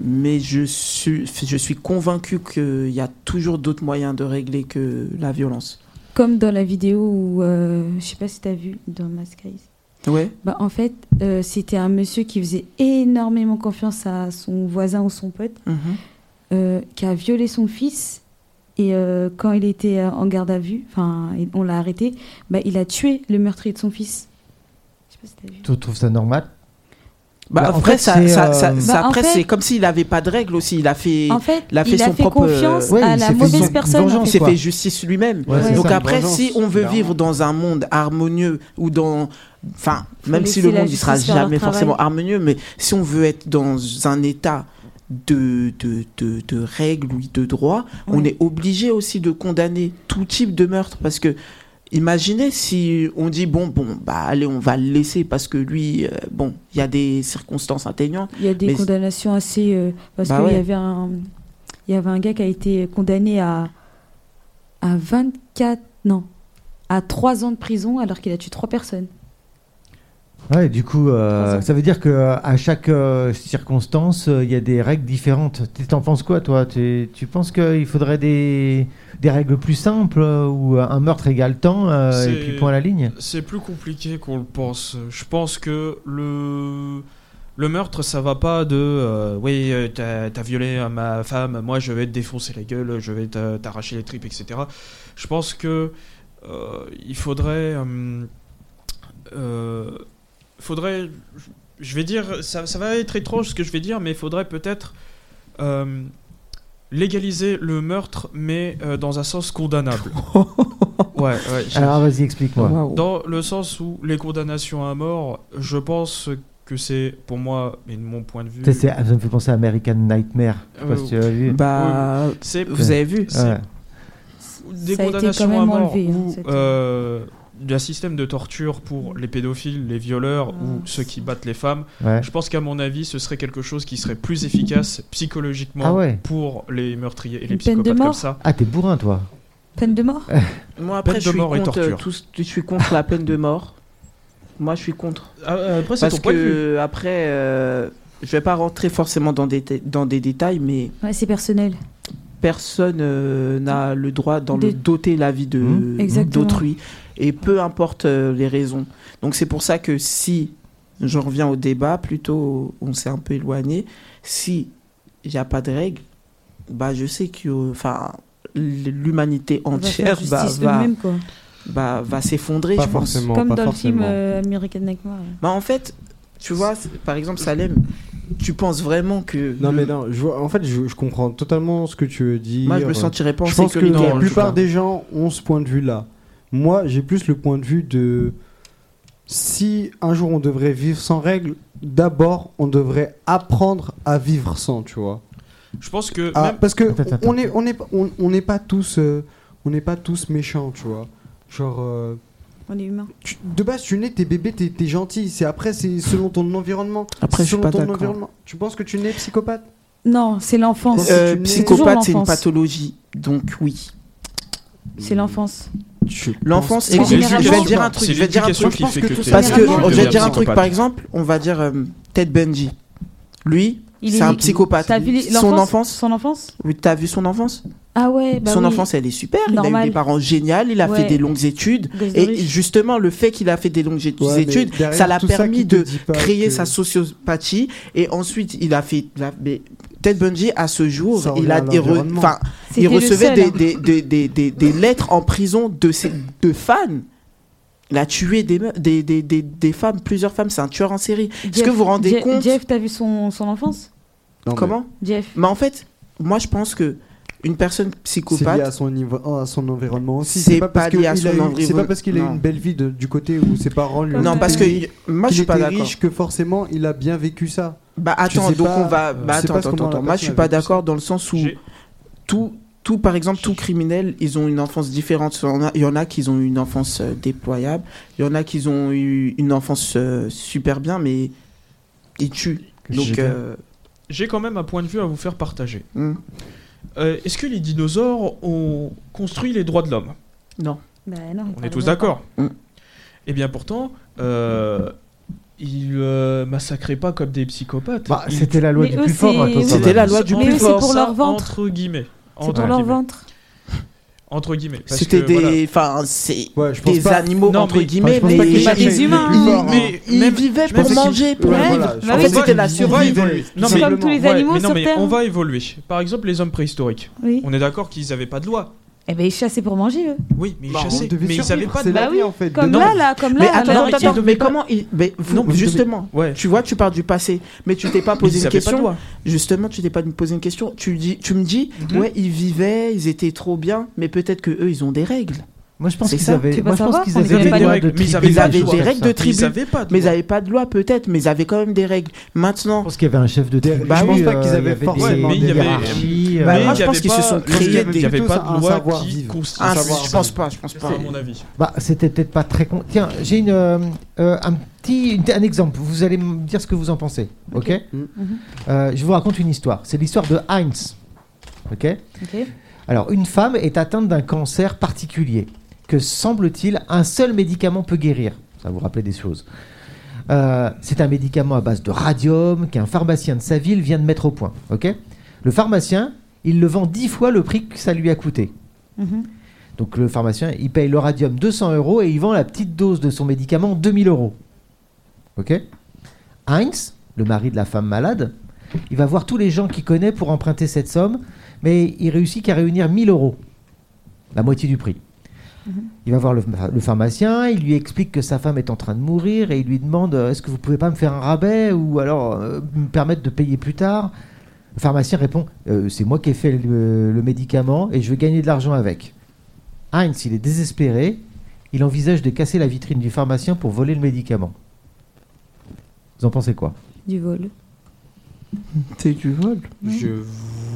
Speaker 5: mais je suis, je suis convaincu qu'il y a toujours d'autres moyens de régler que la violence.
Speaker 3: comme dans la vidéo où, euh, je sais pas si tu as vu dans Mask Eyes.
Speaker 5: Ouais.
Speaker 3: Bah, en fait, euh, c'était un monsieur qui faisait énormément confiance à son voisin ou son pote,
Speaker 5: Mhm.
Speaker 3: euh, qui a violé son fils. Et euh, quand il était euh, en garde à vue, enfin, il- on l'a arrêté, bah, il a tué le meurtrier de son fils. Je sais pas si t'as vu.
Speaker 4: Tu trouves ça normal
Speaker 5: Bah,
Speaker 4: Bah, en
Speaker 5: après,
Speaker 4: fait,
Speaker 5: ça,
Speaker 4: c'est,
Speaker 5: ça,
Speaker 4: euh,
Speaker 5: ça-
Speaker 4: Bah,
Speaker 5: ça-
Speaker 3: en
Speaker 5: après,
Speaker 3: fait-
Speaker 5: c'est comme s'il n'avait pas de règles aussi. Il a fait,
Speaker 3: En fait,
Speaker 5: il a fait
Speaker 3: il a
Speaker 5: son
Speaker 3: fait
Speaker 5: propre,
Speaker 3: confiance
Speaker 4: euh, Ouais,
Speaker 3: à
Speaker 4: il
Speaker 3: la
Speaker 4: s'est fait
Speaker 3: mauvaise
Speaker 4: son
Speaker 3: personne.
Speaker 4: vengeance.
Speaker 5: il
Speaker 3: en
Speaker 5: s'est
Speaker 3: fait.
Speaker 4: quoi.
Speaker 5: fait justice lui-même.
Speaker 4: Ouais,
Speaker 3: c'est
Speaker 5: Donc
Speaker 4: ça.
Speaker 5: après,
Speaker 2: Vengeance,
Speaker 5: si on veut
Speaker 2: clairement.
Speaker 5: vivre dans un monde harmonieux ou dans, enfin,
Speaker 3: Faut
Speaker 5: même si le
Speaker 3: laisser la
Speaker 5: monde ne sera
Speaker 3: justice faire leur
Speaker 5: jamais
Speaker 3: travail.
Speaker 5: forcément harmonieux, mais si on veut être dans un état de, de, de, de règles ou de droits, on
Speaker 3: Ouais.
Speaker 5: est obligé aussi de condamner tout type de meurtre parce que Imaginez si on dit bon bon bah allez on va le laisser parce que lui euh, bon il y a des circonstances atténuantes
Speaker 3: Il y a des
Speaker 5: Mais-
Speaker 3: condamnations assez. euh, parce
Speaker 5: Bah
Speaker 3: qu'il
Speaker 5: ouais.
Speaker 3: y, avait un, il y avait un gars qui a été condamné à, à 24. Non, à 3 ans de prison alors qu'il a tué 3 personnes.
Speaker 4: Ouais, du coup, euh,
Speaker 3: Trois ans.
Speaker 4: ça veut dire que euh, à chaque euh, circonstance, euh, il y a des règles différentes. Tu T'en penses quoi, toi tu, tu penses qu'il faudrait des, des règles plus simples euh, ou euh, un meurtre égale temps euh, et
Speaker 1: C'est-
Speaker 4: puis point à la ligne
Speaker 1: C'est plus compliqué qu'on le pense. Je pense que le le meurtre, ça va pas de euh, oui, euh, t'as t'as violé euh, ma femme, moi je vais te défoncer la gueule, je vais t'a- t'arracher les tripes, etc. Je pense que euh, il faudrait hum, euh, faudrait je vais dire ça, ça va être étrange ce que je vais dire, mais il faudrait peut-être euh, légaliser le meurtre, mais euh, dans un sens condamnable. ouais, ouais. j'ai-
Speaker 4: Alors vas-y, explique-moi.
Speaker 5: Waouh.
Speaker 1: dans le sens où les condamnations à mort, je pense que c'est pour moi, mais de mon point de vue,
Speaker 4: Tu sais, c'est- ça me fait penser à American Nightmare. Je sais pas
Speaker 1: Euh,
Speaker 4: si tu as vu.
Speaker 5: bah
Speaker 1: c'est
Speaker 5: vous avez vu
Speaker 1: c'est
Speaker 4: Ouais.
Speaker 1: des
Speaker 3: Ça a été
Speaker 1: condamnations
Speaker 3: quand même
Speaker 1: à mort
Speaker 3: enlevé, hein,
Speaker 1: ou
Speaker 3: cette- Mm.
Speaker 1: euh, d'un système de torture pour les pédophiles, les violeurs ou
Speaker 6: Ah,
Speaker 1: ceux qui battent les femmes.
Speaker 4: Ouais.
Speaker 1: Je pense qu'à mon avis, ce serait quelque chose qui serait plus efficace psychologiquement
Speaker 4: Ah ouais.
Speaker 1: pour les meurtriers et les
Speaker 3: Une peine de
Speaker 1: psychopathes comme
Speaker 3: mort
Speaker 1: ça.
Speaker 4: Ah, t'es bourrin, toi.
Speaker 3: Peine de mort
Speaker 5: Moi, après,
Speaker 1: Peine
Speaker 5: je
Speaker 1: de
Speaker 5: suis,
Speaker 1: mort et
Speaker 5: contre,
Speaker 1: torture.
Speaker 5: euh, tout ce- je suis contre la peine de mort. Moi, je suis contre.
Speaker 1: Ah, Après, c'est
Speaker 5: Parce
Speaker 1: ton point de vue.
Speaker 5: que, après, euh, je vais pas rentrer forcément dans des, dé- dans des détails, mais
Speaker 3: Ouais, c'est personnel.
Speaker 5: personne euh, n'a le droit d'en
Speaker 3: De-
Speaker 5: doter la vie de-
Speaker 4: Mmh.
Speaker 3: Exactement.
Speaker 5: d'autrui. Et peu importe euh, les raisons. Donc, c'est pour ça que si, j'en reviens au débat, plutôt, on s'est un peu éloigné, si il n'y a pas de règles, bah, je sais que euh, enfin, l'humanité
Speaker 3: On va faire
Speaker 5: entière bah,
Speaker 3: justice
Speaker 5: va,
Speaker 3: d'eux-mêmes, quoi.
Speaker 5: bah, va s'effondrer,
Speaker 2: Pas
Speaker 5: je pense.
Speaker 2: forcément.
Speaker 3: Comme
Speaker 2: pas
Speaker 3: dans le film
Speaker 2: forcément.
Speaker 3: euh, American Nightmare. ouais.
Speaker 5: Bah en fait, tu vois, c'est- par exemple Salem, tu penses vraiment que
Speaker 2: Non,
Speaker 5: le-
Speaker 2: mais non, je vois- en fait, je, je comprends totalement ce que tu veux dire.
Speaker 5: moi je me sentirais pas en
Speaker 2: Je pense que
Speaker 5: sécurité.
Speaker 2: la
Speaker 5: hein,
Speaker 2: plupart
Speaker 5: je
Speaker 2: des gens ont ce point de vue-là. Moi, j'ai plus le point de vue de si un jour on devrait vivre sans règles, d'abord on devrait apprendre à vivre sans, tu vois.
Speaker 1: Je pense que
Speaker 5: Euh,
Speaker 2: Ah,
Speaker 1: même-
Speaker 2: parce que
Speaker 4: Attends, attends,
Speaker 2: on est on est on on n'est pas tous euh, on n'est pas tous méchants, tu vois. Genre euh,
Speaker 3: On est humain.
Speaker 2: tu- de base tu nais t'es bébé t'es t'es gentil. C'est après c'est selon ton environnement.
Speaker 5: Après, je suis
Speaker 2: selon
Speaker 5: pas
Speaker 2: ton
Speaker 5: d'accord.
Speaker 2: environnement. Tu penses que tu nais psychopathe
Speaker 3: Non, c'est l'enfance.
Speaker 5: trouve. Euh,
Speaker 2: tu nais-
Speaker 5: psychopathe, c'est une
Speaker 3: Toujours l'enfance.
Speaker 5: pathologie. Donc oui.
Speaker 3: C'est l'enfance.
Speaker 2: Je pense
Speaker 5: L'enfance
Speaker 2: pas.
Speaker 5: est-
Speaker 1: c'est
Speaker 3: je vais
Speaker 1: l'éducation-
Speaker 5: dire un truc,
Speaker 1: c'est
Speaker 5: je vais dire un
Speaker 1: l'éducation
Speaker 2: truc.
Speaker 1: qui fait
Speaker 2: Parce
Speaker 1: que
Speaker 2: que
Speaker 1: t'es-
Speaker 5: Parce que
Speaker 1: tu
Speaker 3: Généralement,
Speaker 5: je vais
Speaker 1: deviens
Speaker 5: dire un truc
Speaker 1: psychopathe.
Speaker 5: par exemple, on va dire euh, Ted Bundy. Lui,
Speaker 3: Il
Speaker 5: c'est
Speaker 3: est-
Speaker 5: un psychopathe.
Speaker 3: T'as vu les-
Speaker 5: Son enfance,
Speaker 3: Son enfance
Speaker 5: oui, t'as vu son enfance
Speaker 3: Ah ouais, bah
Speaker 5: Son
Speaker 3: oui.
Speaker 5: enfance, elle est super. Il a eu
Speaker 3: Normal.
Speaker 5: des parents géniaux. Il a
Speaker 3: Ouais.
Speaker 5: fait des longues études.
Speaker 3: Gosse de
Speaker 5: Et
Speaker 3: riche.
Speaker 5: justement, le fait qu'il a fait des longues études,
Speaker 2: Ouais, mais
Speaker 5: études,
Speaker 2: derrière
Speaker 5: ça l'a
Speaker 2: tout ça
Speaker 5: permis
Speaker 2: qui te
Speaker 5: de
Speaker 2: dit pas
Speaker 5: créer
Speaker 2: que-
Speaker 5: sa sociopathie. Et ensuite, il a fait. la- mais Ted Bundy, à ce jour,
Speaker 2: Ça
Speaker 5: il, a,
Speaker 2: revient
Speaker 5: il
Speaker 2: à
Speaker 5: re-
Speaker 2: l'environnement.
Speaker 5: enfin, il
Speaker 3: C'était le
Speaker 5: recevait
Speaker 3: seul,
Speaker 5: des,
Speaker 3: hein.
Speaker 5: des, des, des, des- des lettres en prison de, ses, de fans. Il a tué des, me- des, des, des, des femmes, plusieurs femmes. C'est un tueur en série. Est-ce
Speaker 3: Jeff-
Speaker 5: que vous vous rendez
Speaker 3: Jeff-
Speaker 5: compte
Speaker 3: Jeff, t'as vu son, son enfance
Speaker 2: Non, mais
Speaker 5: Comment
Speaker 3: Jeff.
Speaker 5: Mais en fait, moi, je pense que une personne
Speaker 2: C'est lié à
Speaker 5: psychopathe.
Speaker 2: son, niveau, oh, à son environment aussi.
Speaker 5: C'est
Speaker 2: C'est pas,
Speaker 5: pas
Speaker 2: parce que
Speaker 5: lié à
Speaker 2: il a
Speaker 5: son
Speaker 2: eu-
Speaker 5: environnement.
Speaker 2: c'est pas parce qu'il a eu
Speaker 5: Non.
Speaker 2: une belle vie de- du côté où ses parents lui ont
Speaker 5: Non,
Speaker 2: dit
Speaker 5: parce que
Speaker 2: Mmh. qu'il
Speaker 5: moi, je suis
Speaker 2: était
Speaker 5: pas d'accord.
Speaker 2: riche que forcément il a bien vécu ça.
Speaker 5: Bah
Speaker 2: Tu
Speaker 5: attends,
Speaker 2: sais
Speaker 5: donc
Speaker 2: pas-
Speaker 5: on va. Bah,
Speaker 2: tu sais
Speaker 5: attends,
Speaker 2: pas
Speaker 5: attends,
Speaker 2: comment
Speaker 5: attends.
Speaker 2: la
Speaker 5: Moi, je suis
Speaker 2: personne
Speaker 5: pas
Speaker 2: a vécu
Speaker 5: d'accord dans le sens où.
Speaker 1: J'ai-
Speaker 5: tout, tout, par exemple, tout criminel, ils ont une enfance différente. Il y en a, il y en a qui ont eu une enfance euh, déployable, il y en a qui ont eu une enfance euh, super bien, mais ils tuent. Donc, euh,
Speaker 1: J'ai quand même un point de vue à vous faire partager.
Speaker 5: hmm.
Speaker 1: Euh, Est-ce que les dinosaures ont construit les droits de l'homme
Speaker 3: Bah non,
Speaker 1: On
Speaker 3: t'as
Speaker 1: est tous
Speaker 3: raison.
Speaker 1: d'accord.
Speaker 5: Mm.
Speaker 1: Et bien pourtant, euh, ils euh, massacraient pas comme des psychopathes.
Speaker 4: Bah,
Speaker 1: Ils-
Speaker 4: c'était la loi
Speaker 3: Mais
Speaker 4: du
Speaker 3: eux,
Speaker 4: plus fort.
Speaker 3: c'est-
Speaker 4: toi, quand
Speaker 5: C'était
Speaker 4: même.
Speaker 5: la loi du
Speaker 1: en-
Speaker 5: plus
Speaker 1: en-
Speaker 5: fort.
Speaker 1: ça,
Speaker 3: pour leur ventre.
Speaker 1: Entre guillemets.
Speaker 3: C'est
Speaker 1: Entre
Speaker 3: pour leur
Speaker 1: guillemets.
Speaker 3: ventre.
Speaker 1: Entre guillemets. parce
Speaker 5: C'était
Speaker 1: que, voilà.
Speaker 5: des, enfin, c'est
Speaker 2: Ouais, je pense
Speaker 5: des
Speaker 2: pas.
Speaker 5: animaux
Speaker 1: Non,
Speaker 5: entre
Speaker 1: mais-
Speaker 5: guillemets,
Speaker 2: Enfin, je pense
Speaker 5: mais,
Speaker 2: pas qu'il
Speaker 5: ils,
Speaker 2: cherche
Speaker 3: des
Speaker 2: les
Speaker 3: humains.
Speaker 2: plus forts, hein.
Speaker 1: Mais-
Speaker 5: ils
Speaker 1: même-
Speaker 5: vivaient
Speaker 1: même
Speaker 5: pour
Speaker 1: si-
Speaker 5: manger, pour
Speaker 2: Ouais,
Speaker 5: vivre.
Speaker 2: voilà, je
Speaker 3: Bah
Speaker 5: en
Speaker 2: pense
Speaker 5: fait,
Speaker 2: pas
Speaker 5: c'était la
Speaker 2: qu'il-
Speaker 1: On va
Speaker 5: survie.
Speaker 1: évoluer. Non,
Speaker 3: C'est
Speaker 1: mais-
Speaker 3: comme tous les
Speaker 1: ouais,
Speaker 3: animaux
Speaker 1: mais non,
Speaker 3: sur
Speaker 1: mais
Speaker 3: Terre.
Speaker 1: on va évoluer. Par exemple, les hommes préhistoriques.
Speaker 3: Oui.
Speaker 1: On est d'accord qu'ils n'avaient pas de loi.
Speaker 3: Eh ben, ils chassaient pour manger, eux.
Speaker 1: Oui, mais ils
Speaker 5: Bah, on
Speaker 1: chassaient.
Speaker 2: devait
Speaker 1: Mais ils n'avaient
Speaker 2: survivre,
Speaker 1: pas de
Speaker 2: c'est
Speaker 1: loi.
Speaker 2: la
Speaker 3: Bah
Speaker 2: vie
Speaker 3: oui,
Speaker 2: en fait.
Speaker 3: Comme
Speaker 1: Non,
Speaker 3: là,
Speaker 1: mais-
Speaker 3: là, comme
Speaker 5: Mais
Speaker 3: là. à la
Speaker 5: attends,
Speaker 3: nourriture.
Speaker 5: attends, attends, mais
Speaker 1: devait pas-
Speaker 5: comment ils- mais vous-
Speaker 1: Non, vous devez-
Speaker 5: justement,
Speaker 1: Ouais.
Speaker 5: tu vois, tu pars du passé, mais tu t'es pas
Speaker 1: Mais ils
Speaker 5: posé une
Speaker 1: avaient pas de
Speaker 5: question.
Speaker 1: loi.
Speaker 5: Justement, tu t'es pas posé une question. Tu dis, tu me dis, ouais, ils vivaient, ils étaient trop bien, mais peut-être que eux, ils ont des règles.
Speaker 4: Moi, je pense
Speaker 5: C'est
Speaker 4: qu'ils
Speaker 5: ça,
Speaker 4: avaient,
Speaker 3: tu vas
Speaker 4: moi, je pense
Speaker 3: savoir,
Speaker 4: qu'ils
Speaker 3: on les
Speaker 4: avaient
Speaker 3: avait
Speaker 4: des
Speaker 3: pas
Speaker 4: lois
Speaker 1: dit.
Speaker 4: de
Speaker 1: Mais ils
Speaker 4: tribu,
Speaker 1: avaient
Speaker 4: des
Speaker 1: des
Speaker 4: choses
Speaker 5: règles
Speaker 4: comme ça.
Speaker 5: de
Speaker 1: Ils
Speaker 5: tribu,
Speaker 1: avaient pas de
Speaker 5: Mais ils
Speaker 1: loi.
Speaker 5: avaient pas de loi, peut-être, mais ils avaient quand même des règles.
Speaker 4: Je
Speaker 5: Maintenant,
Speaker 4: pense qu'il y avait un chef de
Speaker 2: Des-
Speaker 4: tribu.
Speaker 2: je pense pas
Speaker 4: euh,
Speaker 2: qu'ils
Speaker 4: il y
Speaker 2: avaient
Speaker 4: avait des-
Speaker 2: forcément
Speaker 4: des
Speaker 2: des-
Speaker 1: mais il y avait-
Speaker 4: hiérarchies,
Speaker 5: Bah,
Speaker 4: euh,
Speaker 5: moi,
Speaker 1: il y
Speaker 5: je
Speaker 1: avait
Speaker 5: pense qu'ils
Speaker 1: pas-
Speaker 5: se sont
Speaker 1: il y
Speaker 5: créés
Speaker 1: avait- Il
Speaker 5: des-
Speaker 1: n'y avait
Speaker 2: plutôt
Speaker 1: pas de
Speaker 2: un
Speaker 1: loi
Speaker 2: savoir
Speaker 1: qui
Speaker 2: vivre.
Speaker 1: constitue.
Speaker 5: ah,
Speaker 2: savoir,
Speaker 5: je pense pas, je pense
Speaker 1: C'est
Speaker 5: pas.
Speaker 1: à mon avis.
Speaker 4: Bah, c'était peut-être pas très con. Tiens, j'ai une euh, euh, un petit une- un exemple. Vous allez me dire ce que vous en pensez, ok,
Speaker 2: Mhm.
Speaker 4: Euh, Je vous raconte une histoire. C'est l'histoire de Heinz, ok.
Speaker 3: Ok.
Speaker 4: Alors, une femme est atteinte d'un cancer particulier que semble-t-il un seul médicament peut guérir. Ça vous rappelle des choses. Euh, c'est un médicament à base de radium qu'un pharmacien de sa ville vient de mettre au point. Ok le pharmacien, il le vend 10 fois le prix que ça lui a coûté.
Speaker 3: Mhm.
Speaker 4: Donc le pharmacien, il paye le radium 200 euros et il vend la petite dose de son médicament 2000 euros. Ok Heinz, le mari de la femme malade, il va voir tous les gens qu'il connaît pour emprunter cette somme, mais il réussit qu'à réunir 1000 euros, la moitié du prix. Il va voir le, le pharmacien, il lui explique que sa femme est en train de mourir et il lui demande euh, est-ce que vous pouvez pas me faire un rabais ou alors euh, me permettre de payer plus tard Le pharmacien répond Euh, c'est moi qui ai fait le- le médicament et je vais gagner de l'argent avec. Heinz, il est désespéré. Il envisage de casser la vitrine du pharmacien pour voler le médicament. Vous en pensez quoi
Speaker 3: Du vol.
Speaker 5: C'est du vol.
Speaker 2: Je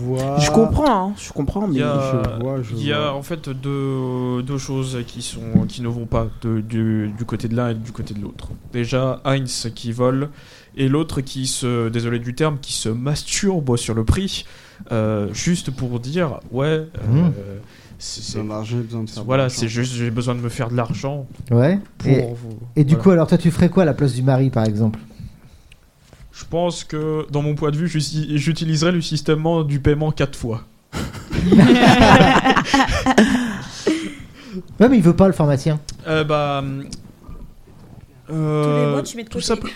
Speaker 2: vois.
Speaker 5: Je comprends, hein, je comprends,
Speaker 1: Il
Speaker 5: mais
Speaker 1: y a,
Speaker 2: je vois, je
Speaker 1: il y a,
Speaker 2: vois.
Speaker 1: en fait deux, deux choses qui, sont, qui ne vont pas de- du, du côté de l'un et du côté de l'autre. Déjà, Heinz qui vole et l'autre qui se, désolé du terme, qui se masturbe sur le prix, euh, juste pour dire ouais, euh,
Speaker 5: Hmm.
Speaker 4: Mhm.
Speaker 1: c'est-
Speaker 2: C'est un
Speaker 1: c'est-
Speaker 2: argent, j'ai besoin de faire
Speaker 1: voilà,
Speaker 2: de l'argent.
Speaker 1: c'est juste j'ai besoin de me faire de l'argent
Speaker 4: Ouais.
Speaker 1: pour
Speaker 4: Et,
Speaker 1: vous.
Speaker 4: et du
Speaker 1: Voilà.
Speaker 4: coup, alors toi, tu ferais quoi à la place du mari, par exemple
Speaker 1: je pense que dans mon point de vue, j'usi- j'utiliserai le système du paiement quatre fois.
Speaker 4: Ouais, mais il veut pas le pharmacien.
Speaker 1: Euh, bah,
Speaker 6: Tous les
Speaker 1: euh,
Speaker 6: mois, tu mets de
Speaker 1: tout
Speaker 6: côté.
Speaker 1: ça peut-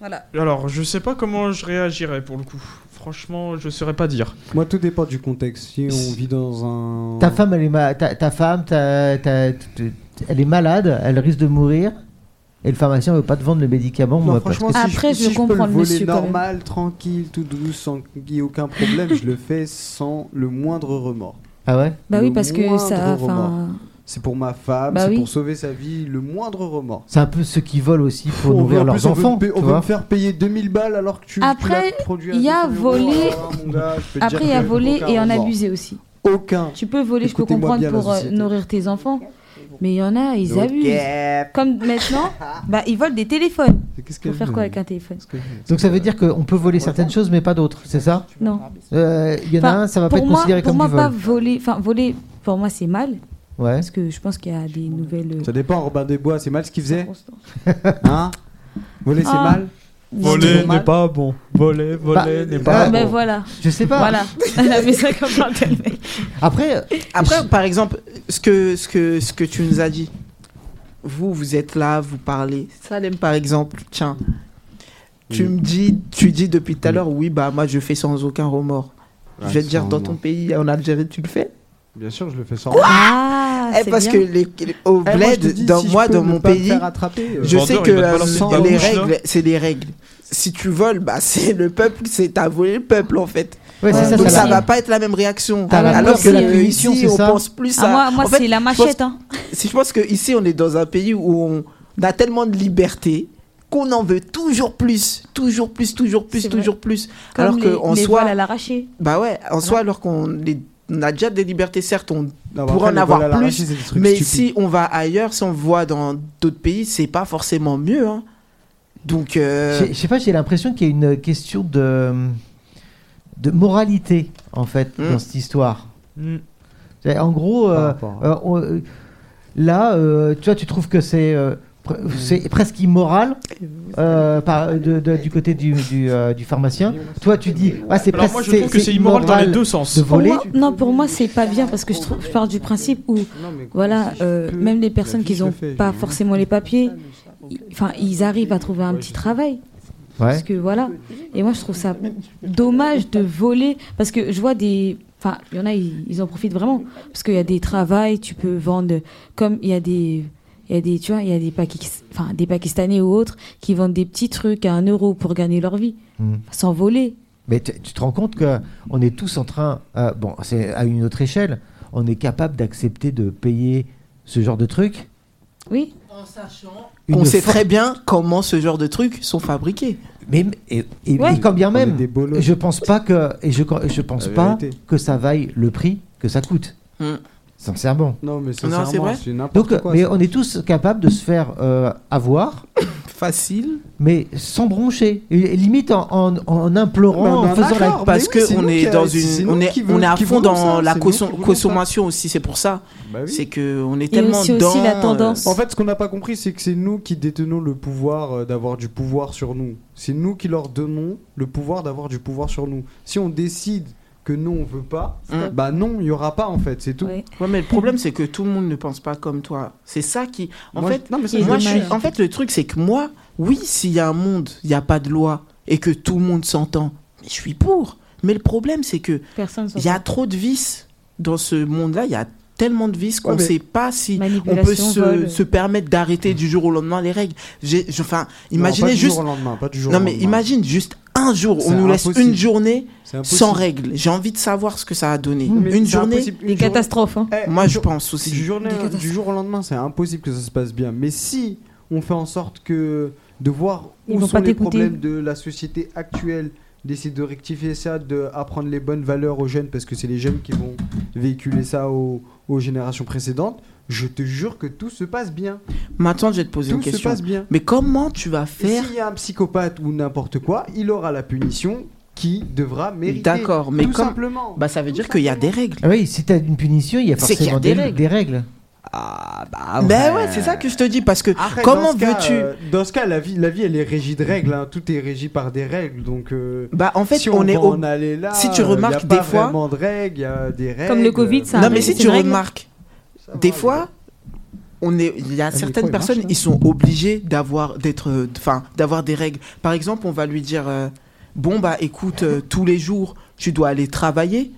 Speaker 6: Voilà.
Speaker 1: Alors, je sais pas comment je réagirais pour le coup. Franchement, je saurais pas dire.
Speaker 2: Moi, tout dépend du contexte. Si on vit dans un.
Speaker 4: Ta femme, elle est ma- ta, ta femme, ta- ta- t- t- elle est malade, elle risque de mourir. Et le pharmacien veut pas te vendre le médicament.
Speaker 2: Non,
Speaker 4: moi, parce
Speaker 2: franchement,
Speaker 4: que-
Speaker 2: si
Speaker 3: Après,
Speaker 2: je,
Speaker 3: je
Speaker 2: si
Speaker 3: comprends
Speaker 2: peux le
Speaker 3: le
Speaker 2: voler
Speaker 3: monsieur, quand même.
Speaker 2: normal, tranquille, tout doux, sans qu'il y ait aucun problème, je le fais sans le moindre remords.
Speaker 4: Ah ouais
Speaker 3: Bah
Speaker 2: Le
Speaker 3: oui, parce que
Speaker 2: moindre
Speaker 3: ça.
Speaker 2: remords.
Speaker 3: enfin,
Speaker 2: C'est pour ma femme,
Speaker 3: Bah
Speaker 2: c'est
Speaker 3: oui.
Speaker 2: pour sauver sa vie, le moindre remords.
Speaker 4: C'est un peu ceux qui volent aussi pour
Speaker 2: On veut-
Speaker 4: nourrir
Speaker 2: en
Speaker 4: leurs
Speaker 2: plus, on veut me
Speaker 4: enfants.
Speaker 2: pa-
Speaker 4: tu
Speaker 2: On veut
Speaker 4: vois.
Speaker 2: me faire payer 2000 balles alors que tu tu
Speaker 3: Après,
Speaker 2: l'as produit à
Speaker 3: il y a
Speaker 2: 200 euros.
Speaker 3: volé-
Speaker 2: Ah, mon gars, je peux te
Speaker 3: Après,
Speaker 2: dire
Speaker 3: il y a
Speaker 2: que
Speaker 3: volé
Speaker 2: aucun
Speaker 3: et en
Speaker 2: remords.
Speaker 3: abuser aussi.
Speaker 2: Aucun.
Speaker 3: Tu peux voler, je peux
Speaker 2: Écoutez-moi
Speaker 3: comprendre,
Speaker 2: bien, la
Speaker 3: pour euh,
Speaker 2: société.
Speaker 3: nourrir tes enfants. Mais il y en a, ils
Speaker 2: Donc,
Speaker 3: abusent.
Speaker 2: yeah.
Speaker 3: Comme maintenant, bah, ils volent des téléphones.
Speaker 2: Qu'est-ce qu'elle
Speaker 3: Pour faire
Speaker 2: veut,
Speaker 3: quoi
Speaker 2: elle
Speaker 3: avec un téléphone
Speaker 2: Qu'est-ce qu'elle veut
Speaker 4: Donc ça veut dire qu'on peut voler certaines choses, mais pas d'autres, c'est ça
Speaker 3: Non.
Speaker 4: Euh, Il y en a
Speaker 3: Enfin,
Speaker 4: un, ça va pas
Speaker 3: Pour
Speaker 4: être
Speaker 3: moi,
Speaker 4: considéré
Speaker 3: pour
Speaker 4: comme
Speaker 3: moi
Speaker 4: du
Speaker 3: pas
Speaker 4: vol.
Speaker 3: voler. Enfin, voler, pour moi, c'est mal.
Speaker 4: Ouais.
Speaker 3: Parce que je pense qu'il y a des nouvelles. euh,
Speaker 2: Ça dépend, Robin des Bois, c'est mal ce qu'il faisait
Speaker 3: circonstances.
Speaker 2: Hein Voler, c'est
Speaker 3: Ah.
Speaker 2: mal
Speaker 3: Non,
Speaker 2: Voler
Speaker 3: mais-
Speaker 2: n'est
Speaker 1: pas bon. Voler,
Speaker 4: voler n'est
Speaker 3: Ah,
Speaker 4: pas
Speaker 3: ben voilà,
Speaker 4: Je sais pas.
Speaker 3: voilà. Elle a mis ça comme un tel mec.
Speaker 4: Après, euh,
Speaker 5: Après,
Speaker 4: je-
Speaker 5: par exemple, ce que, ce, que, ce que tu nous as dit, vous, vous êtes là, vous parlez. Salem, par exemple, tiens, tu
Speaker 2: Oui.
Speaker 5: me dis, tu dis depuis tout à l'heure, oui, bah moi je fais sans aucun remords. je vais te dire, dans ton pays, en Algérie, tu le fais
Speaker 2: Bien sûr, je le fais sans.
Speaker 3: Ah,
Speaker 5: Eh,
Speaker 3: c'est
Speaker 5: Parce
Speaker 3: bien.
Speaker 5: que les, les- au
Speaker 2: Eh, moi, je te
Speaker 5: bled,
Speaker 2: dis,
Speaker 5: dans,
Speaker 2: si je
Speaker 5: moi,
Speaker 2: peux
Speaker 5: dans
Speaker 2: ne
Speaker 5: mon
Speaker 2: pas me
Speaker 5: pays,
Speaker 2: faire attraper, euh,
Speaker 5: je
Speaker 1: vendeur,
Speaker 5: sais
Speaker 1: il
Speaker 5: que
Speaker 1: va te
Speaker 5: euh,
Speaker 1: balancer
Speaker 2: une
Speaker 5: les
Speaker 1: barouche, là.
Speaker 5: règles, c'est les règles. Si tu voles, bah c'est le peuple, c'est t'as volé le peuple en fait.
Speaker 4: ouais, c'est ça,
Speaker 5: Donc
Speaker 4: ça
Speaker 5: ça
Speaker 4: va.
Speaker 5: va pas être la même réaction.
Speaker 4: T'as
Speaker 3: la
Speaker 5: Alors
Speaker 3: peur que
Speaker 5: que
Speaker 3: la
Speaker 5: euh,
Speaker 4: punition,
Speaker 5: ici,
Speaker 4: c'est
Speaker 5: on
Speaker 4: ça
Speaker 5: pense plus
Speaker 3: Ah,
Speaker 5: à.
Speaker 3: moi, moi
Speaker 5: en fait,
Speaker 3: c'est la
Speaker 5: je pense-
Speaker 3: machette. Hein.
Speaker 5: Si je pense que ici on est dans un pays où on a tellement de liberté qu'on en veut toujours plus, toujours plus, toujours plus,
Speaker 3: C'est vrai.
Speaker 5: toujours plus.
Speaker 3: Comme
Speaker 5: alors
Speaker 3: les,
Speaker 5: que en
Speaker 3: les
Speaker 5: soi,
Speaker 3: voiles à l'arraché.
Speaker 5: bah ouais, en soi alors qu'on est- on a déjà des libertés certes, on-
Speaker 2: non,
Speaker 5: pour
Speaker 2: après,
Speaker 5: en
Speaker 2: le
Speaker 5: avoir
Speaker 2: vol à l'arraché,
Speaker 5: plus,
Speaker 2: c'est des trucs
Speaker 5: mais
Speaker 2: stupides.
Speaker 5: si on va ailleurs, si on voit dans d'autres pays, c'est pas forcément mieux. hein. Donc euh,
Speaker 4: J'ai- Je sais pas, j'ai l'impression qu'il y a une question de, de moralité, en fait,
Speaker 5: Mm.
Speaker 4: dans cette histoire.
Speaker 1: Hmm.
Speaker 4: C'est- En gros,
Speaker 2: Par
Speaker 4: euh,
Speaker 2: rapport
Speaker 4: euh, on- euh, là, euh, tu vois, tu trouves que c'est euh, Pre- C'est presque immoral euh, par- de- de- du côté du, du, euh, du pharmacien. Toi, tu dis, ah, c'est
Speaker 1: Alors
Speaker 4: presque
Speaker 1: moi je trouve que c'est immoral dans les deux sens.
Speaker 4: de voler.
Speaker 3: Pour moi- non, pour moi, c'est pas bien parce que je, trouve, je pars du principe où, voilà, euh, même les personnes qui
Speaker 2: n'ont
Speaker 3: n'ont pas forcément les papiers, i- enfin, ils arrivent à trouver un petit travail. Parce
Speaker 4: Ouais.
Speaker 3: que voilà. Et moi, je trouve ça dommage de voler. Parce que je vois des. Enfin, il y en a, ils, ils en profitent vraiment. Parce qu'il y a des travails, tu peux vendre. Comme il y a des. Il y a des, tu vois, il y a des, Pakis- enfin, des Pakistanais ou autres qui vendent des petits trucs à un euro pour gagner leur vie,
Speaker 5: Hmm.
Speaker 4: Mm.
Speaker 3: sans voler.
Speaker 4: Mais tu tu te rends compte que on est tous en train, euh, bon, c'est à une autre échelle, on est capable d'accepter de payer ce genre de truc.
Speaker 3: Oui,
Speaker 5: En sachant
Speaker 4: Une
Speaker 5: qu'on sait
Speaker 4: for-
Speaker 5: très bien comment ce genre de trucs sont fabriqués.
Speaker 4: Mais et, et-
Speaker 3: Ouais.
Speaker 4: et quand bien même,
Speaker 2: des bolos.
Speaker 4: je pense pas que et je je pense
Speaker 2: La
Speaker 4: pas
Speaker 2: vérité.
Speaker 4: que ça vaille le prix que ça coûte.
Speaker 3: Hmm.
Speaker 5: Mm.
Speaker 4: Sincèrement.
Speaker 2: Non, mais
Speaker 5: c'est
Speaker 2: sincèrement,
Speaker 5: vrai
Speaker 2: c'est
Speaker 4: Donc, euh,
Speaker 2: n'importe quoi.
Speaker 4: mais
Speaker 2: ça.
Speaker 4: on est tous capables de se faire euh, avoir,
Speaker 5: Facile.
Speaker 4: mais sans broncher, Et limite en, en- en
Speaker 2: Mais
Speaker 4: implorant,
Speaker 2: Ah bah, on est
Speaker 4: en faisant la
Speaker 2: d'accord.
Speaker 5: Parce
Speaker 2: mais oui,
Speaker 5: que
Speaker 2: c'est
Speaker 5: on
Speaker 2: nous
Speaker 5: est
Speaker 2: qui-
Speaker 5: dans
Speaker 2: c'est- c'est
Speaker 5: une,
Speaker 2: nous
Speaker 5: on
Speaker 2: qui
Speaker 5: est,
Speaker 2: voulons-
Speaker 5: on est à
Speaker 2: qui
Speaker 5: fond
Speaker 2: voulons
Speaker 5: dans
Speaker 2: ça,
Speaker 5: la
Speaker 2: c'est nous
Speaker 5: consom-
Speaker 2: qui voulons ça.
Speaker 5: consommation aussi. C'est pour ça.
Speaker 2: Bah oui.
Speaker 5: C'est que on est
Speaker 3: y a
Speaker 5: tellement
Speaker 3: aussi- aussi
Speaker 5: dans
Speaker 3: la
Speaker 5: euh,
Speaker 3: tendance.
Speaker 2: En fait, ce qu'on n'a pas compris, c'est que c'est nous qui détenons le pouvoir euh, d'avoir du pouvoir sur nous. C'est nous qui leur donnons le pouvoir d'avoir du pouvoir sur nous. Si on décide que non, on veut pas,
Speaker 5: Mm.
Speaker 2: bah non, il y aura pas en fait, c'est tout.
Speaker 3: ouais.
Speaker 5: Ouais, mais le problème, c'est que tout le monde ne pense pas comme toi. C'est ça qui. En
Speaker 2: Moi,
Speaker 5: fait,
Speaker 2: je- non, mais ça,
Speaker 3: Et
Speaker 5: moi,
Speaker 2: je-
Speaker 5: je
Speaker 3: dommage.
Speaker 5: suis- en fait, le truc, c'est que moi, oui, s'il y a un monde, il n'y a pas de loi et que tout le monde s'entend, mais je suis pour. Mais le problème, c'est que
Speaker 3: personne s'en
Speaker 5: il y a trop de vices dans ce monde-là. Il y a tellement de vices qu'on
Speaker 2: Ouais,
Speaker 5: ne
Speaker 2: mais-
Speaker 5: sait pas si. On
Speaker 3: Manipulation,
Speaker 5: peut se,
Speaker 3: vol.
Speaker 5: se permettre d'arrêter du jour au lendemain les règles. J'ai- je- Enfin,
Speaker 2: Non,
Speaker 5: imaginez
Speaker 2: pas du
Speaker 5: juste.
Speaker 2: jour au lendemain, pas du jour
Speaker 5: Non,
Speaker 2: au
Speaker 5: mais
Speaker 2: lendemain.
Speaker 5: imagine juste un jour.
Speaker 2: C'est
Speaker 5: On nous laisse
Speaker 2: impossible.
Speaker 5: une journée
Speaker 2: C'est impossible.
Speaker 5: sans règles. J'ai envie de savoir ce que ça a donné.
Speaker 2: Non, mais
Speaker 5: une
Speaker 2: c'est
Speaker 5: journée.
Speaker 2: impossible. Une
Speaker 3: Des
Speaker 2: journée-
Speaker 3: catastrophes. hein.
Speaker 2: Eh,
Speaker 5: Moi, je
Speaker 2: jour-
Speaker 5: pense
Speaker 2: C'est
Speaker 5: aussi.
Speaker 2: du, journée-
Speaker 3: Des catastrophes.
Speaker 2: du jour au lendemain, c'est impossible que ça se passe bien. Mais si on fait en sorte que de voir
Speaker 3: Ils
Speaker 2: où
Speaker 3: vont
Speaker 2: sont
Speaker 3: pas
Speaker 2: les
Speaker 3: t'écouter.
Speaker 2: problèmes de la société actuelle, d'essayer de rectifier ça, de apprendre les bonnes valeurs aux jeunes, parce que c'est les jeunes qui vont véhiculer ça aux, aux générations précédentes. Je te jure que tout se passe bien.
Speaker 5: Maintenant, je vais te poser
Speaker 2: Tout
Speaker 5: une
Speaker 2: se
Speaker 5: question.
Speaker 2: passe bien.
Speaker 5: Mais comment tu vas
Speaker 2: Et
Speaker 5: faire
Speaker 2: S'il y a un psychopathe ou n'importe quoi, il aura la punition qui devra mériter.
Speaker 5: D'accord, mais
Speaker 2: Tout
Speaker 5: comme-
Speaker 2: simplement.
Speaker 5: Bah, ça veut dire qu'il y a des règles.
Speaker 4: Ah oui, si t'as une punition, il y a
Speaker 5: C'est qu'il y a
Speaker 4: forcément
Speaker 5: des
Speaker 4: des,
Speaker 5: règles.
Speaker 4: des règles.
Speaker 2: Ah, bah
Speaker 5: Ben ouais, c'est ça que je te dis parce que
Speaker 2: Après,
Speaker 5: comment
Speaker 2: dans ce cas,
Speaker 5: veux-tu
Speaker 2: euh, Dans ce cas, la vie, la vie, elle est régie de règles. hein. Tout est régi par des règles. Donc, euh,
Speaker 5: Bah en fait,
Speaker 2: si
Speaker 5: on, est
Speaker 2: va
Speaker 5: au
Speaker 2: en aller là,
Speaker 5: si tu
Speaker 2: euh,
Speaker 5: remarques,
Speaker 2: y a pas
Speaker 5: des fois-
Speaker 2: vraiment de règles, y a des règles.
Speaker 3: Comme le Covid,
Speaker 2: euh,
Speaker 3: ça
Speaker 5: Non
Speaker 3: arrive.
Speaker 5: mais si
Speaker 3: C'est
Speaker 5: tu
Speaker 3: une règle.
Speaker 5: remarques,
Speaker 2: ça va,
Speaker 5: des
Speaker 2: les
Speaker 5: fois
Speaker 2: gars.
Speaker 5: on est il y
Speaker 3: Ah,
Speaker 5: a certaines personnes,
Speaker 3: hein.
Speaker 5: ils sont obligés d'avoir d'être euh, enfin d'avoir des règles. Par exemple, on va lui dire euh, bon bah écoute euh, tous les jours, tu dois aller travailler,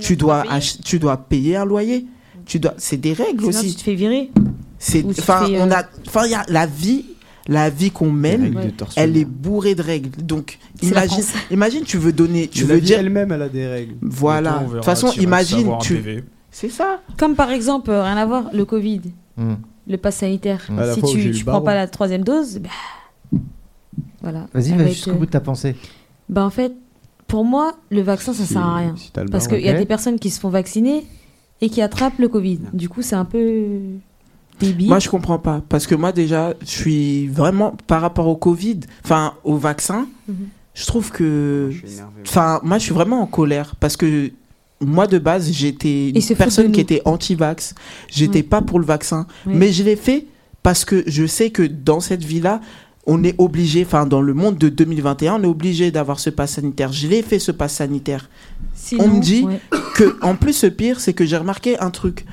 Speaker 5: tu dois ach- tu dois payer un loyer. Tu dois c'est des règles
Speaker 3: Sinon,
Speaker 5: aussi.
Speaker 3: tu te fais virer.
Speaker 5: C'est
Speaker 3: Ou tu
Speaker 5: enfin
Speaker 3: fais, euh,
Speaker 5: on a enfin il y a la vie, la vie qu'on
Speaker 2: Les
Speaker 5: mène,
Speaker 2: règles de
Speaker 3: Ouais.
Speaker 2: torse
Speaker 5: elle
Speaker 2: nu.
Speaker 5: est bourrée de règles. Donc
Speaker 3: C'est la
Speaker 5: imagine
Speaker 3: France.
Speaker 5: imagine tu veux donner, tu
Speaker 2: La
Speaker 5: veux
Speaker 2: vie
Speaker 5: dire
Speaker 2: elle-même, elle a des règles.
Speaker 5: Voilà.
Speaker 1: Bientôt, on
Speaker 5: De
Speaker 1: verra
Speaker 5: toute façon,
Speaker 1: tirer le
Speaker 5: imagine,
Speaker 1: savoir en
Speaker 5: tu.
Speaker 1: PV.
Speaker 5: C'est ça.
Speaker 3: Comme par exemple, euh, rien à voir, le Covid,
Speaker 4: Mm.
Speaker 3: le pass sanitaire.
Speaker 4: Mm.
Speaker 2: À la
Speaker 3: Si
Speaker 2: fois où j'ai
Speaker 3: tu,
Speaker 2: eu
Speaker 3: tu
Speaker 2: le
Speaker 3: prends
Speaker 2: baron.
Speaker 3: pas la troisième dose, bah, voilà.
Speaker 4: Vas-y,
Speaker 3: Ça
Speaker 4: va
Speaker 3: va être,
Speaker 4: jusqu'au
Speaker 3: euh,
Speaker 4: bout de ta pensée.
Speaker 3: Bah en fait, pour moi, le vaccin, ça
Speaker 2: Si-
Speaker 3: sert à rien.
Speaker 2: si t'as le
Speaker 3: Parce
Speaker 2: baron.
Speaker 3: qu'il y a
Speaker 4: ok.
Speaker 3: des personnes qui se font vacciner et qui attrapent le Covid. Du coup, c'est un peu débile.
Speaker 5: Moi, je comprends pas. Parce que moi, déjà, je suis vraiment. Par rapport au Covid, enfin, au vaccin,
Speaker 3: Mhm.
Speaker 5: je trouve que.
Speaker 2: Je suis énervé.
Speaker 5: Enfin, moi, je suis vraiment en colère. Parce que moi, de base, j'étais
Speaker 3: Ils se
Speaker 5: une
Speaker 3: foutent de
Speaker 5: personne qui
Speaker 3: nous. Mm.
Speaker 5: était anti-vax. J'étais
Speaker 3: Ouais.
Speaker 5: pas pour le vaccin.
Speaker 3: Ouais.
Speaker 5: Mais je l'ai fait parce que je sais que dans cette vie-là, on est obligé, enfin, dans le monde de 2021, on est obligé d'avoir ce pass sanitaire. Je l'ai fait, ce pass sanitaire.
Speaker 3: Sinon,
Speaker 5: on me dit-
Speaker 3: ouais.
Speaker 5: que en plus le pire c'est que j'ai remarqué un truc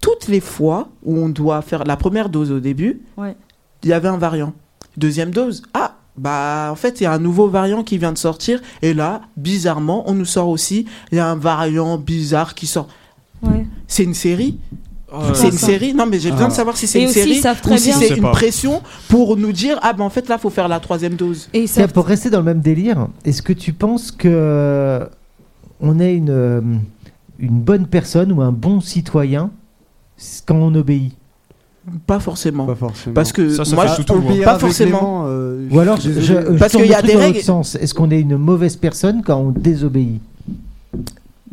Speaker 5: toutes les fois où on doit faire la première dose au début
Speaker 3: Ouais.
Speaker 5: il y avait un variant deuxième dose ah bah en fait il y a un nouveau variant qui vient de sortir et là bizarrement on nous sort aussi il y a un variant bizarre qui sort
Speaker 3: ouais.
Speaker 5: c'est une série
Speaker 1: Euh,
Speaker 5: c'est une
Speaker 3: ça.
Speaker 5: série non mais j'ai besoin de savoir si c'est
Speaker 3: Et
Speaker 5: une
Speaker 3: aussi, ils
Speaker 5: série
Speaker 3: savent
Speaker 5: ou
Speaker 3: très
Speaker 5: si
Speaker 3: bien.
Speaker 1: Ah. Je
Speaker 5: c'est
Speaker 1: sais
Speaker 5: une
Speaker 1: pas.
Speaker 5: pression pour nous dire ah bah en fait là faut faire la troisième dose
Speaker 3: Et
Speaker 4: Tiens,
Speaker 3: ça,
Speaker 4: pour rester dans le même délire, est-ce que tu penses que on est une, euh, une bonne personne ou un bon citoyen s- quand on obéit
Speaker 5: pas forcément
Speaker 2: Pas forcément.
Speaker 5: parce que
Speaker 1: Ça, ça
Speaker 5: moi
Speaker 1: fait
Speaker 5: je-
Speaker 1: surtout voir.
Speaker 5: pas forcément.
Speaker 2: euh,
Speaker 4: Ou alors, je, je- je
Speaker 5: Parce
Speaker 4: tourne
Speaker 5: qu'il y a
Speaker 4: le truc
Speaker 5: des
Speaker 4: dans
Speaker 5: règles.
Speaker 4: l'autre sens. Est-ce qu'on est une mauvaise personne quand on désobéit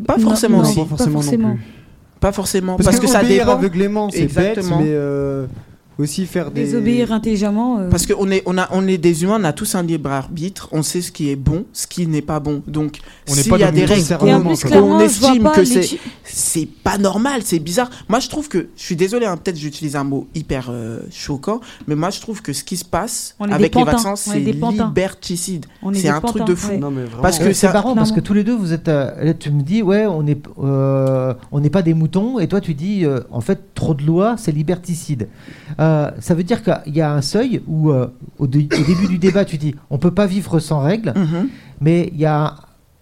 Speaker 5: pas forcément
Speaker 3: Non,
Speaker 5: aussi
Speaker 3: pas forcément.
Speaker 5: pas forcément
Speaker 2: Parce, que,
Speaker 5: ça
Speaker 2: obéir
Speaker 5: dépend
Speaker 2: aveuglément, c'est bête,
Speaker 5: Exactement.
Speaker 2: mais euh, aussi faire des.
Speaker 3: Désobéir intelligemment. euh,
Speaker 5: Parce qu'on est, on a, on est des humains, on a tous un libre arbitre, on sait ce qui est bon, ce qui n'est pas bon. Donc,
Speaker 1: On n'est
Speaker 5: s'il
Speaker 1: pas
Speaker 5: y a des
Speaker 1: dominé
Speaker 5: règles,
Speaker 3: et en
Speaker 2: Clairement,
Speaker 3: plus,
Speaker 2: quoi.
Speaker 3: clairement,
Speaker 5: On
Speaker 3: je vois
Speaker 5: estime
Speaker 3: pas
Speaker 5: que
Speaker 3: les
Speaker 5: c'est-
Speaker 3: chi-
Speaker 5: c'est pas normal, c'est bizarre. Moi, je trouve que, je suis désolé, hein, peut-être j'utilise un mot hyper euh, choquant, mais moi, je trouve que ce qui se passe
Speaker 3: On est des
Speaker 5: avec les
Speaker 3: pantins,
Speaker 5: vaccins,
Speaker 3: on est
Speaker 5: c'est
Speaker 3: des pantins.
Speaker 5: liberticide.
Speaker 3: on est
Speaker 5: c'est
Speaker 3: des
Speaker 5: un truc
Speaker 3: pantins,
Speaker 5: de fou.
Speaker 3: ouais.
Speaker 2: Non, mais vraiment.
Speaker 5: Parce que
Speaker 4: Ouais,
Speaker 5: c'est
Speaker 4: c'est
Speaker 5: un-
Speaker 4: marrant parce
Speaker 3: clairement.
Speaker 4: que tous les deux vous êtes euh, là, tu me dis ouais on est euh, on n'est pas des moutons et toi tu dis euh, en fait trop de lois c'est liberticide Euh, ça veut dire qu'il y a un seuil où euh, au, dé- au début du débat tu dis on peut pas vivre sans règles
Speaker 5: Mhm.
Speaker 4: mais il y a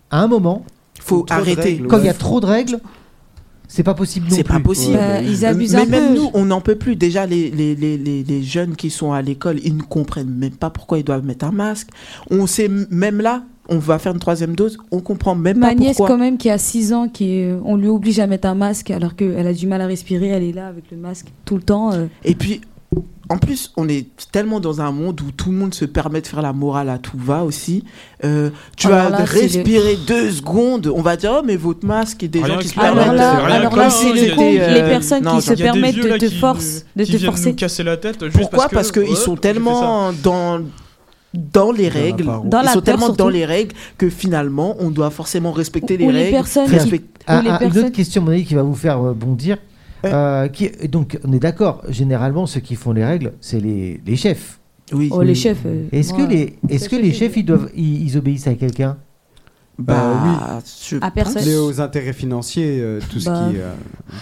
Speaker 4: à un moment
Speaker 5: Faut
Speaker 2: Trop de
Speaker 5: arrêter.
Speaker 2: règles,
Speaker 4: quand il
Speaker 2: Ouais.
Speaker 4: y a trop de règles c'est pas possible non
Speaker 5: C'est
Speaker 4: plus.
Speaker 5: pas possible.
Speaker 3: Bah, ils abusent
Speaker 5: mais
Speaker 3: un
Speaker 5: même
Speaker 3: peu.
Speaker 5: nous, on n'en peut plus. Déjà, les, les, les, les, les jeunes qui sont à l'école, ils ne comprennent même pas pourquoi ils doivent mettre un masque. On sait m- même là, on va faire une troisième dose, on comprend même
Speaker 3: Ma
Speaker 5: pas
Speaker 3: nièce,
Speaker 5: pourquoi.
Speaker 3: quand même, qui a 6 ans, qui est- on lui oblige à mettre un masque alors qu'elle a du mal à respirer, elle est là avec le masque tout le temps. euh.
Speaker 5: Et puis, en plus, on est tellement dans un monde où tout le monde se permet de faire la morale à tout va aussi. Euh, tu vas
Speaker 3: Alors Oh là, c'est
Speaker 5: respirer deux secondes, on va dire, oh, mais votre masque est déjà
Speaker 1: Rien
Speaker 5: qui
Speaker 1: qui
Speaker 5: se
Speaker 1: se permet
Speaker 3: Alors
Speaker 5: permettent
Speaker 3: là,
Speaker 5: de-
Speaker 1: rien
Speaker 3: alors
Speaker 1: comme
Speaker 3: là
Speaker 1: si
Speaker 3: c'est
Speaker 1: c'était,
Speaker 3: le con.
Speaker 1: euh,
Speaker 3: Les personnes
Speaker 5: non,
Speaker 3: qui se
Speaker 5: genre,
Speaker 1: Il y a des
Speaker 3: permettent
Speaker 1: vieux,
Speaker 3: de
Speaker 1: là,
Speaker 3: te,
Speaker 1: qui-
Speaker 3: force, de
Speaker 1: qui
Speaker 3: te
Speaker 1: viennent
Speaker 3: forcer.
Speaker 1: nous casser la tête juste
Speaker 5: Pourquoi Parce
Speaker 1: parce
Speaker 5: qu'ils
Speaker 1: que, ouais,
Speaker 5: sont
Speaker 1: j'ai fait ça.
Speaker 5: tellement dans, dans les règles.
Speaker 2: parole.
Speaker 3: Dans
Speaker 5: ils
Speaker 3: la
Speaker 5: sont
Speaker 3: peur,
Speaker 5: tellement dans
Speaker 3: surtout.
Speaker 5: les règles que finalement, on doit forcément respecter
Speaker 3: Ou-
Speaker 5: les
Speaker 3: ou les
Speaker 5: règles.
Speaker 3: personnes
Speaker 5: respect-
Speaker 4: Ah,
Speaker 3: Ou les
Speaker 4: ah, Une
Speaker 3: personnes-
Speaker 4: autre question, à mon avis, qui va vous faire euh, bondir. Euh, qui, donc, on est d'accord, généralement, ceux qui font les règles, c'est les, les chefs.
Speaker 5: Oui.
Speaker 3: Oh, les chefs. euh,
Speaker 4: Est-ce
Speaker 3: moi,
Speaker 4: que les, est-ce que
Speaker 3: chef,
Speaker 4: les
Speaker 3: c'est-
Speaker 4: chefs, ils, doivent, ils, ils obéissent à quelqu'un
Speaker 5: Bah, je
Speaker 3: À personne.
Speaker 2: Les aux intérêts financiers, euh, tout
Speaker 3: Bah.
Speaker 2: ce qui. euh,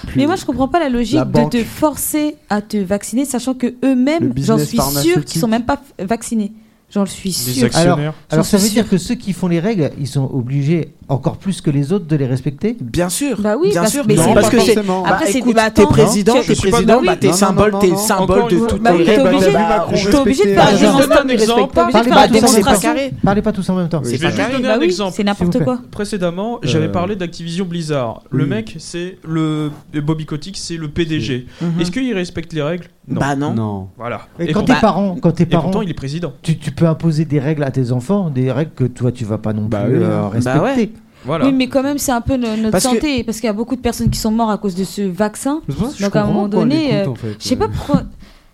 Speaker 2: plus-
Speaker 3: Mais moi, je comprends pas la logique
Speaker 2: La
Speaker 3: de
Speaker 2: banque.
Speaker 3: te forcer à te vacciner, sachant que
Speaker 2: Le
Speaker 3: eux-mêmes, j'en
Speaker 2: business
Speaker 3: suis sûr,
Speaker 2: pharmaceutique.
Speaker 3: qu'ils sont même pas f- vaccinés. J'en suis
Speaker 1: Des
Speaker 3: sûr.
Speaker 1: actionnaires.
Speaker 4: Alors,
Speaker 3: J'en
Speaker 4: ça veut
Speaker 3: suis
Speaker 4: dire que ceux qui font les règles, ils sont obligés, encore plus que les autres, de les respecter
Speaker 5: Bien sûr.
Speaker 3: Bah oui,
Speaker 5: bien
Speaker 3: parce-
Speaker 5: sûr.
Speaker 3: mais
Speaker 2: Non,
Speaker 3: c'est
Speaker 5: parce
Speaker 2: pas
Speaker 5: que c'est
Speaker 2: forcément.
Speaker 3: Après,
Speaker 5: Bah,
Speaker 3: c'est
Speaker 5: écoute,
Speaker 3: des battants.
Speaker 5: T'es président,
Speaker 3: Non,
Speaker 1: je
Speaker 5: t'es
Speaker 1: suis pas-
Speaker 5: président,
Speaker 1: oui,
Speaker 5: bah, t'es
Speaker 2: non, non,
Speaker 5: symbole,
Speaker 2: non,
Speaker 5: t'es
Speaker 2: non.
Speaker 5: symbole
Speaker 1: Encore
Speaker 5: de
Speaker 1: une
Speaker 5: toutes
Speaker 1: fois.
Speaker 5: les
Speaker 1: Bah,
Speaker 5: règles.
Speaker 1: t'es obligé-
Speaker 5: Bah,
Speaker 1: Macron,
Speaker 5: on-
Speaker 3: T'es obligé de faire
Speaker 2: respecter-
Speaker 5: Bah,
Speaker 3: des
Speaker 5: je donne un
Speaker 3: démonstrations.
Speaker 1: exemple.
Speaker 3: T'es obligé de faire des
Speaker 4: Parlez pas, tous en même temps.
Speaker 5: c'est pas
Speaker 3: démonstrations.
Speaker 5: carré.
Speaker 4: Parlez pas tous en même temps.
Speaker 1: Je
Speaker 5: C'est
Speaker 1: vais
Speaker 5: pas
Speaker 1: juste
Speaker 5: carré.
Speaker 1: donner
Speaker 3: Bah
Speaker 1: un
Speaker 3: oui,
Speaker 1: exemple.
Speaker 3: c'est n'importe
Speaker 4: S'il vous
Speaker 3: quoi.
Speaker 1: Précédemment, j'avais
Speaker 2: Euh.
Speaker 1: parlé d'Activision Blizzard. Le
Speaker 2: Oui.
Speaker 1: mec, c'est le Bobby Kotick, c'est le PDG.
Speaker 5: Mhm.
Speaker 1: Est-ce qu'il respecte les règles Non.
Speaker 5: Bah non.
Speaker 2: Non.
Speaker 1: Voilà.
Speaker 4: Et quand
Speaker 1: pourtant-
Speaker 4: tes parents, quand tes
Speaker 1: et pourtant,
Speaker 4: parents
Speaker 1: il est président.
Speaker 4: tu, tu peux imposer des règles à tes enfants, des règles que toi, tu vas pas non plus
Speaker 2: Bah oui,
Speaker 4: euh,
Speaker 2: hein.
Speaker 4: respecter.
Speaker 5: Bah ouais.
Speaker 1: Voilà.
Speaker 3: Oui, mais quand même, c'est un peu no- notre
Speaker 5: Parce que-
Speaker 3: santé, parce qu'il y a beaucoup de personnes qui sont mortes à cause de ce vaccin.
Speaker 2: C'est pour ça que je
Speaker 3: Donc, à un
Speaker 2: comprends
Speaker 3: moment
Speaker 2: pas les
Speaker 3: donné,
Speaker 2: comptes,
Speaker 3: euh,
Speaker 2: en fait.
Speaker 3: Je sais pas pourquoi.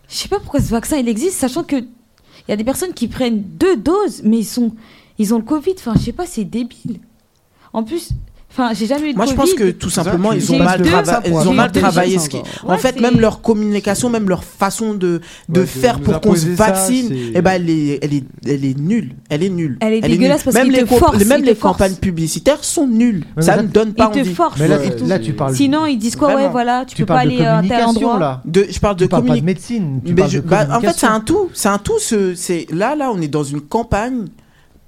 Speaker 3: Je sais pas pourquoi ce vaccin il existe, sachant que il y a des personnes qui prennent deux doses, mais ils sont, ils ont le Covid. Enfin, je sais pas, c'est débile. En plus, enfin, j'ai jamais eu de
Speaker 5: Moi, je
Speaker 3: Covid.
Speaker 5: pense que tout simplement,
Speaker 2: J'ai
Speaker 5: ils ont
Speaker 3: eu
Speaker 5: mal,
Speaker 3: deux
Speaker 5: trava-
Speaker 2: vaccins pour
Speaker 5: ils ont
Speaker 2: avoir
Speaker 5: mal
Speaker 2: des
Speaker 5: travaillé
Speaker 2: vaccins
Speaker 5: ce qui.
Speaker 2: encore.
Speaker 5: en
Speaker 3: Ouais,
Speaker 5: fait,
Speaker 3: c'est-
Speaker 5: même leur communication, même leur façon de, de
Speaker 2: Ouais, de
Speaker 5: faire
Speaker 2: nous
Speaker 5: pour qu'on se
Speaker 2: imposer ça,
Speaker 5: vaccine,
Speaker 2: c'est-
Speaker 5: eh ben, elle, est, elle, est, elle est nulle. Elle est nulle.
Speaker 3: Elle est
Speaker 5: nulle.
Speaker 3: dégueulasse parce
Speaker 5: même
Speaker 3: qu'ils
Speaker 5: les
Speaker 3: te forcent,
Speaker 5: Même
Speaker 3: ils
Speaker 5: les
Speaker 3: te forcent.
Speaker 5: campagnes publicitaires sont nulles.
Speaker 4: Mais
Speaker 5: Ça
Speaker 4: là,
Speaker 5: ne donne
Speaker 3: ils
Speaker 5: pas
Speaker 3: te
Speaker 5: envie.
Speaker 3: forcent.
Speaker 4: Mais là,
Speaker 2: Ouais,
Speaker 4: là, tu
Speaker 2: c'est-
Speaker 4: parles.
Speaker 3: Sinon, ils disent quoi
Speaker 5: Vraiment.
Speaker 3: Ouais, voilà, tu,
Speaker 4: tu
Speaker 3: peux pas
Speaker 4: parles de
Speaker 3: aller euh, à tel
Speaker 4: communication
Speaker 3: endroit.
Speaker 4: là.
Speaker 5: De, je parle de
Speaker 4: Tu parles pas de
Speaker 5: communication.
Speaker 4: médecine. Tu
Speaker 5: Mais
Speaker 4: parles
Speaker 5: je-
Speaker 4: de
Speaker 5: bah, en fait, c'est
Speaker 4: communication.
Speaker 5: un tout. C'est un tout. Ce, c'est là, là, on est dans une campagne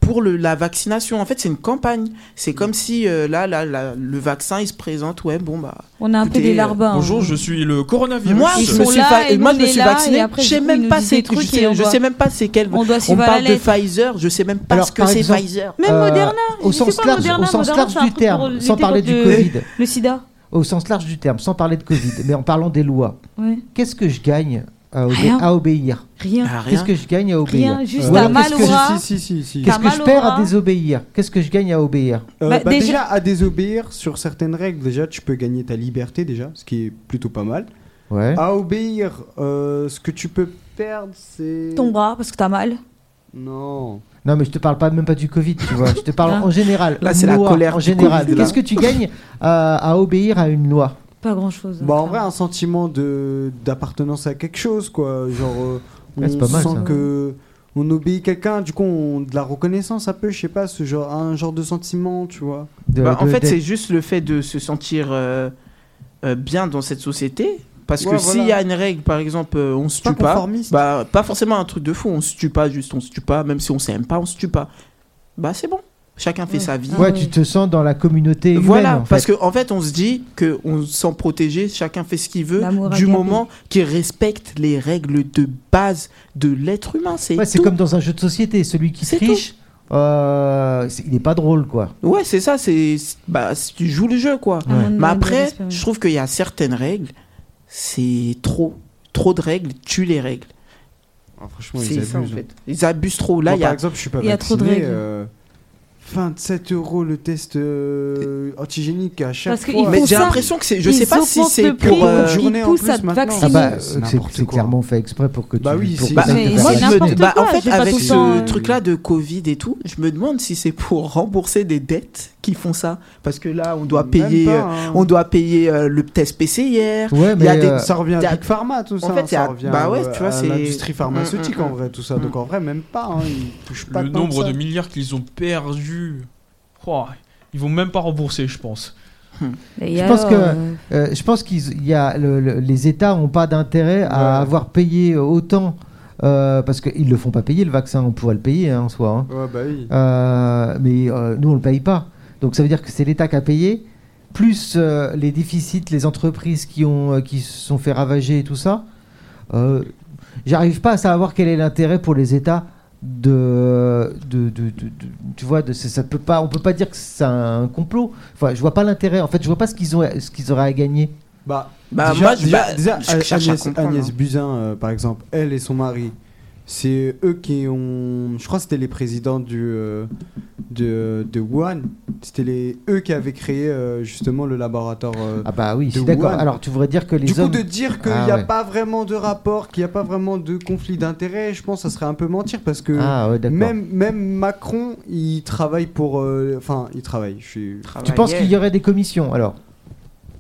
Speaker 5: pour le, la vaccination. En fait, c'est une campagne. C'est comme si euh, là, là, là, le vaccin, il se présente. Ouais, bon bah.
Speaker 3: On a un
Speaker 5: Écoutez,
Speaker 3: peu des
Speaker 5: euh,
Speaker 3: larbins.
Speaker 1: Bonjour, je suis le coronavirus.
Speaker 5: Moi,
Speaker 3: Ils
Speaker 5: je me
Speaker 3: sont
Speaker 5: suis,
Speaker 3: là,
Speaker 5: va-
Speaker 3: et
Speaker 5: moi,
Speaker 3: nous,
Speaker 5: je me
Speaker 3: on
Speaker 5: suis
Speaker 3: est là, et
Speaker 5: vacciné.
Speaker 3: après,
Speaker 5: je sais
Speaker 3: ils nous
Speaker 5: même pas
Speaker 3: disent
Speaker 5: c'est,
Speaker 3: des trucs
Speaker 5: je
Speaker 3: et
Speaker 5: sais,
Speaker 3: on
Speaker 5: je
Speaker 3: voit.
Speaker 5: sais même pas c'est quel.
Speaker 3: on doit
Speaker 5: On
Speaker 3: suivre à la
Speaker 5: parle de
Speaker 3: lettre.
Speaker 5: Pfizer. Je sais même pas
Speaker 4: Alors,
Speaker 5: ce que
Speaker 4: par
Speaker 5: c'est
Speaker 4: exemple,
Speaker 5: Pfizer.
Speaker 3: Même
Speaker 4: Euh,
Speaker 3: Moderna.
Speaker 4: au
Speaker 3: je sais
Speaker 4: sens
Speaker 3: pas,
Speaker 4: large,
Speaker 3: Moderna,
Speaker 4: au sens
Speaker 3: Moderna,
Speaker 4: large
Speaker 3: c'est un
Speaker 4: du
Speaker 3: truc pour
Speaker 4: terme,
Speaker 3: lutter
Speaker 4: sans parler
Speaker 3: contre
Speaker 4: du
Speaker 3: le-
Speaker 4: Covid,
Speaker 3: Le sida.
Speaker 4: au sens large du terme, sans parler de Covid, mais en parlant des lois,
Speaker 3: Ouais.
Speaker 4: qu'est-ce que je gagne à, obé-
Speaker 3: Rien.
Speaker 4: à obéir
Speaker 3: Rien.
Speaker 5: Ah, rien.
Speaker 4: Qu'est-ce que je gagne à obéir
Speaker 3: Rien, juste
Speaker 4: Euh,
Speaker 3: t'as
Speaker 4: qu'est-ce
Speaker 3: mal
Speaker 4: que
Speaker 3: au
Speaker 4: je-
Speaker 3: bras.
Speaker 2: Si, si, si. si.
Speaker 4: Qu'est-ce que
Speaker 3: mal
Speaker 4: je
Speaker 3: au
Speaker 4: perds à
Speaker 3: bras.
Speaker 4: désobéir Qu'est-ce que je gagne à obéir
Speaker 2: Euh,
Speaker 3: Bah,
Speaker 2: bah,
Speaker 3: déjà-
Speaker 2: déjà... à désobéir sur certaines règles, déjà, tu peux gagner ta liberté, déjà, ce qui est plutôt pas mal.
Speaker 4: Ouais.
Speaker 2: À obéir, euh, ce que tu peux perdre, c'est.
Speaker 3: Ton bras parce que t'as mal.
Speaker 2: Non.
Speaker 4: Non, mais je te parle pas même pas du Covid, tu vois. Je te parle
Speaker 3: Hein
Speaker 4: en général.
Speaker 5: Là,
Speaker 4: une
Speaker 5: c'est la
Speaker 4: loi,
Speaker 5: colère
Speaker 4: En
Speaker 5: du
Speaker 4: général,
Speaker 5: Covid, là.
Speaker 4: qu'est-ce que tu gagnes à, à obéir à une loi
Speaker 3: Pas grand chose.
Speaker 2: Bah, en vrai, un sentiment de d'appartenance à quelque chose, quoi. Genre, euh,
Speaker 4: Ouais,
Speaker 2: on
Speaker 4: c'est pas mal,
Speaker 2: sent
Speaker 4: ça.
Speaker 2: que on obéit quelqu'un, du coup, on de la reconnaissance un peu, je sais pas, ce genre, un genre de sentiment, tu vois.
Speaker 4: de-
Speaker 5: Bah, en
Speaker 4: de-
Speaker 5: fait,
Speaker 4: d'être-
Speaker 5: c'est juste le fait de se sentir euh, euh, bien dans cette société. Parce que
Speaker 2: Ouais,
Speaker 5: s'il y
Speaker 2: voilà.
Speaker 5: a une règle, par exemple, euh, on se
Speaker 2: Pas
Speaker 5: tue pas,
Speaker 2: conformiste.
Speaker 5: bah, pas forcément un truc de fou, on se tue pas, juste on se tue pas, même si on s'aime pas, on se tue pas. Bah c'est bon, chacun fait
Speaker 3: Ouais.
Speaker 5: sa vie.
Speaker 3: Ah
Speaker 4: Ouais,
Speaker 3: oui.
Speaker 4: tu te sens dans la communauté humaine.
Speaker 5: Voilà,
Speaker 4: en fait.
Speaker 5: parce qu'en en fait, on se dit qu'on s'en protéger, chacun fait ce qu'il veut,
Speaker 3: La morale
Speaker 5: du
Speaker 3: bien
Speaker 5: moment qu'il respecte les règles de base de l'être humain. C'est
Speaker 4: Ouais, c'est
Speaker 5: tout.
Speaker 4: comme dans un jeu de société, celui qui
Speaker 5: C'est
Speaker 4: triche, euh, c'est- il n'est pas drôle, quoi.
Speaker 5: Ouais, c'est ça, c'est. c'est- Bah, c'est- tu joues le jeu, quoi.
Speaker 3: À mon
Speaker 5: Mais
Speaker 3: avis,
Speaker 5: après,
Speaker 3: j'espère.
Speaker 5: je trouve qu'il y a certaines règles, c'est trop. Trop de règles tue les règles.
Speaker 2: Ah, franchement,
Speaker 5: C'est
Speaker 2: ils
Speaker 5: ça, en
Speaker 2: abusent. hein.
Speaker 5: fait. Ils abusent trop. Là,
Speaker 2: Moi,
Speaker 5: il y a.
Speaker 2: Par exemple, je suis pas
Speaker 3: il y a
Speaker 2: vacciné.
Speaker 3: trop de règles.
Speaker 2: euh, 27 euros le test euh, antigénique à chaque
Speaker 3: Parce que
Speaker 2: fois.
Speaker 3: ils
Speaker 5: Mais
Speaker 3: font
Speaker 5: j'ai
Speaker 3: ça,
Speaker 5: l'impression que c'est. Je
Speaker 3: ils
Speaker 5: sais pas si
Speaker 3: augmentent
Speaker 5: c'est
Speaker 3: le prix,
Speaker 5: pour.
Speaker 2: une
Speaker 5: euh,
Speaker 2: journée
Speaker 3: ils
Speaker 2: en
Speaker 3: poussent
Speaker 2: plus
Speaker 3: à te
Speaker 2: maintenant.
Speaker 4: Ah
Speaker 3: vacciner.
Speaker 4: bah,
Speaker 2: C'est
Speaker 4: c'est-
Speaker 2: n'importe
Speaker 4: c'est
Speaker 2: quoi.
Speaker 4: clairement fait exprès pour que tu.
Speaker 2: Bah oui,
Speaker 4: pour
Speaker 2: c'est-
Speaker 4: que
Speaker 5: Bah,
Speaker 4: ça te
Speaker 3: Mais
Speaker 4: fasse
Speaker 3: moi,
Speaker 4: la
Speaker 3: je me-
Speaker 4: peine.
Speaker 3: n'importe
Speaker 5: bah,
Speaker 3: quoi,
Speaker 5: en fait,
Speaker 3: j'ai pas
Speaker 5: avec
Speaker 3: tout le
Speaker 5: ce
Speaker 3: temps, euh,
Speaker 5: truc-là de Covid et tout, je me demande si c'est pour rembourser des dettes qui font ça. Parce que là, on doit
Speaker 2: Même
Speaker 5: payer,
Speaker 2: pas,
Speaker 5: euh,
Speaker 2: hein.
Speaker 5: on doit payer euh, le test PCR. Il
Speaker 4: Ouais,
Speaker 5: y
Speaker 4: mais
Speaker 5: a des-
Speaker 4: euh,
Speaker 2: Ça revient
Speaker 5: T'as-
Speaker 2: à Big Pharma, tout ça.
Speaker 5: fait,
Speaker 2: hein,
Speaker 5: c'est à-
Speaker 2: ça revient
Speaker 5: bah ouais,
Speaker 2: euh,
Speaker 5: tu vois,
Speaker 2: à
Speaker 5: c'est-
Speaker 2: l'industrie pharmaceutique
Speaker 5: Mm, mm,
Speaker 2: en vrai, tout ça.
Speaker 5: mm.
Speaker 2: Donc en vrai, même pas. Hein, ils touchent pas
Speaker 1: Le
Speaker 2: tant que
Speaker 1: nombre
Speaker 2: ça.
Speaker 1: de milliards qu'ils ont perdu. Ouah, ils vont même pas rembourser, je pense.
Speaker 3: Et
Speaker 4: Je pense
Speaker 3: alors,
Speaker 4: que-
Speaker 3: euh,
Speaker 4: euh, je pense qu'il y a le- le- les États n'ont pas d'intérêt à
Speaker 2: Ouais.
Speaker 4: avoir payé autant euh, parce qu'ils le font pas payer le vaccin. On pourrait le payer hein, en soi. hein.
Speaker 2: Ouais, bah oui.
Speaker 4: Euh, mais euh, nous, on ne le paye pas. Donc ça veut dire que c'est l'État qui a payé, plus euh, les déficits, les entreprises qui, ont, euh, qui se sont fait ravager et tout ça. Euh, J'arrive pas à savoir quel est l'intérêt pour les États de, de, de- de- de- tu vois de, ça ça peut pas on peut pas dire que c'est un complot enfin je vois pas l'intérêt en fait je vois pas ce qu'ils ont ce qu'ils auraient à gagner
Speaker 2: Bah,
Speaker 5: Bah,
Speaker 2: déjà,
Speaker 5: moi, je-
Speaker 2: déjà-
Speaker 5: bah,
Speaker 2: déjà,
Speaker 5: je cherche à
Speaker 2: Agnès,
Speaker 5: comprendre,
Speaker 2: Agnès
Speaker 5: hein.
Speaker 2: Buzyn, euh, par exemple, elle et son mari, c'est eux qui ont. Je crois que c'était les présidents du, euh, de, de Wuhan. C'était les, eux qui avaient créé euh, justement le laboratoire. euh.
Speaker 4: ah bah oui je suis
Speaker 2: De
Speaker 4: d'accord
Speaker 2: Wuhan.
Speaker 4: alors tu voudrais dire que les
Speaker 2: du coup,
Speaker 4: hommes
Speaker 2: de dire qu'il n'y
Speaker 4: Ah
Speaker 2: a
Speaker 4: ouais.
Speaker 2: pas vraiment de rapport, qu'il n'y a pas vraiment de conflit d'intérêt, je pense que ça serait un peu mentir parce que.
Speaker 4: ah ouais d'accord
Speaker 2: Même, même Macron, il travaille pour. euh, Enfin, il travaille. Je suis
Speaker 4: tu penses qu'il y aurait des commissions alors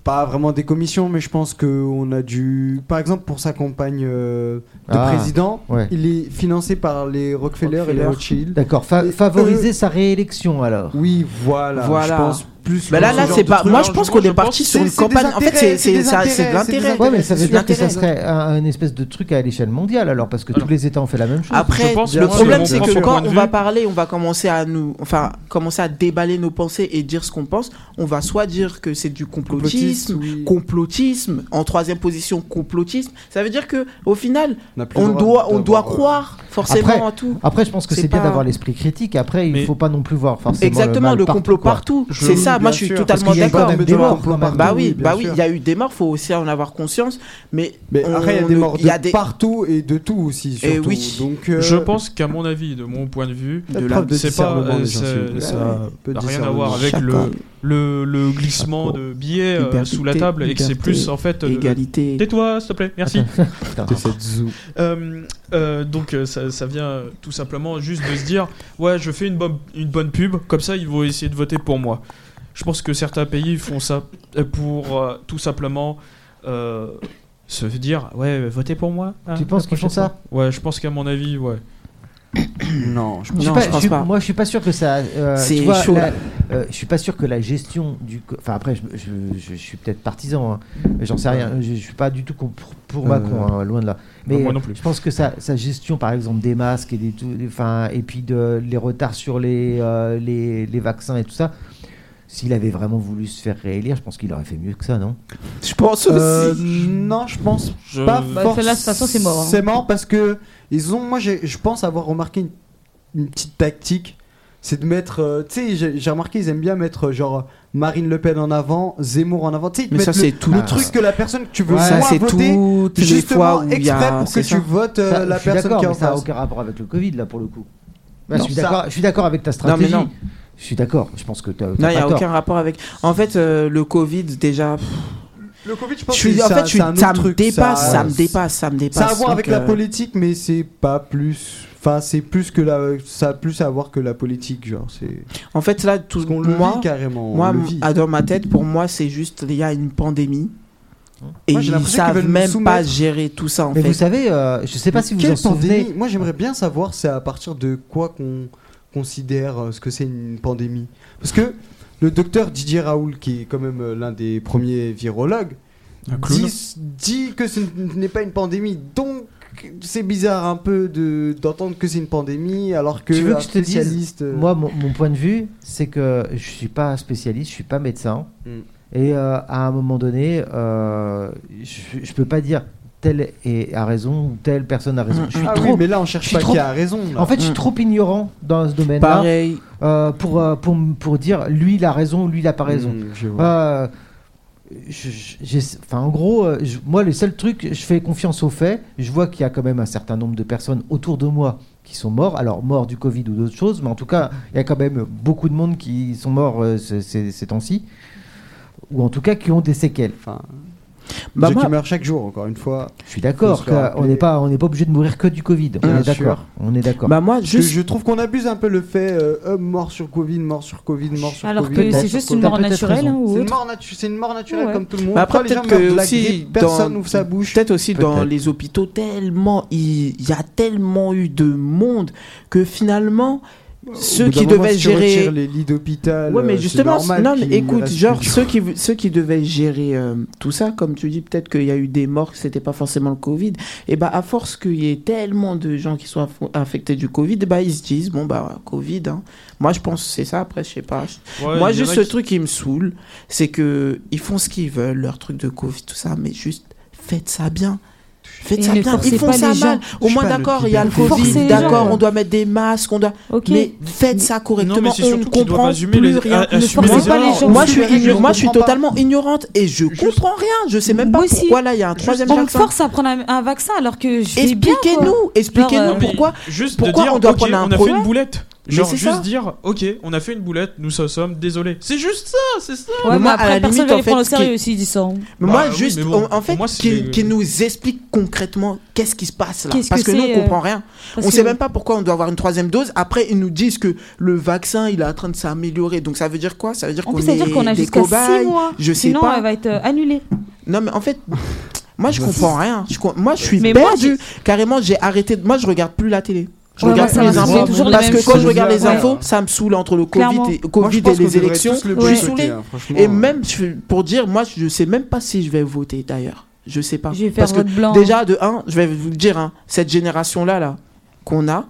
Speaker 2: pas vraiment des commissions, mais je pense qu'on a dû. Par exemple, pour sa campagne euh, de
Speaker 4: Ah,
Speaker 2: président,
Speaker 4: ouais.
Speaker 2: il est financé par les Rockefeller, et les
Speaker 5: Rockefeller.
Speaker 2: Rothschild.
Speaker 4: d'accord fa-
Speaker 2: Et euh,
Speaker 4: favoriser sa réélection alors
Speaker 2: Oui, voilà.
Speaker 5: Voilà.
Speaker 2: Je pense plus.
Speaker 5: Bah
Speaker 2: que
Speaker 5: là,
Speaker 2: ce
Speaker 5: là,
Speaker 2: genre
Speaker 5: c'est
Speaker 2: de
Speaker 5: pas.
Speaker 1: truc,
Speaker 5: Moi, je pense qu'on
Speaker 1: je
Speaker 5: est
Speaker 1: pense
Speaker 5: parti sur
Speaker 2: c'est-
Speaker 5: une
Speaker 2: c'est des
Speaker 5: campagne. En fait,
Speaker 2: intérêts,
Speaker 5: c'est-
Speaker 2: c'est
Speaker 5: c'est
Speaker 2: des
Speaker 5: ça- c'est de
Speaker 2: intérêts, c'est des
Speaker 5: l'intérêt.
Speaker 4: Ouais, mais
Speaker 2: C'est
Speaker 4: ça veut
Speaker 2: une
Speaker 4: dire que ça
Speaker 2: intérêt.
Speaker 4: serait un, un espèce de truc à l'échelle mondiale alors, parce que tous
Speaker 1: Alors.
Speaker 4: les États ont fait la même chose.
Speaker 5: Après,
Speaker 1: Je pense,
Speaker 5: le
Speaker 2: bien sûr,
Speaker 5: problème,
Speaker 2: mon
Speaker 5: c'est que
Speaker 2: propre
Speaker 1: point
Speaker 5: quand
Speaker 1: de
Speaker 5: on
Speaker 1: vue-
Speaker 5: va parler, on va commencer à nous, enfin, commencer à déballer nos pensées et dire ce qu'on pense. On va soit dire que c'est du
Speaker 2: complotiste,
Speaker 5: complotisme,
Speaker 2: oui.
Speaker 5: complotisme, en troisième position, complotisme. Ça veut dire que, au final,
Speaker 2: n'a plus le
Speaker 5: on
Speaker 2: droit
Speaker 5: doit, on doit
Speaker 2: d'avoir, euh,
Speaker 5: croire forcément
Speaker 4: Après,
Speaker 5: à tout.
Speaker 4: Après, je pense que
Speaker 5: ah, C'est
Speaker 4: c'est bien
Speaker 5: pas-
Speaker 4: d'avoir l'esprit critique. Après, il
Speaker 1: Mais-
Speaker 4: faut pas non plus voir forcément.
Speaker 5: Exactement,
Speaker 4: mal
Speaker 5: le complot
Speaker 4: quoi.
Speaker 5: partout.
Speaker 1: Je-
Speaker 5: C'est ça, moi
Speaker 2: bien
Speaker 5: je suis
Speaker 2: sûr.
Speaker 5: totalement
Speaker 4: Parce qu'il y a
Speaker 5: d'accord.
Speaker 4: quand même
Speaker 2: Des
Speaker 4: des morts,
Speaker 2: complots
Speaker 4: quand même.
Speaker 5: Bah
Speaker 2: partout,
Speaker 5: oui,
Speaker 2: bien
Speaker 5: bah oui,
Speaker 2: sûr.
Speaker 5: il y a eu des morts, faut aussi en avoir conscience. Mais,
Speaker 2: Mais après, il y a
Speaker 5: on-
Speaker 2: des morts
Speaker 5: il y a
Speaker 2: de
Speaker 5: des-
Speaker 2: partout et de tout aussi.
Speaker 5: Et
Speaker 2: Surtout.
Speaker 5: oui.
Speaker 2: Donc, euh,
Speaker 1: Je pense qu'à mon avis, de mon point de vue,
Speaker 2: faites
Speaker 5: de la-
Speaker 2: preuve de
Speaker 1: c'est pas,
Speaker 2: discernement,
Speaker 1: euh,
Speaker 2: les gens,
Speaker 1: c'est-
Speaker 2: s'il vous plaît.
Speaker 1: ça
Speaker 2: Ouais,
Speaker 1: n'a
Speaker 2: peu de
Speaker 1: rien à
Speaker 2: discernement.
Speaker 1: voir avec
Speaker 5: Chacun.
Speaker 1: le, le, le glissement de billets euh,
Speaker 5: Liberté,
Speaker 1: sous la table et que c'est
Speaker 5: liberté,
Speaker 1: plus en fait. de-
Speaker 5: Égalité.
Speaker 1: Tais-toi, s'il te plaît, merci.
Speaker 4: Putain.
Speaker 2: De cette zou.
Speaker 1: Euh, euh, donc euh, ça, ça vient euh, tout simplement juste de se dire ouais je fais une, bonne une bonne pub comme ça ils vont essayer de voter pour moi je pense que certains pays font ça euh, pour euh, tout simplement euh, se dire ouais votez pour moi hein,
Speaker 4: Tu penses
Speaker 1: la
Speaker 4: qu'ils font
Speaker 1: prochaine
Speaker 4: ça
Speaker 1: fois. ouais je pense qu'à mon avis ouais
Speaker 2: Non, je
Speaker 4: Je suis
Speaker 5: Non,
Speaker 4: pas-
Speaker 5: je
Speaker 4: je
Speaker 5: pense
Speaker 4: suis-
Speaker 5: pas.
Speaker 4: Moi, je suis pas sûr que ça. euh,
Speaker 5: C'est
Speaker 4: tu vois,
Speaker 5: chaud,
Speaker 4: la-
Speaker 5: là.
Speaker 4: euh, je suis pas sûr que la gestion du. co- Enfin, après, je, je- je- je suis peut-être partisan. hein. J'en sais rien. Je, je suis pas du tout con- pour, pour
Speaker 2: Euh,
Speaker 4: Macron, hein, loin de là. Mais
Speaker 1: Non, moi non plus.
Speaker 4: je pense que sa, sa gestion, par exemple, des masques et des tout, des- enfin, et puis de les retards sur les euh, les, les vaccins et tout ça. S'il avait vraiment voulu se faire réélire, je pense qu'il aurait fait mieux que ça, non
Speaker 5: Je pense aussi.
Speaker 2: Euh, non, je pense
Speaker 1: Je-
Speaker 2: pas
Speaker 1: Bah,
Speaker 2: forcément.
Speaker 3: Euh, celle-là, de toute façon, c'est mort, hein.
Speaker 2: C'est mort parce que ils ont. Moi, j'ai- je pense avoir remarqué une, une petite tactique, c'est de mettre. euh, tu sais, j'ai j'ai remarqué ils aiment bien mettre euh, genre Marine Le Pen en avant, Zemmour en avant. Tu sais, ils te
Speaker 5: Mais ça,
Speaker 2: mettent
Speaker 5: c'est
Speaker 2: le,
Speaker 5: tout.
Speaker 2: le
Speaker 4: Ah.
Speaker 2: truc que la personne que tu veux
Speaker 4: Ouais,
Speaker 5: Ça,
Speaker 2: moins
Speaker 5: c'est
Speaker 2: voter,
Speaker 5: toutes les fois
Speaker 2: justement
Speaker 5: où il y
Speaker 2: exprès
Speaker 5: a.
Speaker 2: pour que
Speaker 5: c'est ça.
Speaker 2: tu votes euh,
Speaker 4: Ça,
Speaker 2: la
Speaker 4: je suis
Speaker 2: personne
Speaker 4: d'accord,
Speaker 2: qui est
Speaker 4: mais
Speaker 2: en
Speaker 4: ça n'a
Speaker 2: face.
Speaker 4: aucun rapport avec le Covid là pour le coup. Là,
Speaker 2: Non,
Speaker 4: je, suis
Speaker 2: ça-
Speaker 4: d'accord, je suis d'accord avec ta stratégie.
Speaker 5: non.
Speaker 4: Je suis d'accord. Je pense que tu as
Speaker 5: Non, il n'y a aucun rapport avec. En fait, euh, le Covid, déjà. pff,
Speaker 2: Le Covid, je
Speaker 5: Je
Speaker 2: pense
Speaker 5: suis,
Speaker 2: que
Speaker 5: en
Speaker 2: ça-
Speaker 5: fait, je suis-
Speaker 2: c'est un
Speaker 5: ça
Speaker 2: autre
Speaker 5: me
Speaker 2: truc,
Speaker 5: dépasse, ça me
Speaker 2: ça-
Speaker 5: dépasse, ça me dépasse.
Speaker 2: Ça a à voir
Speaker 5: Donc,
Speaker 2: avec la
Speaker 5: euh,
Speaker 2: politique, mais c'est pas plus. Enfin, c'est plus que la. Ça a plus à voir que la politique, genre. C'est.
Speaker 5: En fait, là, tout
Speaker 2: Parce qu'on le
Speaker 5: moi,
Speaker 2: vit carrément. on
Speaker 5: moi,
Speaker 2: le vit.
Speaker 5: ah, dans ma tête, pour moi, c'est juste il y a une pandémie et
Speaker 2: Hein Moi, j'ai
Speaker 5: ils
Speaker 2: l'impression qu'ils
Speaker 5: savent
Speaker 2: veulent nous
Speaker 5: même
Speaker 2: soumettre.
Speaker 5: pas gérer tout ça en
Speaker 4: Mais
Speaker 5: fait.
Speaker 4: vous savez, euh, je sais pas si vous
Speaker 2: Quelle
Speaker 4: en souvenez.
Speaker 2: pandémie Moi, j'aimerais bien savoir c'est à partir de quoi qu'on considère euh, ce que c'est une pandémie. Parce que le docteur Didier Raoul, qui est quand même euh, l'un des premiers virologues,
Speaker 1: un clown
Speaker 2: dit, dit que ce n'est pas une pandémie. Donc, c'est bizarre un peu de- d'entendre que c'est une pandémie alors que
Speaker 4: Tu veux
Speaker 2: un
Speaker 4: que je te dise,
Speaker 2: spécialiste, euh,
Speaker 4: Moi, mon, mon point de vue, c'est que je suis pas spécialiste, je suis pas médecin.
Speaker 2: Mm.
Speaker 4: Et euh, à un moment donné, euh, je, je peux pas dire telle est à raison ou telle personne a raison.
Speaker 5: Mm,
Speaker 4: Je suis
Speaker 2: ah
Speaker 4: trop.
Speaker 2: oui, mais là on cherche
Speaker 4: je suis
Speaker 2: pas
Speaker 4: trop-
Speaker 2: qui a raison. là.
Speaker 4: En fait, je suis
Speaker 5: Mm.
Speaker 4: trop ignorant dans ce domaine-là
Speaker 5: Pareil,
Speaker 4: euh, pour, euh, pour, m- pour dire lui il a raison ou lui il a pas raison.
Speaker 2: Mm, je vois.
Speaker 4: Euh, je- je- j'ai- enfin, en gros, euh, je- moi, le seul truc, je fais confiance aux faits. Je vois qu'il y a quand même un certain nombre de personnes autour de moi qui sont morts. Alors, morts du Covid ou d'autres choses, mais en tout cas, il y a quand même beaucoup de monde qui sont morts euh, ce- ces, ces temps-ci. Ou en tout cas, qui ont des séquelles.
Speaker 2: Enfin,
Speaker 5: Bah,
Speaker 2: ceux
Speaker 5: moi-
Speaker 2: qui meurent chaque jour, encore une fois.
Speaker 4: Je suis d'accord,
Speaker 2: Faut se le
Speaker 4: qu'on n'est pas, on n'est pas obligé de mourir que du Covid. On
Speaker 2: Bien
Speaker 4: est d'accord.
Speaker 2: sûr.
Speaker 4: On est d'accord.
Speaker 5: bah, moi,
Speaker 2: Je,
Speaker 5: juste.
Speaker 2: je trouve qu'on abuse un peu le fait euh, homme mort sur Covid, mort sur Covid, mort sur
Speaker 3: Alors
Speaker 2: Covid.
Speaker 3: que
Speaker 2: mort
Speaker 3: c'est
Speaker 2: sur
Speaker 3: juste une
Speaker 2: Covid.
Speaker 4: mort
Speaker 3: mort
Speaker 4: T'as peut-être
Speaker 3: naturelle
Speaker 4: raison.
Speaker 3: hein, ou
Speaker 2: C'est une,
Speaker 3: autre.
Speaker 2: mort natu- c'est une mort naturelle
Speaker 3: Ouais.
Speaker 2: comme tout le monde.
Speaker 5: Bah, après,
Speaker 2: Quand les gens
Speaker 5: peut-être
Speaker 2: meurent
Speaker 5: que
Speaker 2: de la
Speaker 5: aussi
Speaker 2: grippe,
Speaker 5: dans-
Speaker 2: personne n'ouvre sa bouche.
Speaker 5: Peut-être aussi dans
Speaker 4: Peut-être.
Speaker 5: les hôpitaux, tellement il il y a tellement eu de monde que finalement ceux
Speaker 2: Au bout d'un
Speaker 5: qui
Speaker 2: moment,
Speaker 5: devaient
Speaker 2: si tu retires
Speaker 5: gérer.
Speaker 2: les lits d'hôpital.
Speaker 5: Ouais,
Speaker 2: euh,
Speaker 5: mais
Speaker 2: c'est
Speaker 5: justement,
Speaker 2: normal
Speaker 5: non,
Speaker 2: qu'il
Speaker 5: mais écoute,
Speaker 2: reste
Speaker 5: genre
Speaker 2: plus-
Speaker 5: ceux qui ceux qui devaient gérer euh, tout ça, comme tu dis, peut-être qu'il y a eu des morts, que c'était pas forcément le Covid. Et bah à force qu'il y ait tellement de gens qui soient affo- affectés du Covid, bah ils se disent bon bah Covid. hein. Moi je pense que c'est ça. Après je sais pas. Je-
Speaker 1: Ouais,
Speaker 5: Moi,
Speaker 1: il y en
Speaker 5: juste
Speaker 1: a
Speaker 5: ce
Speaker 1: qui-
Speaker 5: truc qui me saoule, c'est que ils font ce qu'ils veulent, leur truc de Covid, tout ça, mais juste faites ça bien. Faites
Speaker 3: Et
Speaker 5: ça
Speaker 3: ne
Speaker 5: bien,
Speaker 3: forcez
Speaker 5: ils font
Speaker 3: pas
Speaker 5: ça
Speaker 3: les
Speaker 5: mal.
Speaker 3: gens.
Speaker 5: Au
Speaker 2: Je
Speaker 5: moins,
Speaker 2: suis pas
Speaker 5: d'accord,
Speaker 2: le
Speaker 5: il y a le
Speaker 2: libéral.
Speaker 3: Forcez
Speaker 5: Covid,
Speaker 3: les
Speaker 5: d'accord,
Speaker 3: gens.
Speaker 5: on doit mettre des masques, on doit.
Speaker 3: Ok.
Speaker 5: Mais faites ça correctement,
Speaker 1: Non, mais c'est
Speaker 5: on ne
Speaker 1: surtout qu'ils doivent
Speaker 5: comprend
Speaker 1: assumer
Speaker 5: plus
Speaker 1: les,
Speaker 5: rien.
Speaker 1: a- assumer
Speaker 3: forcez
Speaker 1: les
Speaker 3: pas les
Speaker 1: erreurs.
Speaker 3: gens.
Speaker 5: Moi,
Speaker 2: Je
Speaker 5: je suis,
Speaker 2: suis
Speaker 5: igno-
Speaker 2: pas-
Speaker 5: moi, je suis
Speaker 2: je comprends
Speaker 5: totalement ignorante et je comprends rien. Je sais même pas
Speaker 3: Moi aussi.
Speaker 5: pourquoi là, il y a un troisième
Speaker 3: On me
Speaker 5: vaccin.
Speaker 3: force à prendre un, un vaccin alors que je vais bien, quoi.
Speaker 5: Expliquez-nous,
Speaker 1: Non,
Speaker 5: expliquez-nous
Speaker 1: mais
Speaker 5: pourquoi.
Speaker 1: Juste
Speaker 5: pourquoi
Speaker 1: de dire,
Speaker 5: on doit
Speaker 1: ok,
Speaker 5: prendre un
Speaker 1: on a fait
Speaker 5: projet
Speaker 1: une boulette.
Speaker 5: Mais
Speaker 1: Genre
Speaker 5: c'est
Speaker 1: juste
Speaker 5: ça.
Speaker 1: dire, ok, on a fait une boulette, nous en sommes désolés. C'est juste ça, c'est ça.
Speaker 3: Ouais,
Speaker 5: Mais
Speaker 3: mais
Speaker 5: moi, à la
Speaker 3: après, personne
Speaker 5: limite,
Speaker 3: ne va
Speaker 5: en
Speaker 3: les
Speaker 5: fait,
Speaker 3: prendre au
Speaker 5: ce qui-
Speaker 3: sérieux s'ils disent ça. hein.
Speaker 5: Mais
Speaker 1: Bah
Speaker 5: moi,
Speaker 1: oui,
Speaker 5: juste,
Speaker 1: mais bon,
Speaker 5: en- en fait,
Speaker 1: pour moi, c'est
Speaker 5: qu'il
Speaker 1: les-
Speaker 5: qu'il nous explique concrètement qu'est-ce qui se passe là.
Speaker 3: Qu'est-ce
Speaker 5: Parce que,
Speaker 3: que
Speaker 5: nous,
Speaker 3: c'est,
Speaker 5: on
Speaker 3: euh,
Speaker 5: comprend rien.
Speaker 3: Parce
Speaker 5: on
Speaker 3: que-
Speaker 5: sait même pas pourquoi on doit avoir une troisième dose. Après, ils nous disent que le vaccin, il est en train de s'améliorer. Donc, ça veut dire quoi Ça veut dire
Speaker 3: En
Speaker 5: qu'on
Speaker 3: plus, ça
Speaker 5: est
Speaker 3: veut dire qu'on a
Speaker 5: des
Speaker 3: jusqu'à
Speaker 5: cobayes.
Speaker 3: 6 mois.
Speaker 5: Je sais
Speaker 3: Sinon,
Speaker 5: pas.
Speaker 3: elle va être euh, annulée.
Speaker 5: Non, mais en fait, moi, je comprends rien. Je, com- moi, je suis
Speaker 3: Mais moi,
Speaker 5: perdu. Carrément, j'ai arrêté. de- Moi, je regarde plus la télé. Je
Speaker 3: Ouais,
Speaker 5: regarde
Speaker 3: moi, ça
Speaker 5: plus
Speaker 3: m'a
Speaker 5: les
Speaker 3: saoulé,
Speaker 5: infos.
Speaker 3: toujours les
Speaker 5: Parce
Speaker 3: mêmes
Speaker 5: que quand je
Speaker 3: choses.
Speaker 5: regarde les
Speaker 3: Ouais.
Speaker 5: infos, ça me saoule entre le
Speaker 3: Clairement.
Speaker 5: Covid et,
Speaker 2: Moi, je
Speaker 5: COVID et
Speaker 2: pense qu'on
Speaker 5: les
Speaker 2: devrait
Speaker 5: élections.
Speaker 2: tous le
Speaker 5: Je suis
Speaker 2: boycotter,
Speaker 5: saoulé.
Speaker 2: hein, franchement.
Speaker 5: Et même, je- pour dire, moi, je sais même pas si je vais voter d'ailleurs. Je sais pas.
Speaker 3: Je vais faire
Speaker 5: Parce que
Speaker 3: vote blanc.
Speaker 5: Déjà, de 1, je vais vous le dire, hein, cette génération-là là, qu'on a,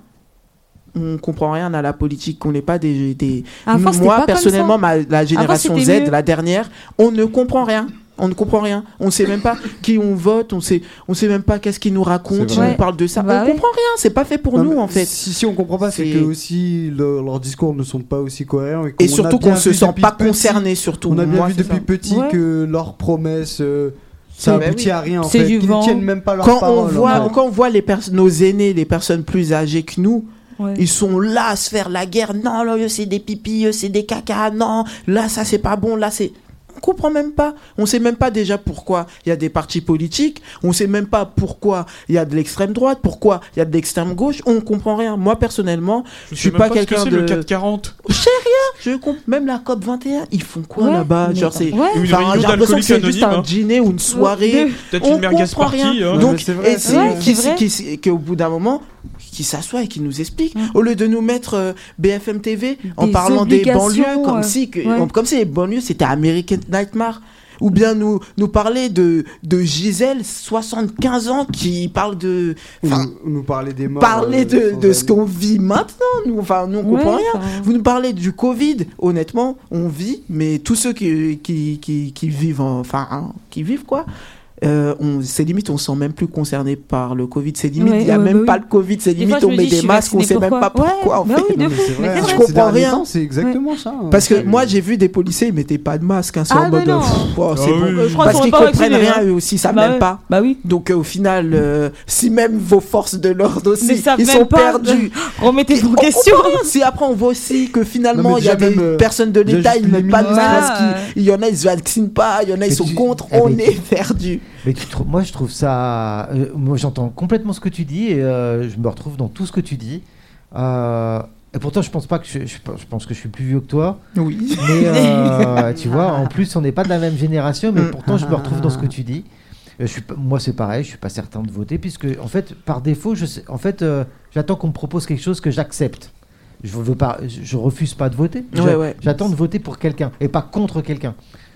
Speaker 5: on comprend rien à la politique, on n'est pas des. des...
Speaker 3: Avant, c'était
Speaker 5: Moi,
Speaker 3: pas comme
Speaker 5: personnellement,
Speaker 3: ça.
Speaker 5: ma- la génération Z,
Speaker 3: c'était mieux.
Speaker 5: la dernière, on ne comprend rien. On ne comprend rien. On sait même pas qui on vote, on sait, on sait même pas qu'est-ce qu'ils nous racontent,
Speaker 2: C'est
Speaker 5: ils
Speaker 2: vrai.
Speaker 5: nous parlent de ça.
Speaker 3: Bah
Speaker 5: on
Speaker 3: ouais.
Speaker 5: comprend rien, c'est pas fait pour
Speaker 2: Non,
Speaker 5: nous
Speaker 2: mais
Speaker 5: en fait.
Speaker 2: Si, si on comprend pas, c'est
Speaker 5: C'est-
Speaker 2: que aussi le- leurs discours ne sont pas aussi cohérents.
Speaker 5: Et
Speaker 2: qu'on a
Speaker 5: surtout
Speaker 2: bien
Speaker 5: qu'on se
Speaker 2: vu
Speaker 5: sent
Speaker 2: depuis
Speaker 5: pas
Speaker 2: petit-
Speaker 5: concerné, surtout.
Speaker 2: On a bien
Speaker 5: Moi,
Speaker 2: vu
Speaker 5: c'est
Speaker 2: depuis
Speaker 5: ça.
Speaker 2: petit
Speaker 3: Ouais.
Speaker 2: que leurs promesses, euh, ça
Speaker 5: C'est- bah
Speaker 2: aboutit
Speaker 5: oui.
Speaker 2: à rien. en
Speaker 3: C'est
Speaker 2: fait,
Speaker 3: du
Speaker 2: qu'ils ne
Speaker 3: vent.
Speaker 2: tiennent même pas leurs
Speaker 5: Quand on,
Speaker 2: paroles. hein. en
Speaker 5: voit,
Speaker 2: fait.
Speaker 5: quand on voit les pers- nos aînés, les personnes plus âgées que nous,
Speaker 3: Ouais.
Speaker 5: Ils sont là à se faire la guerre. Non, là, eux, c'est des pipis, eux, c'est des caca. Non, là, ça, c'est pas bon. Là, c'est. On comprend même pas. On sait même pas déjà pourquoi il y a des partis politiques. On sait même pas pourquoi il y a de l'extrême droite, pourquoi il y a de l'extrême gauche. On comprend rien. Moi, personnellement,
Speaker 1: Je
Speaker 5: suis
Speaker 1: sais même
Speaker 5: pas
Speaker 1: ce que
Speaker 5: quelqu'un
Speaker 1: c'est,
Speaker 5: de-
Speaker 1: le 440.
Speaker 5: je sais rien. Je comprends. Même la COP 21, ils font quoi
Speaker 3: Ouais,
Speaker 5: là-bas
Speaker 3: mais
Speaker 5: Genre, c'est.
Speaker 3: Ouais.
Speaker 1: Une
Speaker 5: Enfin,
Speaker 1: réunion
Speaker 5: j'ai l'impression que
Speaker 1: d'alcooliques
Speaker 5: c'est juste
Speaker 1: anonymes.
Speaker 5: un
Speaker 1: hein.
Speaker 5: dîner ou une soirée.
Speaker 3: Ouais.
Speaker 1: Peut-être
Speaker 5: On
Speaker 1: une merguez
Speaker 5: comprend
Speaker 1: party.
Speaker 5: rien.
Speaker 1: hein.
Speaker 2: Ouais,
Speaker 5: Donc,
Speaker 2: mais c'est vrai,
Speaker 5: et c'est
Speaker 3: ouais,
Speaker 5: qui,
Speaker 3: c'est vrai.
Speaker 5: qui- qui- qui, au bout d'un moment, qui s'assoit et qui nous explique, au lieu de nous mettre euh, BFM TV en
Speaker 3: Des
Speaker 5: parlant des banlieues,
Speaker 3: obligations,
Speaker 5: comme
Speaker 3: euh,
Speaker 5: si, que-
Speaker 3: ouais.
Speaker 5: comme si les banlieues c'était American Nightmare. Ou bien nous, nous parler de, de Gisèle, 75 ans, qui parle de.
Speaker 2: Ou
Speaker 5: Enfin,
Speaker 2: nous- nous parler des morts.
Speaker 5: parler
Speaker 2: euh,
Speaker 5: de, de ce
Speaker 2: sans
Speaker 5: qu'on vit maintenant. Nous, enfin, nous, on comprend
Speaker 3: Ouais,
Speaker 5: rien.
Speaker 3: enfin.
Speaker 5: Vous nous parlez du Covid, honnêtement, on vit, mais tous ceux qui, qui, qui, qui vivent, en- enfin, hein, qui vivent quoi, euh, on, c'est limite, on se sent même plus concerné par le Covid, c'est limite, il
Speaker 3: Ouais,
Speaker 5: n'y a
Speaker 3: ouais,
Speaker 5: même
Speaker 3: bah
Speaker 5: pas
Speaker 3: oui.
Speaker 5: le Covid, c'est
Speaker 3: Des fois,
Speaker 5: limite,
Speaker 3: je
Speaker 5: on
Speaker 3: me
Speaker 5: met
Speaker 3: dis, je
Speaker 5: des
Speaker 3: suis
Speaker 5: masques, on
Speaker 3: vaccinée,
Speaker 5: sait même pas pourquoi,
Speaker 3: Ouais,
Speaker 5: en
Speaker 3: bah
Speaker 5: fait.
Speaker 3: oui, de
Speaker 2: Non, mais c'est
Speaker 3: fou.
Speaker 2: vrai,
Speaker 3: Mais c'est
Speaker 2: hein,
Speaker 5: Je
Speaker 2: ces
Speaker 3: vrai.
Speaker 5: comprends
Speaker 2: derniers
Speaker 5: rien.
Speaker 2: temps, C'est exactement ça. hein.
Speaker 5: Parce que
Speaker 2: Ouais,
Speaker 5: moi,
Speaker 2: mais-
Speaker 5: j'ai vu des policiers, ils mettaient pas de masque, hein, c'est
Speaker 3: Ah,
Speaker 5: en mode,
Speaker 3: mais non.
Speaker 5: pff, oh, c'est
Speaker 1: Ah
Speaker 5: bon.
Speaker 1: oui.
Speaker 3: Euh, je crois
Speaker 5: Parce
Speaker 3: qu'ils
Speaker 5: qu'ils
Speaker 3: sont pas
Speaker 5: comprennent
Speaker 3: vaccinés,
Speaker 5: rien,
Speaker 3: hein.
Speaker 5: eux aussi, ils savent
Speaker 3: Bah
Speaker 5: même
Speaker 3: ouais.
Speaker 5: pas.
Speaker 3: Bah oui.
Speaker 5: Donc, euh, au final, euh, si même vos forces de l'ordre aussi,
Speaker 3: Ne savent
Speaker 5: ils
Speaker 3: même
Speaker 5: sont
Speaker 3: pas.
Speaker 5: perdus.
Speaker 3: Remettez
Speaker 5: On
Speaker 3: vos
Speaker 5: comprend
Speaker 3: questions.
Speaker 5: rien. Si après on voit aussi que
Speaker 2: Non,
Speaker 5: finalement
Speaker 2: mais
Speaker 5: il y a
Speaker 2: déjà
Speaker 5: des
Speaker 2: même, euh,
Speaker 5: personnes de
Speaker 2: déjà
Speaker 5: l'État,
Speaker 2: juste
Speaker 5: ils mettent
Speaker 2: les
Speaker 5: pas de
Speaker 2: mineurs.
Speaker 5: masque,
Speaker 3: Ah,
Speaker 5: ils- il y en a ils se vaccinent pas, il y en a ils
Speaker 4: Mais
Speaker 5: sont
Speaker 4: tu-
Speaker 5: contre,
Speaker 4: eh
Speaker 5: on
Speaker 4: ben,
Speaker 5: est perdu.
Speaker 4: Mais tu trou- moi, je trouve ça. euh, moi, j'entends complètement ce que tu dis et euh, je me retrouve dans tout ce que tu dis. Euh, et pourtant, je pense pas que je, je pense- je pense que je suis plus vieux que toi.
Speaker 5: Oui.
Speaker 4: Mais euh, tu vois, en plus, on n'est pas de la même génération, mais
Speaker 5: Mm.
Speaker 4: pourtant, je me retrouve dans ce que tu dis. Euh, Je suis pas- moi, c'est pareil. Je suis pas certain de voter puisque, en fait, par défaut, je sais- en fait, euh, j'attends qu'on me propose quelque chose que j'accepte. Je veux pas, je je refuse pas de voter.
Speaker 5: Ouais,
Speaker 4: J'a-
Speaker 5: ouais.
Speaker 4: J'attends de voter pour quelqu'un et pas contre quelqu'un.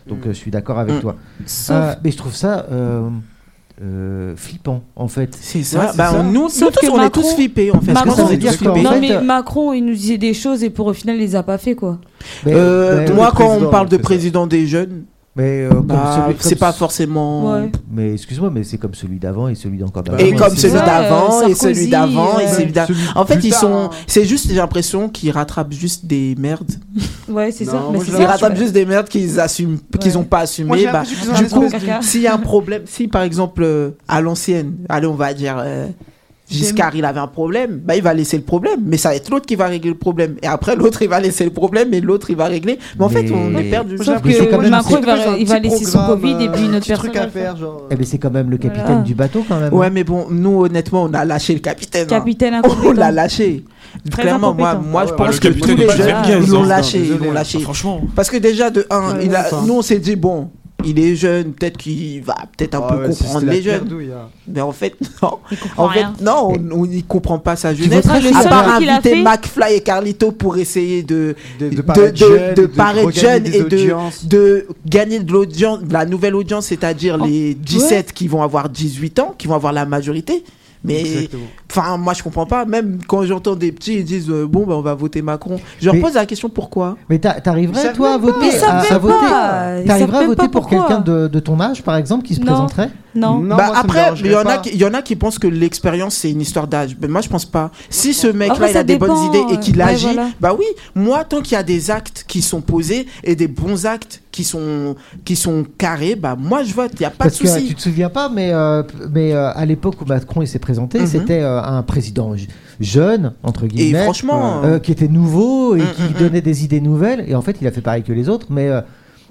Speaker 4: Donc, euh, je suis d'accord avec
Speaker 5: Mm.
Speaker 4: toi.
Speaker 3: Sauf-
Speaker 4: Ah, mais je trouve ça euh, euh, flippant en fait.
Speaker 5: C'est
Speaker 4: Ouais,
Speaker 5: ça.
Speaker 4: c'est
Speaker 5: Bah,
Speaker 4: ça.
Speaker 5: on- nous, nous
Speaker 3: Sauf
Speaker 5: tous,
Speaker 3: que
Speaker 5: on est
Speaker 3: Macron-
Speaker 5: tous flippés en fait. Parce que
Speaker 4: Macron,
Speaker 5: ça veut dire
Speaker 4: d'accord.
Speaker 5: flippés.
Speaker 4: En
Speaker 3: Non,
Speaker 4: fait, euh,
Speaker 3: mais Macron, il nous disait des choses et pour au final, il les a pas fait, quoi.
Speaker 4: Mais,
Speaker 5: Euh,
Speaker 4: mais-
Speaker 5: moi,
Speaker 2: le
Speaker 5: quand on
Speaker 2: président,
Speaker 5: parle de
Speaker 2: c'est ça.
Speaker 5: président des jeunes,
Speaker 4: Mais euh, comme
Speaker 5: Bah,
Speaker 4: celui- comme
Speaker 5: c'est pas
Speaker 4: ce-
Speaker 5: forcément.
Speaker 6: Ouais.
Speaker 4: Mais excuse-moi, mais c'est comme celui d'avant et celui d'encore
Speaker 2: Ah,
Speaker 4: d'avant.
Speaker 5: Et
Speaker 4: Ouais,
Speaker 5: comme
Speaker 4: c'est-
Speaker 5: celui
Speaker 6: Ouais,
Speaker 5: d'avant, et
Speaker 6: Sarkozy,
Speaker 5: celui d'avant, et
Speaker 6: ouais.
Speaker 5: celui d'avant.
Speaker 2: Celui
Speaker 5: En fait,
Speaker 2: plus
Speaker 5: ils
Speaker 2: tard,
Speaker 5: sont.
Speaker 2: hein.
Speaker 5: C'est juste, j'ai l'impression qu'ils rattrapent juste des merdes.
Speaker 6: Ouais, c'est
Speaker 2: Non,
Speaker 6: ça.
Speaker 2: moi,
Speaker 6: mais
Speaker 2: je
Speaker 6: c'est
Speaker 2: les
Speaker 5: Ils
Speaker 6: ça,
Speaker 5: rattrapent
Speaker 6: ouais.
Speaker 5: juste des merdes qu'ils assument, qu'ils ont pas assumé.
Speaker 2: Moi, j'ai
Speaker 5: bah,
Speaker 2: l'impression qu'ils ont
Speaker 5: du
Speaker 2: un
Speaker 5: coup,
Speaker 2: espèce
Speaker 6: Caca.
Speaker 5: s'il y a un problème, si par exemple euh, à l'ancienne, allez, on va dire euh, Giscard, il avait un problème, bah il va laisser le problème, mais ça va être l'autre qui va régler le problème. Et après, l'autre il va laisser le problème, et l'autre il va régler. Mais en fait, on
Speaker 4: Mais-
Speaker 5: est perdu.
Speaker 2: Moi, j'ai
Speaker 5: Sauf
Speaker 4: Mais
Speaker 2: l'impression
Speaker 4: c'est
Speaker 2: quand
Speaker 4: quand
Speaker 2: même
Speaker 4: même-
Speaker 2: qu'ils
Speaker 6: Macron, il va-
Speaker 2: ont un
Speaker 6: il va
Speaker 2: petit
Speaker 6: laisser son
Speaker 2: programme,
Speaker 6: Covid et puis une
Speaker 2: euh,
Speaker 6: autre
Speaker 2: petit truc
Speaker 6: personne
Speaker 2: à
Speaker 6: va le
Speaker 2: faire, genre.
Speaker 4: Eh ben, c'est quand même le capitaine
Speaker 6: Voilà.
Speaker 4: du bateau quand même. hein.
Speaker 5: Ouais, mais bon, nous honnêtement, on a lâché le capitaine. hein.
Speaker 6: Capitaine
Speaker 5: On l'a
Speaker 6: incompétent.
Speaker 5: lâché.
Speaker 6: Très
Speaker 5: Clairement, moi,
Speaker 6: incompétent.
Speaker 5: moi,
Speaker 2: Ah
Speaker 5: je
Speaker 2: ouais,
Speaker 1: Ah,
Speaker 5: pense
Speaker 1: le
Speaker 5: que tous
Speaker 1: capitaine
Speaker 5: les
Speaker 1: est pas
Speaker 5: jeunes,
Speaker 1: bien,
Speaker 5: ils
Speaker 1: ils
Speaker 5: l'ont
Speaker 1: ont-
Speaker 5: lâché, ils
Speaker 2: désolé. hein,
Speaker 5: l'ont lâché.
Speaker 1: Ah, Franchement.
Speaker 5: Parce que déjà, de un,
Speaker 6: Ouais,
Speaker 5: il a,
Speaker 2: enfin.
Speaker 5: nous on s'est dit, bon, il est jeune, peut-être qu'il va peut-être un
Speaker 2: Ah
Speaker 5: peu
Speaker 2: ouais, c'est-
Speaker 5: comprendre
Speaker 2: c'est la
Speaker 5: les jeunes.
Speaker 2: merdouille, hein.
Speaker 5: Mais en fait, non.
Speaker 6: comprend
Speaker 5: En fait,
Speaker 6: rien.
Speaker 5: non, on n'y comprend pas sa jeunesse.
Speaker 4: voteras
Speaker 6: juste
Speaker 5: À
Speaker 6: pour
Speaker 5: part
Speaker 6: lui. qu'il a
Speaker 5: inviter
Speaker 6: fait
Speaker 5: McFly et Carlito pour essayer de,
Speaker 2: De,
Speaker 5: de-
Speaker 2: paraître
Speaker 5: de-
Speaker 2: jeune,
Speaker 5: de
Speaker 2: de
Speaker 5: paraître
Speaker 2: regagner
Speaker 5: jeune
Speaker 2: des
Speaker 5: et de-
Speaker 2: audiences.
Speaker 5: de gagner de l'audience, de la nouvelle audience, c'est-à-dire
Speaker 6: Oh,
Speaker 5: les 17 qui vont avoir 18 ans, qui vont avoir la majorité. Mais
Speaker 2: Exactement.
Speaker 5: enfin, moi je comprends pas. Même quand j'entends des petits, ils disent euh, bon, ben on va voter Macron. Je leur
Speaker 4: Mais-
Speaker 5: pose la question pourquoi.
Speaker 4: Mais t'a-
Speaker 2: Ils
Speaker 4: t'arriverais
Speaker 2: savent
Speaker 4: toi à
Speaker 2: même
Speaker 4: voter
Speaker 6: Mais ça
Speaker 4: à- à
Speaker 6: savent
Speaker 4: voter
Speaker 6: pas. Ils savent
Speaker 4: T'arriverais à
Speaker 6: même pas
Speaker 4: voter pour
Speaker 6: pourquoi.
Speaker 4: quelqu'un de, de ton âge, par exemple, qui se
Speaker 6: Non.
Speaker 4: présenterait
Speaker 6: Non.
Speaker 2: Non,
Speaker 5: Bah,
Speaker 2: moi, ça me
Speaker 5: après, il y, en
Speaker 2: dérangerait
Speaker 5: a
Speaker 2: pas.
Speaker 5: qui- il y en a qui pensent que l'expérience c'est une histoire d'âge. Mais moi je pense pas. Si ce mec-là
Speaker 6: Après,
Speaker 5: il a
Speaker 6: ça
Speaker 5: des bonnes
Speaker 6: dépend,
Speaker 5: idées et qu'il
Speaker 6: euh, ouais,
Speaker 5: agit,
Speaker 6: voilà.
Speaker 5: bah oui. Moi tant qu'il y a des actes qui sont posés et des bons actes qui sont qui sont carrés, bah moi je vote. Il y a pas
Speaker 4: Parce
Speaker 5: de
Speaker 4: que
Speaker 5: souci.
Speaker 4: tu te souviens pas, mais, euh, p- mais euh, à l'époque où Macron il s'est présenté,
Speaker 5: Mhm.
Speaker 4: c'était euh, un président je- jeune, entre
Speaker 5: Et
Speaker 4: guillemets,
Speaker 5: franchement,
Speaker 4: euh, qui était nouveau et
Speaker 5: Mm,
Speaker 4: qui
Speaker 5: mm, mm.
Speaker 4: donnait des idées nouvelles. Et en fait, il a fait pareil que les autres, mais euh,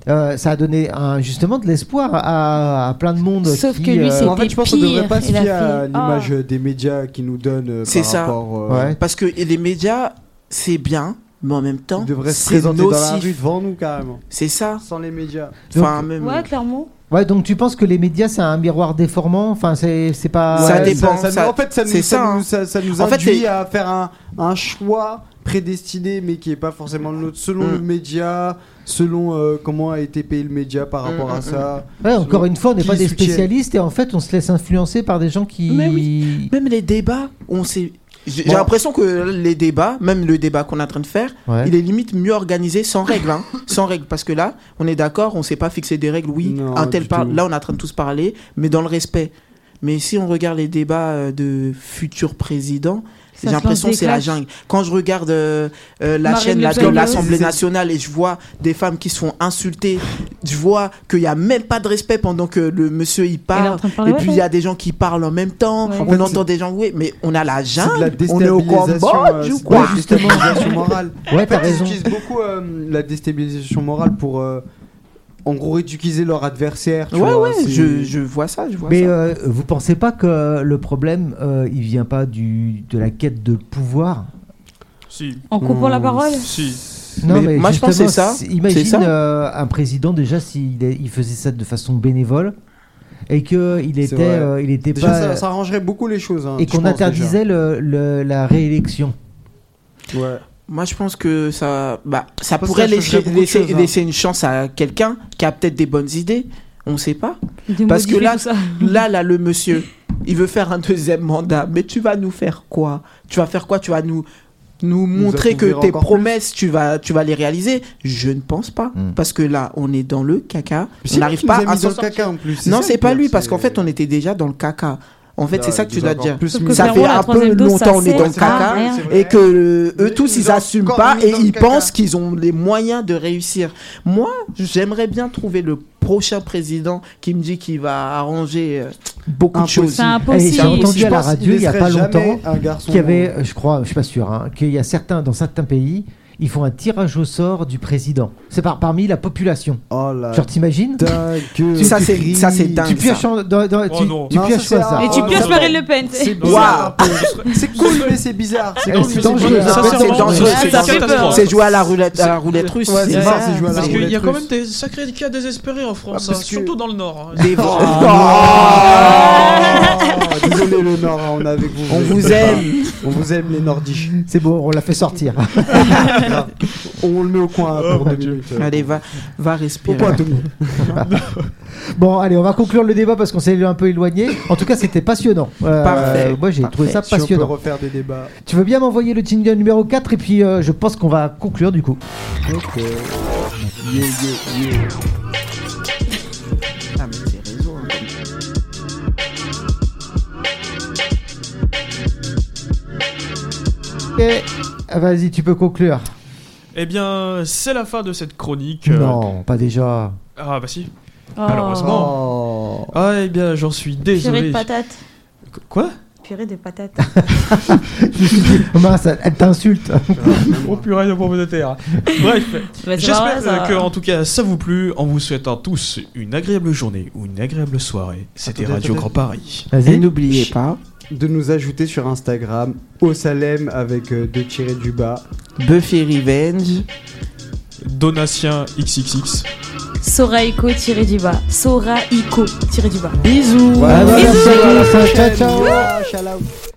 Speaker 4: euh, ça a donné un- justement de l'espoir à, à plein de monde.
Speaker 3: Sauf
Speaker 4: qui,
Speaker 3: que lui,
Speaker 4: euh,
Speaker 3: c'est-
Speaker 2: en fait, je pense qu'on
Speaker 3: Pire,
Speaker 2: devrait pas se
Speaker 3: il a
Speaker 2: fier à
Speaker 3: fait-
Speaker 2: l'image des médias qui nous donnent euh,
Speaker 5: C'est
Speaker 2: par
Speaker 5: ça.
Speaker 2: rapport. euh,
Speaker 4: Ouais.
Speaker 5: parce que les médias c'est bien, mais en même temps
Speaker 2: Ils devraient se
Speaker 5: Hein c'est
Speaker 2: présenter dans la rue
Speaker 5: nocif.
Speaker 2: devant nous carrément,
Speaker 5: C'est ça.
Speaker 2: sans les médias.
Speaker 5: Enfin même.
Speaker 6: Ouais, clairement.
Speaker 4: Ouais, donc tu penses que les médias, c'est un miroir déformant Enfin, c'est c'est pas.
Speaker 5: Ça
Speaker 2: Ouais,
Speaker 5: dépend. ça-
Speaker 2: en fait, ça nous,
Speaker 5: c'est
Speaker 2: ça
Speaker 5: ça,
Speaker 2: nous-
Speaker 5: hein.
Speaker 2: ça- ça nous
Speaker 5: En fait,
Speaker 2: induit
Speaker 5: t'es-
Speaker 2: à faire un, un choix prédestiné, mais qui est pas forcément le nôtre, selon
Speaker 5: Mm.
Speaker 2: le média, selon euh, comment a été payé le média par
Speaker 5: Mm,
Speaker 2: rapport
Speaker 5: mm,
Speaker 2: à ça.
Speaker 4: Ouais, encore une fois, on n'est
Speaker 2: Qui
Speaker 4: pas des
Speaker 2: soutient
Speaker 4: spécialistes et en fait, on se laisse influencer par des gens qui.
Speaker 5: Mais Même les débats, on s'est. J'ai j'ai
Speaker 4: Bon.
Speaker 5: l'impression que les débats, même le débat qu'on est en train de faire,
Speaker 4: Ouais.
Speaker 5: il est limite mieux organisé sans règles. hein. sans règles, parce que là, on est d'accord, on ne s'est pas fixé des règles. Oui,
Speaker 2: Non,
Speaker 5: un tel
Speaker 2: du
Speaker 5: parle.
Speaker 2: tout.
Speaker 5: Là, on est en train de tous parler, mais dans le respect. Mais si on regarde les débats euh, de futurs présidents,
Speaker 6: Ça
Speaker 5: j'ai
Speaker 6: se
Speaker 5: l'impression
Speaker 6: lance
Speaker 5: que
Speaker 6: des
Speaker 5: c'est la
Speaker 6: clashs.
Speaker 5: jungle. Quand je regarde euh, euh, la
Speaker 6: Marine
Speaker 5: chaîne
Speaker 6: Le
Speaker 5: là, de
Speaker 6: Pen,
Speaker 5: l'Assemblée
Speaker 2: c'est-
Speaker 5: nationale et je vois des femmes qui se font insulter, je vois qu'il n'y a même pas de respect pendant que le monsieur il
Speaker 6: Il est en
Speaker 5: parle.
Speaker 6: train de parler,
Speaker 5: Et puis il
Speaker 6: ouais,
Speaker 5: y a des gens qui parlent en même temps,
Speaker 6: Ouais.
Speaker 5: on
Speaker 2: En fait,
Speaker 5: entend des gens, oui, mais on a la
Speaker 2: C'est de
Speaker 5: jungle,
Speaker 2: la
Speaker 5: on est au
Speaker 2: déstabilisation, euh,
Speaker 5: Cambodge
Speaker 2: c'est
Speaker 5: ou
Speaker 2: de
Speaker 5: quoi
Speaker 2: la déstabilisation morale.
Speaker 4: Ouais,
Speaker 2: En
Speaker 4: t'as
Speaker 2: fait, ils
Speaker 4: raison.
Speaker 2: utilisent beaucoup euh, la déstabilisation morale pour, euh, en gros, ridiculiser leur adversaire. tu
Speaker 5: Ouais,
Speaker 2: vois,
Speaker 5: ouais,
Speaker 2: c'est-
Speaker 5: je, je vois ça, je vois
Speaker 4: Mais
Speaker 5: ça.
Speaker 4: euh, vous pensez pas que le problème, euh, il vient pas du, de la quête de pouvoir
Speaker 1: Si,
Speaker 6: En coupant la
Speaker 2: Hmm.
Speaker 6: parole.
Speaker 1: si.
Speaker 4: Non,
Speaker 5: Mais moi, je pense
Speaker 4: justement,
Speaker 5: que c'est ça.
Speaker 4: si- Imagine
Speaker 5: C'est ça.
Speaker 4: euh, un président déjà s'il est- il faisait ça de façon bénévole et que il
Speaker 2: C'est
Speaker 4: était,
Speaker 2: vrai.
Speaker 4: euh, il était
Speaker 2: Déjà,
Speaker 4: pas
Speaker 2: ça, ça arrangerait beaucoup les choses. hein,
Speaker 4: et
Speaker 2: je
Speaker 4: qu'on
Speaker 2: pense,
Speaker 4: interdisait le- le- la réélection.
Speaker 2: déjà. Ouais.
Speaker 5: Moi je pense que ça, bah, ça
Speaker 2: pense
Speaker 5: pourrait
Speaker 2: que ça
Speaker 5: laisser,
Speaker 2: changerait beaucoup de
Speaker 5: laisser,
Speaker 2: choses, hein.
Speaker 5: laisser une chance à quelqu'un qui a peut-être des bonnes idées, on sait pas.
Speaker 6: de
Speaker 5: Parce que
Speaker 6: modifier
Speaker 5: là-
Speaker 6: tout ça.
Speaker 2: Mhm.
Speaker 5: Là, là, le monsieur, il veut faire un deuxième mandat, mais tu vas nous faire quoi Tu vas faire quoi Tu vas nous, nous montrer que
Speaker 2: appauvrir
Speaker 5: tes
Speaker 2: encore plus
Speaker 5: promesses, tu vas, tu vas les réaliser Je ne pense pas,
Speaker 4: Mm.
Speaker 5: parce que là, on est dans le caca,
Speaker 2: C'est
Speaker 5: on
Speaker 2: lui
Speaker 5: n'arrive
Speaker 2: qui
Speaker 5: pas
Speaker 2: nous a
Speaker 5: à
Speaker 2: mis dans
Speaker 5: s'en
Speaker 2: le
Speaker 5: sortir.
Speaker 2: caca en plus.
Speaker 5: Non, c'est pas lui, parce qu'en fait, on était déjà dans le caca. En fait, c'est ça que tu dois te dire.
Speaker 6: Sauf que
Speaker 5: Ça
Speaker 6: clairement,
Speaker 5: fait
Speaker 6: la
Speaker 5: un peu
Speaker 6: troisième dose, ça
Speaker 5: longtemps, on est
Speaker 6: sert
Speaker 5: dans le
Speaker 6: à
Speaker 5: caca.
Speaker 6: rien.
Speaker 5: Et que euh, eux
Speaker 2: Mais
Speaker 5: tous,
Speaker 2: ils
Speaker 5: ils
Speaker 2: ont
Speaker 5: assument
Speaker 2: encore
Speaker 5: pas
Speaker 2: mis
Speaker 5: et
Speaker 2: dans le
Speaker 5: ils
Speaker 2: caca.
Speaker 5: pensent qu'ils ont les moyens de réussir. Moi, j'aimerais bien trouver le prochain président qui me dit qu'il va arranger euh, beaucoup de
Speaker 2: Impossible.
Speaker 5: choses.
Speaker 6: C'est
Speaker 4: Et j'ai
Speaker 6: impossible.
Speaker 4: entendu à la radio il y a pas longtemps
Speaker 2: un garçon
Speaker 4: qu'il y avait, je crois, je suis pas sûr, hein, qu'il y a certains dans certains pays, ils font un tirage au sort du président. C'est par parmi la population.
Speaker 2: Oh là.
Speaker 4: Genre t'imagines
Speaker 2: dingue.
Speaker 5: Ça, c'est- ça, c'est dingue.
Speaker 4: Tu pioches en- dans- dans-
Speaker 1: Oh
Speaker 4: tu-
Speaker 1: non.
Speaker 4: tu
Speaker 2: Non,
Speaker 4: pioches
Speaker 2: ça, c'est
Speaker 4: quoi, ça
Speaker 2: un-
Speaker 6: Et tu
Speaker 2: Oh,
Speaker 6: pioches
Speaker 2: non.
Speaker 6: Marine Le Pen.
Speaker 2: C'est
Speaker 1: Non,
Speaker 2: bizarre.
Speaker 1: ça, ce serait-
Speaker 2: C'est cool, mais c'est bizarre. C'est
Speaker 4: Eh,
Speaker 2: cool,
Speaker 4: c'est
Speaker 2: mais
Speaker 4: dangereux.
Speaker 2: bizarre.
Speaker 1: Ça,
Speaker 5: En fait, c'est
Speaker 1: vraiment-
Speaker 5: dangereux,
Speaker 1: c'est
Speaker 5: c'est
Speaker 1: une
Speaker 5: dangereux.
Speaker 1: catastrophe.
Speaker 5: C'est jouer à la roulette, à la roulette russe.
Speaker 2: Ouais, c'est
Speaker 5: c'est ça.
Speaker 2: ça, c'est jouer à la
Speaker 1: Parce qu'il y a
Speaker 2: roulette
Speaker 1: quand
Speaker 2: russe.
Speaker 1: même des sacrés cas désespérés en France,
Speaker 2: Ah,
Speaker 1: hein,
Speaker 2: parce que-
Speaker 1: surtout dans le Nord. hein.
Speaker 5: Des vrais-
Speaker 2: Oh, Désolé, le Nord, hein, on est avec vous.
Speaker 5: On vous aime.
Speaker 2: On vous aime, les Nordiques.
Speaker 4: C'est bon, on l'a fait sortir.
Speaker 2: Grave. On le met au coin
Speaker 1: Oh,
Speaker 2: pour
Speaker 1: mon
Speaker 2: deux
Speaker 1: Dieu.
Speaker 2: minutes.
Speaker 5: Allez, va, va
Speaker 2: Au
Speaker 5: respirer.
Speaker 2: coin, tout le monde.
Speaker 4: Bon, allez, on va conclure le débat parce qu'on s'est un peu éloigné. En tout cas, c'était passionnant. Euh,
Speaker 5: Parfait.
Speaker 4: Moi, j'ai trouvé ça
Speaker 5: Parfait.
Speaker 2: Si on peut
Speaker 4: passionnant.
Speaker 2: refaire des débats.
Speaker 4: Tu veux bien m'envoyer le jingle numéro 4 et puis euh, je pense qu'on va conclure du coup.
Speaker 2: Ok. Yeah, yeah, yeah.
Speaker 5: Ah, hein.
Speaker 4: Et Eh, vas-y, tu peux conclure.
Speaker 1: Eh bien, c'est la fin de cette chronique. euh,
Speaker 4: Non, pas déjà.
Speaker 1: Ah bah si.
Speaker 6: Oh.
Speaker 1: Malheureusement.
Speaker 4: Oh.
Speaker 1: Ah eh bien, j'en suis
Speaker 6: Purée de
Speaker 1: désolé.
Speaker 6: patates.
Speaker 1: Qu- Quoi
Speaker 6: Purée de patates.
Speaker 4: Mince, elle elle t'insulte.
Speaker 1: Oh purée de pommes de terre. Bref,
Speaker 6: Bah, c'est pas
Speaker 1: j'espère
Speaker 6: vrai, ça.
Speaker 1: euh, que en tout cas ça vous plu en vous souhaitant tous une agréable journée ou une agréable soirée. C'était
Speaker 2: Attendez,
Speaker 1: Radio
Speaker 2: attendez.
Speaker 1: Grand Paris.
Speaker 5: Et
Speaker 4: Vas-y.
Speaker 5: n'oubliez pas,
Speaker 2: De nous ajouter sur Instagram, au Salem avec euh, deux tirés du bas.
Speaker 5: Buffy Revenge,
Speaker 1: Donatien XXX.
Speaker 6: Soraiko tiré du bas. Soraiko tiré du bas.
Speaker 5: bisous
Speaker 4: Voilà,
Speaker 6: Bisous.
Speaker 4: merci, voilà, ciao, ciao.
Speaker 2: Ciao.